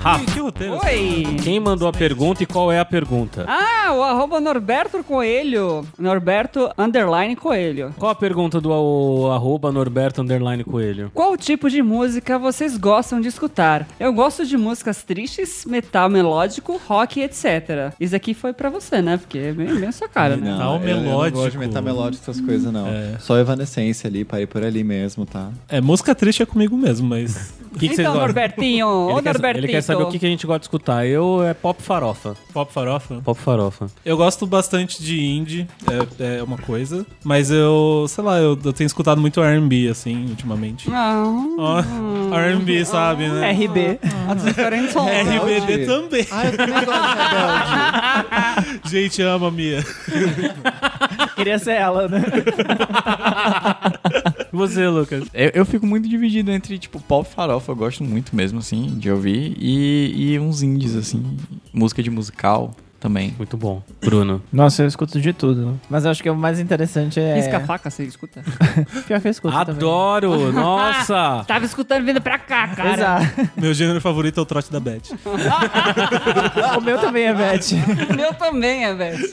[SPEAKER 2] Rafa,
[SPEAKER 7] Que roteiro?
[SPEAKER 1] Oi!
[SPEAKER 2] quem mandou a pergunta e qual é a pergunta?
[SPEAKER 1] Ah, o arroba Norberto Coelho. Norberto Underline Coelho.
[SPEAKER 2] Qual a pergunta do ao- arroba Norberto Underline Coelho?
[SPEAKER 1] Qual tipo de música vocês gostam de escutar? Eu gosto de músicas tristes, metal melódico, rock, etc. Isso aqui foi pra você, né? Porque é bem, bem a sua cara, né?
[SPEAKER 5] eu- eu
[SPEAKER 7] melódico.
[SPEAKER 5] não gosto de metal melódico, essas coisas, não.
[SPEAKER 1] É.
[SPEAKER 5] Só Evanescência ali, parei por ali mesmo, tá?
[SPEAKER 7] É, música triste é comigo mesmo, mas.
[SPEAKER 2] O que, que vocês
[SPEAKER 1] então,
[SPEAKER 2] gostam?
[SPEAKER 1] Norbertinho,
[SPEAKER 2] Ele
[SPEAKER 1] ô
[SPEAKER 2] quer, sa-
[SPEAKER 1] Norbertinho.
[SPEAKER 2] ele quer saber o que, que a gente gosta de escutar. Eu é pop farofa.
[SPEAKER 7] Pop farofa.
[SPEAKER 2] Pop farofa.
[SPEAKER 7] Eu gosto bastante de indie, é, é uma coisa. Mas eu, sei lá, eu, eu tenho escutado muito RB, assim, ultimamente.
[SPEAKER 1] Ah,
[SPEAKER 7] Ó, RB, sabe,
[SPEAKER 3] é.
[SPEAKER 7] né?
[SPEAKER 3] RB.
[SPEAKER 1] as diferentes sons.
[SPEAKER 5] É
[SPEAKER 7] RBD
[SPEAKER 5] Rebelde.
[SPEAKER 7] também.
[SPEAKER 5] Ah, eu também gosto de Rebelde.
[SPEAKER 7] Gente, ama, Mia.
[SPEAKER 3] Queria ser ela, né?
[SPEAKER 2] E você, Lucas?
[SPEAKER 6] Eu, eu fico muito dividido entre, tipo, pop farofa, eu gosto muito mesmo, assim, de ouvir, e, e uns indies, assim, música de musical também.
[SPEAKER 2] Muito bom. Bruno.
[SPEAKER 3] Nossa, eu escuto de tudo. Mas eu acho que o mais interessante é.
[SPEAKER 1] Risca a faca, você escuta?
[SPEAKER 3] Pior que eu escuto. também.
[SPEAKER 2] Adoro! Nossa!
[SPEAKER 1] Tava escutando vindo pra cá, cara.
[SPEAKER 3] Exato.
[SPEAKER 7] Meu gênero favorito é o trote da Beth.
[SPEAKER 3] o meu também é Beth.
[SPEAKER 1] O meu também é, velho.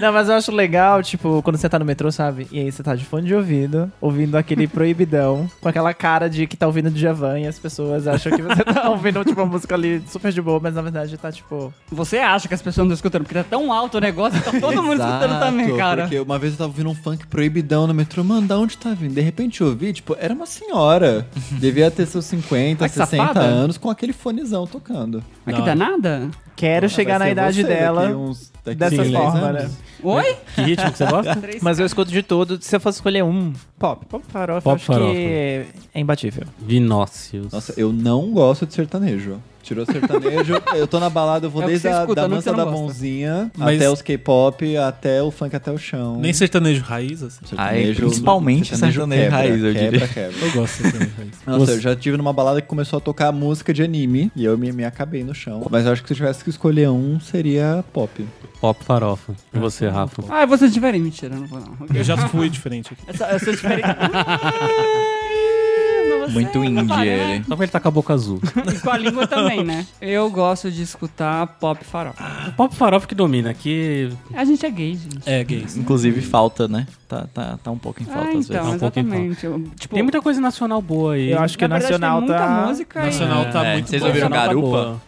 [SPEAKER 3] Não, mas eu acho legal, tipo, quando você tá no metrô, sabe? E aí você tá de fone de ouvido, ouvindo aquele proibidão, com aquela cara de que tá ouvindo Djavan e as pessoas acham que você tá ouvindo, tipo, uma música ali super de boa, mas na verdade tá, tipo...
[SPEAKER 1] Você acha que as pessoas não estão escutando, porque tá tão alto o negócio, tá todo mundo escutando também, cara.
[SPEAKER 5] Porque uma vez eu tava ouvindo um funk proibidão no metrô, mano, da onde tá vindo? De repente eu ouvi, tipo, era uma senhora. Devia ter seus 50,
[SPEAKER 1] Ai, que
[SPEAKER 5] 60
[SPEAKER 1] safada.
[SPEAKER 5] anos com aquele fonezão tocando.
[SPEAKER 1] Mas que danada?
[SPEAKER 3] Quero chegar
[SPEAKER 5] Vai
[SPEAKER 3] na
[SPEAKER 5] ser
[SPEAKER 3] idade
[SPEAKER 5] você
[SPEAKER 3] dela
[SPEAKER 5] daqui uns- daqui
[SPEAKER 3] dessa
[SPEAKER 5] uns 10
[SPEAKER 3] forma,
[SPEAKER 5] anos.
[SPEAKER 3] né?
[SPEAKER 1] Oi?
[SPEAKER 2] Que ritmo que você gosta?
[SPEAKER 3] Mas eu escuto de tudo. Se eu fosse escolher um, pop. Pop farofa,
[SPEAKER 2] Pop
[SPEAKER 3] acho
[SPEAKER 2] farofa.
[SPEAKER 3] que é imbatível.
[SPEAKER 2] Vinócios.
[SPEAKER 5] Nossa, eu não gosto de sertanejo. Tirou sertanejo, eu tô na balada, eu vou
[SPEAKER 1] É o que
[SPEAKER 5] desde
[SPEAKER 1] você
[SPEAKER 5] a
[SPEAKER 1] escuta,
[SPEAKER 5] da
[SPEAKER 1] não que
[SPEAKER 5] dança
[SPEAKER 1] você não
[SPEAKER 5] da
[SPEAKER 1] gosta.
[SPEAKER 5] mãozinha,
[SPEAKER 7] Mas-
[SPEAKER 5] até os K-pop, até o funk até o chão.
[SPEAKER 7] Nem sertanejo raiz, assim.
[SPEAKER 6] Ai, principalmente sertanejo raiz, eu
[SPEAKER 5] quebra,
[SPEAKER 6] diria.
[SPEAKER 5] Quebra,
[SPEAKER 7] Eu gosto de sertanejo raiz.
[SPEAKER 5] Nossa, eu já tive numa balada que começou a tocar música de anime e eu me, me acabei no chão. Mas eu acho que se eu tivesse que escolher um, seria pop.
[SPEAKER 2] Pop farofa. E você, Rafa?
[SPEAKER 1] Ah, vocês tiverem. Mentira, eu não vou não.
[SPEAKER 7] Eu já fui diferente aqui.
[SPEAKER 1] Eu sou diferente. Ah, não vou você.
[SPEAKER 6] Muito indie ele.
[SPEAKER 2] Só pra ele tá com a boca azul.
[SPEAKER 1] E com a língua também, né? Eu gosto de escutar pop farofa.
[SPEAKER 2] o pop farofa que domina aqui.
[SPEAKER 1] A gente é gay, gente.
[SPEAKER 4] É, gays.
[SPEAKER 6] Inclusive falta, né? Tá, tá, tá um pouco em falta
[SPEAKER 1] Ah,
[SPEAKER 6] às
[SPEAKER 1] então,
[SPEAKER 6] vezes.
[SPEAKER 2] um pouquinho
[SPEAKER 1] exatamente. Eu, tipo,
[SPEAKER 2] Tem muita coisa nacional boa aí.
[SPEAKER 3] Eu acho que o
[SPEAKER 1] na verdade,
[SPEAKER 3] Nacional
[SPEAKER 1] tem muita
[SPEAKER 3] tá.
[SPEAKER 1] música
[SPEAKER 4] Nacional tá
[SPEAKER 6] É,
[SPEAKER 4] muito
[SPEAKER 6] vocês
[SPEAKER 4] bom.
[SPEAKER 6] ouviram
[SPEAKER 2] Nacional tá
[SPEAKER 6] Garupa?
[SPEAKER 2] boa.
[SPEAKER 3] Garupa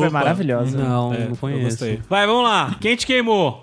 [SPEAKER 4] Garupa.
[SPEAKER 3] é maravilhosa.
[SPEAKER 2] Não,
[SPEAKER 4] É,
[SPEAKER 2] não
[SPEAKER 4] eu
[SPEAKER 2] conheço.
[SPEAKER 4] gostei.
[SPEAKER 2] Vai, vamos lá. Quem te queimou?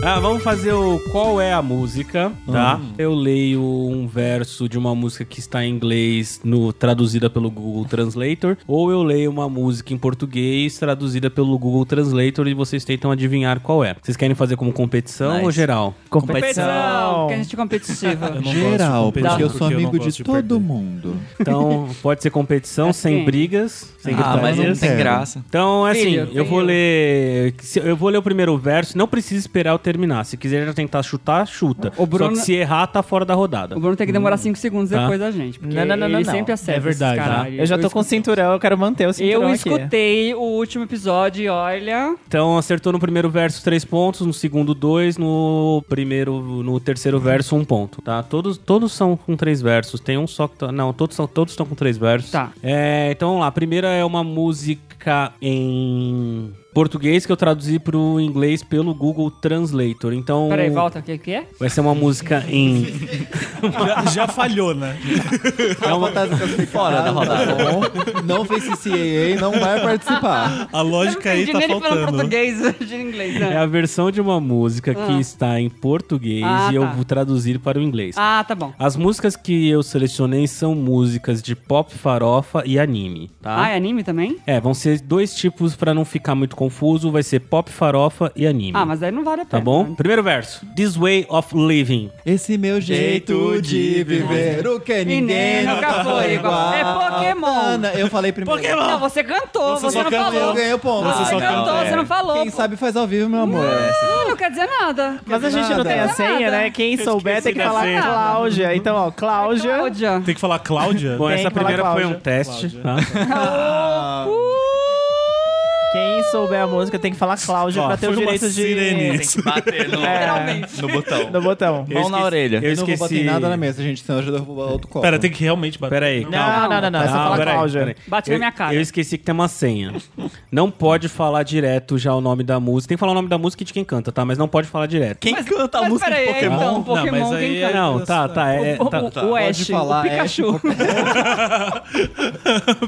[SPEAKER 2] Ah, vamos fazer o qual é a música, tá?
[SPEAKER 1] Hum.
[SPEAKER 2] Eu leio um verso de uma música que está em inglês no traduzida pelo Google Translator, ou eu leio uma música em português traduzida pelo Google Translator e vocês tentam adivinhar qual é. Vocês querem fazer como competição
[SPEAKER 6] Nice.
[SPEAKER 2] ou geral?
[SPEAKER 1] competição.
[SPEAKER 3] Competição.
[SPEAKER 1] Que a gente é
[SPEAKER 4] Eu
[SPEAKER 1] competitiva.
[SPEAKER 4] não
[SPEAKER 5] Geral,
[SPEAKER 4] gosto de competir,
[SPEAKER 5] porque eu sou
[SPEAKER 4] porque não
[SPEAKER 5] amigo
[SPEAKER 4] gosto
[SPEAKER 5] de, todo
[SPEAKER 4] perder.
[SPEAKER 5] mundo.
[SPEAKER 2] Então, pode ser competição
[SPEAKER 1] Assim.
[SPEAKER 2] sem brigas, sem
[SPEAKER 6] Ah, mas não
[SPEAKER 2] gritarias.
[SPEAKER 6] tem
[SPEAKER 5] quero.
[SPEAKER 6] graça.
[SPEAKER 2] Então, é assim,
[SPEAKER 1] Filho,
[SPEAKER 2] eu
[SPEAKER 1] tem
[SPEAKER 2] vou
[SPEAKER 1] eu.
[SPEAKER 2] ler. se- Eu vou ler o primeiro verso, não precisa esperar eu terminar. Se quiser já tentar chutar, chuta.
[SPEAKER 1] O Bruno-
[SPEAKER 2] Só que se errar, tá fora da rodada.
[SPEAKER 1] O Bruno tem que demorar 5 segundos
[SPEAKER 2] Tá.
[SPEAKER 1] depois da gente. Porque
[SPEAKER 3] Não, não, não,
[SPEAKER 1] ele
[SPEAKER 3] não, não.
[SPEAKER 1] sempre acerta.
[SPEAKER 2] É verdade,
[SPEAKER 1] esses
[SPEAKER 2] tá?
[SPEAKER 1] caralho.
[SPEAKER 3] Eu já tô com o
[SPEAKER 1] escutei-
[SPEAKER 3] cinturão, eu quero manter o cinturão.
[SPEAKER 1] Eu
[SPEAKER 3] aqui.
[SPEAKER 1] escutei o último episódio e olha.
[SPEAKER 2] Então acertou no primeiro verso três pontos, no segundo dois, no primeiro, no terceiro verso um ponto, tá? Todos, todos são com três versos. Tem um só que tá, não, todos são, todos estão com três versos.
[SPEAKER 1] Tá.
[SPEAKER 2] É, então vamos lá. A primeira é uma música em português que eu traduzi pro inglês pelo Google Translator. Então
[SPEAKER 1] Peraí, volta, o que, que é?
[SPEAKER 2] vai ser uma música em
[SPEAKER 4] Já, já falhou, né?
[SPEAKER 5] É uma fora da rodada. tá Não fez CCAA, não vai participar.
[SPEAKER 4] A lógica aí
[SPEAKER 1] entendi
[SPEAKER 4] tá
[SPEAKER 1] nem
[SPEAKER 7] né?
[SPEAKER 1] ele falando
[SPEAKER 4] faltando.
[SPEAKER 1] português de inglês,
[SPEAKER 2] é
[SPEAKER 1] né?
[SPEAKER 2] a versão de uma música
[SPEAKER 1] Ah.
[SPEAKER 2] que está em português
[SPEAKER 1] Ah,
[SPEAKER 2] e eu
[SPEAKER 1] tá.
[SPEAKER 2] vou traduzir para o inglês.
[SPEAKER 1] Ah, tá bom.
[SPEAKER 2] As músicas que eu selecionei são músicas de pop, farofa e anime, tá?
[SPEAKER 1] Ah, é anime também?
[SPEAKER 2] é? vão ser dois tipos pra não ficar muito confuso, vai ser pop, farofa e anime.
[SPEAKER 1] Ah, mas aí não vale a
[SPEAKER 2] Tá
[SPEAKER 1] pena.
[SPEAKER 2] bom? Primeiro verso. This way of living.
[SPEAKER 5] Esse meu jeito de viver, o que ninguém
[SPEAKER 1] nunca foi igual. É Pokémon.
[SPEAKER 5] Ana, Ah, eu falei primeiro.
[SPEAKER 1] Não, você cantou, você,
[SPEAKER 4] só um
[SPEAKER 1] não
[SPEAKER 4] cantou.
[SPEAKER 1] falou.
[SPEAKER 5] Eu ganhei o ponto.
[SPEAKER 1] Você
[SPEAKER 5] Ah,
[SPEAKER 1] cantou,
[SPEAKER 5] não,
[SPEAKER 1] você não falou.
[SPEAKER 5] Quem sabe faz ao vivo, meu amor.
[SPEAKER 1] Ah, não quer dizer nada.
[SPEAKER 3] Mas a gente não
[SPEAKER 5] Nada.
[SPEAKER 3] tem a senha,
[SPEAKER 1] Nada.
[SPEAKER 3] né? Quem souber tem que falar
[SPEAKER 1] senha.
[SPEAKER 3] Cláudia. Então, ó, Cláudia.
[SPEAKER 1] Cláudia.
[SPEAKER 4] Tem que falar Cláudia?
[SPEAKER 2] Bom, é.
[SPEAKER 3] Tem
[SPEAKER 2] essa
[SPEAKER 3] que falar
[SPEAKER 2] primeira foi
[SPEAKER 3] Cláudia.
[SPEAKER 2] um teste, tá?
[SPEAKER 5] Ah.
[SPEAKER 1] Uh,
[SPEAKER 3] Quem souber a música tem que falar Cláudia pra ter
[SPEAKER 4] foi
[SPEAKER 3] o
[SPEAKER 4] uma
[SPEAKER 3] direito
[SPEAKER 4] sirene.
[SPEAKER 3] de.
[SPEAKER 6] Tem que bater no,
[SPEAKER 1] É.
[SPEAKER 3] Literalmente.
[SPEAKER 6] no botão.
[SPEAKER 3] No botão.
[SPEAKER 2] Eu
[SPEAKER 6] Mão na
[SPEAKER 2] esqueci-
[SPEAKER 6] orelha.
[SPEAKER 2] Eu
[SPEAKER 5] Eu não vou bater
[SPEAKER 2] esqueci.
[SPEAKER 5] em nada na mesa, gente, senão eu já derrubo outro copo.
[SPEAKER 4] Pera, tem que realmente bater.
[SPEAKER 2] Peraí, calma.
[SPEAKER 3] Não, não, não, não. É só falar
[SPEAKER 2] peraí,
[SPEAKER 3] Cláudia.
[SPEAKER 2] peraí.
[SPEAKER 1] Bate
[SPEAKER 2] eu,
[SPEAKER 1] na minha cara.
[SPEAKER 2] Eu esqueci que tem uma senha. Não pode falar direto já o nome da música. Tem que falar o nome da música e de quem canta, tá? Mas não pode falar direto.
[SPEAKER 6] Quem
[SPEAKER 5] Tá
[SPEAKER 6] canta a
[SPEAKER 1] Mas
[SPEAKER 6] música de
[SPEAKER 1] peraí,
[SPEAKER 6] Pokémon?
[SPEAKER 1] então, Pokémon
[SPEAKER 4] mas
[SPEAKER 1] quem
[SPEAKER 4] aí
[SPEAKER 1] canta?
[SPEAKER 2] Não, tá, tá. É,
[SPEAKER 1] o,
[SPEAKER 2] tá,
[SPEAKER 1] o-
[SPEAKER 2] tá.
[SPEAKER 1] o
[SPEAKER 5] Pode
[SPEAKER 1] Ash,
[SPEAKER 5] falar, é.
[SPEAKER 1] o Pikachu.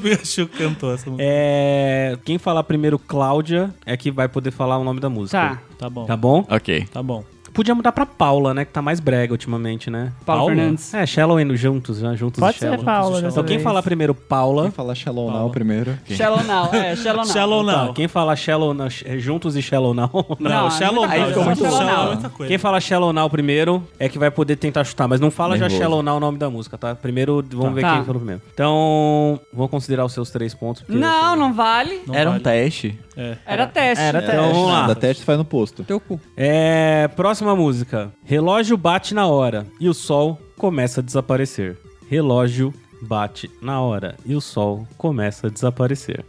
[SPEAKER 4] Pikachu cantou essa música.
[SPEAKER 2] É, quem falar primeiro Cláudia é que vai poder falar o nome da música.
[SPEAKER 1] Tá,
[SPEAKER 4] Tá bom.
[SPEAKER 2] Tá bom?
[SPEAKER 6] Ok.
[SPEAKER 4] Tá bom.
[SPEAKER 2] Podia mudar pra Paula, né? Que tá mais brega ultimamente, né?
[SPEAKER 1] Paulo Fernandes.
[SPEAKER 2] É, Shallow e juntos, já juntos
[SPEAKER 3] Pode
[SPEAKER 2] e
[SPEAKER 3] ser
[SPEAKER 2] Shallow.
[SPEAKER 3] Paula. dessa
[SPEAKER 2] Então quem
[SPEAKER 3] vez.
[SPEAKER 2] falar primeiro Paula.
[SPEAKER 5] Vamos falar Shalom Now primeiro.
[SPEAKER 1] Shallow Now, é, Shallow Now.
[SPEAKER 4] Shallow
[SPEAKER 2] Tá,
[SPEAKER 4] Now.
[SPEAKER 2] quem fala Shallow Now- é juntos e Shallow Now.
[SPEAKER 1] Não,
[SPEAKER 4] Não, Shallow
[SPEAKER 1] não é
[SPEAKER 4] Now.
[SPEAKER 1] só Shallow
[SPEAKER 4] Shallow
[SPEAKER 1] Now.
[SPEAKER 4] é muita coisa.
[SPEAKER 2] Quem fala Shallow Now primeiro é que vai poder tentar chutar, mas não fala já
[SPEAKER 6] Nervoso.
[SPEAKER 2] Shallow Now o nome da música, tá? Primeiro, vamos ver
[SPEAKER 1] Tá.
[SPEAKER 2] quem falou primeiro. Então, vou considerar os seus três pontos. porque-
[SPEAKER 1] Não, não vale.
[SPEAKER 4] Não
[SPEAKER 6] Era um
[SPEAKER 4] vale.
[SPEAKER 6] teste?
[SPEAKER 1] Era teste.
[SPEAKER 3] Era
[SPEAKER 5] Teste,
[SPEAKER 2] Então, vamos lá.
[SPEAKER 5] nada, teste faz no posto.
[SPEAKER 1] Teu cu.
[SPEAKER 2] É. Próxima música. Relógio bate na hora e o sol começa a desaparecer. Relógio bate na hora e o sol começa a desaparecer.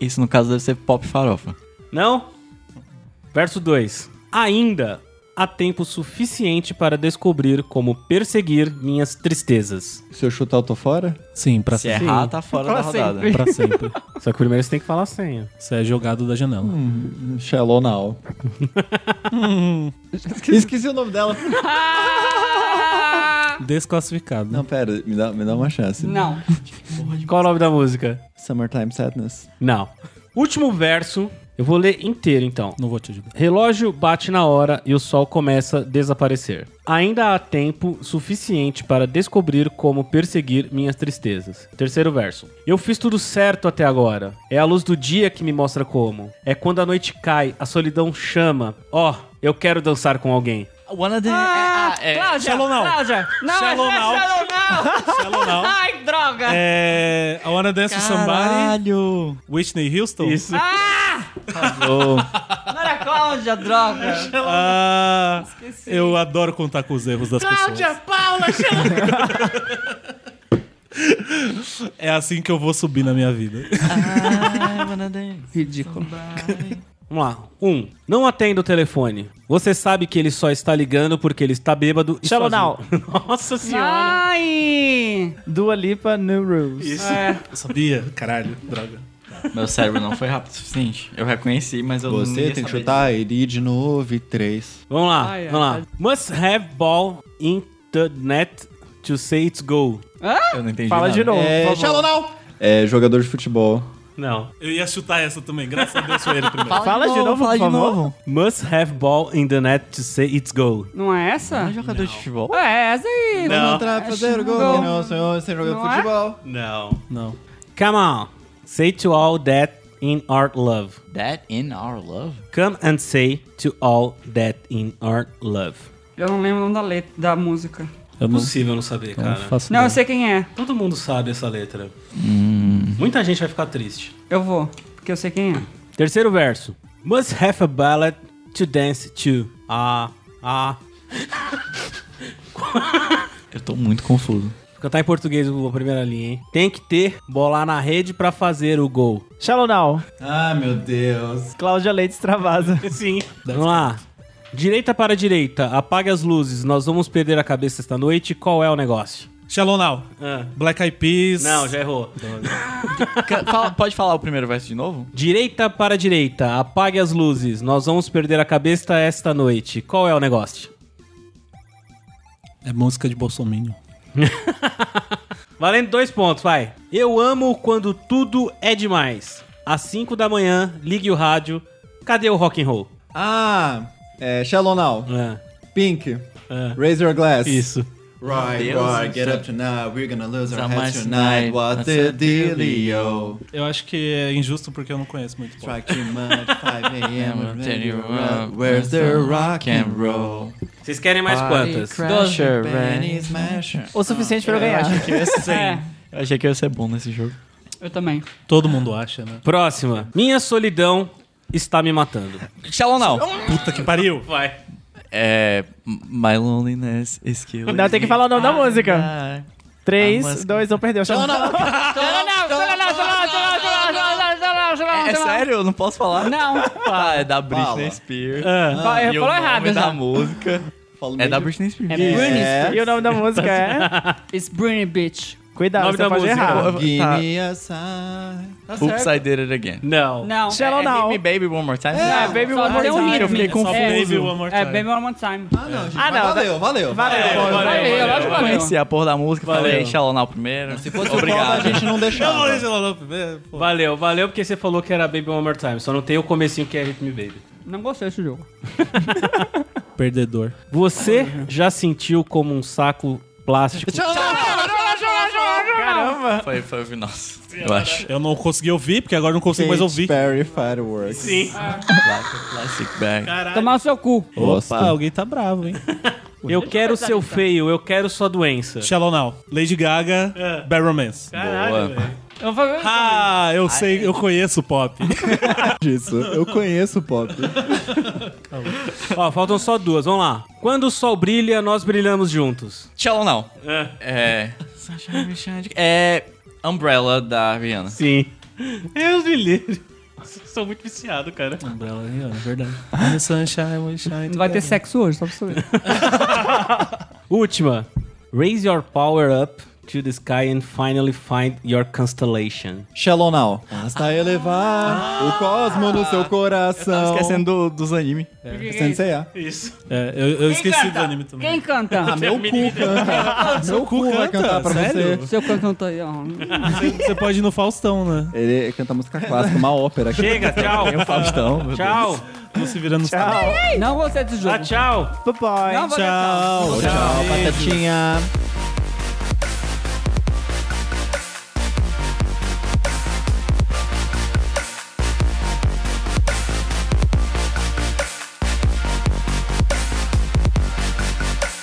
[SPEAKER 6] Isso, no caso, deve ser pop farofa.
[SPEAKER 2] Não? Verso 2. Ainda há tempo suficiente para descobrir como perseguir minhas tristezas.
[SPEAKER 5] Se eu chutar, eu tô fora?
[SPEAKER 4] Sim, pra
[SPEAKER 6] Se errar, tá fora
[SPEAKER 1] Pra
[SPEAKER 6] da rodada.
[SPEAKER 1] sempre.
[SPEAKER 4] Pra sempre.
[SPEAKER 2] Só que primeiro você tem que falar a senha.
[SPEAKER 4] Você é jogado da janela.
[SPEAKER 5] Shalom Now. Hum. Esqueci o nome dela.
[SPEAKER 4] Desclassificado.
[SPEAKER 5] Não, pera, me dá, me dá uma chance.
[SPEAKER 1] Não.
[SPEAKER 2] Qual o nome da música?
[SPEAKER 5] Summertime Sadness.
[SPEAKER 2] Não. Último verso. Eu vou ler inteiro então.
[SPEAKER 4] Não vou te ajudar.
[SPEAKER 2] Relógio bate na hora e o sol começa a desaparecer. Ainda há tempo suficiente para descobrir como perseguir minhas tristezas. Terceiro verso. Eu fiz tudo certo até agora. É a luz do dia que me mostra como. É quando a noite cai, a solidão chama. Ó, eu quero dançar com alguém.
[SPEAKER 6] Wanna dance?
[SPEAKER 1] Ah,
[SPEAKER 6] é, é,
[SPEAKER 1] Cláudia,
[SPEAKER 4] Shallow Now.
[SPEAKER 1] Cláudia. Não,
[SPEAKER 4] Shallow
[SPEAKER 1] é
[SPEAKER 4] Now.
[SPEAKER 1] Shallow Now.
[SPEAKER 4] Shallow Now.
[SPEAKER 1] Ai, droga.
[SPEAKER 4] É. I wanna dance with somebody.
[SPEAKER 6] Caralho!
[SPEAKER 4] Whitney Houston?
[SPEAKER 2] Isso.
[SPEAKER 1] Ah, não era Cláudia, droga.
[SPEAKER 4] Ah, eu adoro contar com os erros das pessoas.
[SPEAKER 1] Paula, Shallow
[SPEAKER 4] É assim que eu vou subir na minha vida.
[SPEAKER 6] Ai, wanna dance
[SPEAKER 1] Ridículo.
[SPEAKER 6] somebody.
[SPEAKER 2] Vamos lá. Um, não atenda o telefone. Você sabe que ele só está ligando porque ele está bêbado e
[SPEAKER 3] Shallow
[SPEAKER 2] sozinho. Nossa senhora.
[SPEAKER 1] Ai! É,
[SPEAKER 3] Dua Lipa, New Rules.
[SPEAKER 4] Isso. Eu sabia? Caralho, droga.
[SPEAKER 6] Meu cérebro não foi rápido o suficiente. Eu reconheci, mas eu não
[SPEAKER 5] Você
[SPEAKER 6] ia
[SPEAKER 5] tem que
[SPEAKER 6] saber.
[SPEAKER 5] chutar ele de novo e três.
[SPEAKER 2] Vamos lá,
[SPEAKER 1] Ai,
[SPEAKER 2] vamos
[SPEAKER 1] ai.
[SPEAKER 2] lá. Must have ball in the net to say it's goal.
[SPEAKER 6] Eu não entendi
[SPEAKER 3] Fala
[SPEAKER 6] nada.
[SPEAKER 3] de novo.
[SPEAKER 5] É,
[SPEAKER 3] por favor.
[SPEAKER 5] Shallow Now! É jogador de futebol.
[SPEAKER 2] Não.
[SPEAKER 4] Eu ia chutar essa também, graças a Deus foi ele primeiro.
[SPEAKER 3] Fala de novo, por
[SPEAKER 6] fala de
[SPEAKER 3] favor.
[SPEAKER 6] novo.
[SPEAKER 2] Must have ball in the net to say it's goal.
[SPEAKER 1] Não é essa?
[SPEAKER 6] É jogador de futebol?
[SPEAKER 1] É, essa aí.
[SPEAKER 2] Não.
[SPEAKER 5] Entrar, fazer o gol.
[SPEAKER 1] Não.
[SPEAKER 5] Não, senhor, sem jogador
[SPEAKER 1] Não
[SPEAKER 5] de
[SPEAKER 1] é?
[SPEAKER 5] futebol.
[SPEAKER 2] Não.
[SPEAKER 4] Não.
[SPEAKER 2] Come on. Say to all that in our love.
[SPEAKER 6] That in our love?
[SPEAKER 2] Come and say to all that in our love.
[SPEAKER 1] Eu não lembro o nome da letra, da música.
[SPEAKER 4] Eu não,
[SPEAKER 2] Impossível não saber,
[SPEAKER 4] não
[SPEAKER 2] cara.
[SPEAKER 4] faço
[SPEAKER 1] Não, eu
[SPEAKER 4] ideia.
[SPEAKER 1] sei quem é.
[SPEAKER 2] Todo mundo sabe essa letra.
[SPEAKER 4] Hum.
[SPEAKER 2] Muita gente vai ficar triste.
[SPEAKER 1] Eu vou, porque eu sei quem é.
[SPEAKER 2] Terceiro verso. Must have a ballad to dance to. Ah, ah.
[SPEAKER 6] Eu tô muito confuso.
[SPEAKER 2] Vou Cantar tá em português a primeira linha, hein? Tem que ter bola na rede pra fazer o gol.
[SPEAKER 3] Shallow Now,
[SPEAKER 5] Ah, meu Deus.
[SPEAKER 3] Cláudia Leite extravasa.
[SPEAKER 2] Sim. Vamos lá. Direita para direita, apague as luzes, nós vamos perder a cabeça esta noite. Qual é o negócio?
[SPEAKER 4] Shalom Now. Black Eyed Peas.
[SPEAKER 2] Ah. Não, já errou.
[SPEAKER 6] Ca- fala- pode falar o primeiro verso de novo?
[SPEAKER 2] Direita para direita, apague as luzes, nós vamos perder a cabeça esta noite. Qual é o negócio?
[SPEAKER 4] É música de Bolsonaro.
[SPEAKER 2] Valendo dois pontos, vai. Eu amo quando tudo é demais. Às 5 da manhã, ligue o rádio. Cadê o rock and roll?
[SPEAKER 5] Ah, é Shallow Now.
[SPEAKER 2] Ah,
[SPEAKER 5] Pink.
[SPEAKER 2] ah.
[SPEAKER 5] Raise your glass.
[SPEAKER 2] Isso.
[SPEAKER 5] Right,
[SPEAKER 6] Meu Deus,
[SPEAKER 5] right, get
[SPEAKER 6] isso-
[SPEAKER 5] up tonight, we're gonna lose our
[SPEAKER 6] Some
[SPEAKER 5] heads
[SPEAKER 6] nice
[SPEAKER 5] tonight,
[SPEAKER 6] night,
[SPEAKER 5] what
[SPEAKER 6] that's
[SPEAKER 5] the
[SPEAKER 6] a
[SPEAKER 5] dealio?
[SPEAKER 4] Eu acho que é injusto porque eu não conheço muito pop.
[SPEAKER 5] Strike him at 5
[SPEAKER 6] Yeah,
[SPEAKER 5] a.m.
[SPEAKER 6] I'm
[SPEAKER 5] when
[SPEAKER 6] telling you
[SPEAKER 5] you're
[SPEAKER 6] what,
[SPEAKER 5] up, Where's the rock and roll?
[SPEAKER 2] Vocês querem mais quantas?
[SPEAKER 6] Crasher,
[SPEAKER 5] Benny
[SPEAKER 6] Benny
[SPEAKER 5] Smasher.
[SPEAKER 3] O suficiente pra eu ganhar.
[SPEAKER 6] que ia ser.
[SPEAKER 1] É,
[SPEAKER 6] Eu achei que ia ser bom nesse jogo.
[SPEAKER 1] eu também.
[SPEAKER 4] Todo mundo acha, né?
[SPEAKER 2] Próxima. Minha solidão está me matando.
[SPEAKER 6] Shalom Now.
[SPEAKER 4] Puta que pariu.
[SPEAKER 2] Vai.
[SPEAKER 6] É. My loneliness is killing.
[SPEAKER 3] Não, tem que falar o nome da música.
[SPEAKER 6] Ah,
[SPEAKER 3] 3,
[SPEAKER 6] música.
[SPEAKER 3] 2, não perdeu. Shallow Now.
[SPEAKER 6] É, é sério? Eu não posso falar?
[SPEAKER 1] Não.
[SPEAKER 6] Ah, é da Britney
[SPEAKER 5] Fala.
[SPEAKER 6] Spears.
[SPEAKER 2] Ah,
[SPEAKER 1] Vai,
[SPEAKER 6] E o
[SPEAKER 1] falou
[SPEAKER 6] nome
[SPEAKER 1] errado
[SPEAKER 6] da
[SPEAKER 1] já.
[SPEAKER 6] música.
[SPEAKER 5] Falo
[SPEAKER 6] É
[SPEAKER 5] meio
[SPEAKER 6] da
[SPEAKER 5] de-
[SPEAKER 6] Britney Spears.
[SPEAKER 1] É Britney
[SPEAKER 5] É.
[SPEAKER 1] Spears.
[SPEAKER 3] E o nome da música é...
[SPEAKER 1] It's Britney Bitch.
[SPEAKER 3] Cuidado,
[SPEAKER 2] Nome
[SPEAKER 3] você
[SPEAKER 2] da
[SPEAKER 3] pode
[SPEAKER 2] música.
[SPEAKER 3] errar.
[SPEAKER 6] Eu-
[SPEAKER 5] Give
[SPEAKER 6] tá.
[SPEAKER 5] me a sign. Tá
[SPEAKER 6] Oops,
[SPEAKER 5] certo.
[SPEAKER 6] I did it again.
[SPEAKER 2] não.
[SPEAKER 1] Não.
[SPEAKER 3] Shallow
[SPEAKER 1] é-
[SPEAKER 6] É
[SPEAKER 3] Now.
[SPEAKER 6] Hit Me Baby One More Time? Ah,
[SPEAKER 1] É,
[SPEAKER 5] É,
[SPEAKER 1] não,
[SPEAKER 3] Baby
[SPEAKER 1] só
[SPEAKER 3] One More
[SPEAKER 1] tem um
[SPEAKER 3] Time,
[SPEAKER 1] ritmo.
[SPEAKER 6] eu fiquei confuso.
[SPEAKER 1] É,
[SPEAKER 4] Baby One More
[SPEAKER 1] É,
[SPEAKER 4] Time.
[SPEAKER 1] Baby One More Time.
[SPEAKER 5] Ah, não, gente.
[SPEAKER 3] Ah,
[SPEAKER 5] mas
[SPEAKER 3] não,
[SPEAKER 5] valeu, valeu.
[SPEAKER 2] valeu,
[SPEAKER 3] Valeu,
[SPEAKER 1] Valeu,
[SPEAKER 5] valeu.
[SPEAKER 2] valeu.
[SPEAKER 1] lógico que
[SPEAKER 6] Eu
[SPEAKER 1] valeu.
[SPEAKER 6] conheci a porra da música, falei
[SPEAKER 2] Valeu.
[SPEAKER 6] Shalom Now primeiro.
[SPEAKER 5] Se fosse o
[SPEAKER 6] Obrigado.
[SPEAKER 5] Bob, a gente não
[SPEAKER 4] Eu não
[SPEAKER 5] deixava.
[SPEAKER 4] sei lá, é. não, primeiro, pô.
[SPEAKER 2] Valeu, valeu porque você falou que era Baby One More Time. Só não tem o comecinho que é Hit Me Baby.
[SPEAKER 1] Não gostei desse jogo.
[SPEAKER 4] Perdedor.
[SPEAKER 2] Você já sentiu como um saco plástico?
[SPEAKER 3] Caramba.
[SPEAKER 6] Foi, foi o final. Eu acho.
[SPEAKER 4] Eu não consegui ouvir, porque agora eu não consigo mais ouvir.
[SPEAKER 5] Perry Fireworks. Sim.
[SPEAKER 6] Plastic Bag.
[SPEAKER 1] Tomar o seu cu.
[SPEAKER 5] Gosto.
[SPEAKER 4] Opa, alguém tá bravo, hein?
[SPEAKER 2] Eu tá? quero seu feio, eu quero sua doença.
[SPEAKER 4] Shallow Now. Lady Gaga, Bad Romance.
[SPEAKER 6] Boa.
[SPEAKER 1] Eu vou fazer...
[SPEAKER 4] Ah, eu sei, eu conheço o pop.
[SPEAKER 5] disso. Eu conheço o pop.
[SPEAKER 2] Ó, faltam só duas, vamos lá. Quando o sol brilha, nós brilhamos juntos.
[SPEAKER 6] Shalom Now. É. Sunshine, shine. É. Umbrella da Rihanna.
[SPEAKER 2] Sim. Deus me livre. Sou muito viciado, cara.
[SPEAKER 4] Umbrella Rihanna, é verdade. I'm the sunshine, we shine
[SPEAKER 1] Não vai ter
[SPEAKER 4] together.
[SPEAKER 1] sexo hoje, só pra saber.
[SPEAKER 2] Última. Raise your power up to the sky and finally find your constellation.
[SPEAKER 5] Shallow Now. Basta elevar o cosmo no seu coração.
[SPEAKER 6] Esquecendo dos animes.
[SPEAKER 5] Sensei-a.
[SPEAKER 4] É, eu, eu esqueci do anime também.
[SPEAKER 1] Quem canta?
[SPEAKER 5] Meu cu canta. Meu cu vai cantar pra você.
[SPEAKER 1] Seu cu canta aí, ó.
[SPEAKER 4] Você pode ir no Faustão, né?
[SPEAKER 5] Ele canta música clássica, uma ópera.
[SPEAKER 2] Chega, tchau.
[SPEAKER 6] Faustão.
[SPEAKER 2] Tchau.
[SPEAKER 4] Não se virando no
[SPEAKER 1] Não gostei desse
[SPEAKER 2] Ah,
[SPEAKER 1] jogo.
[SPEAKER 2] tchau.
[SPEAKER 3] Papai.
[SPEAKER 1] Não vou deixar.
[SPEAKER 5] Tchau, tchau, batatinha.
[SPEAKER 4] E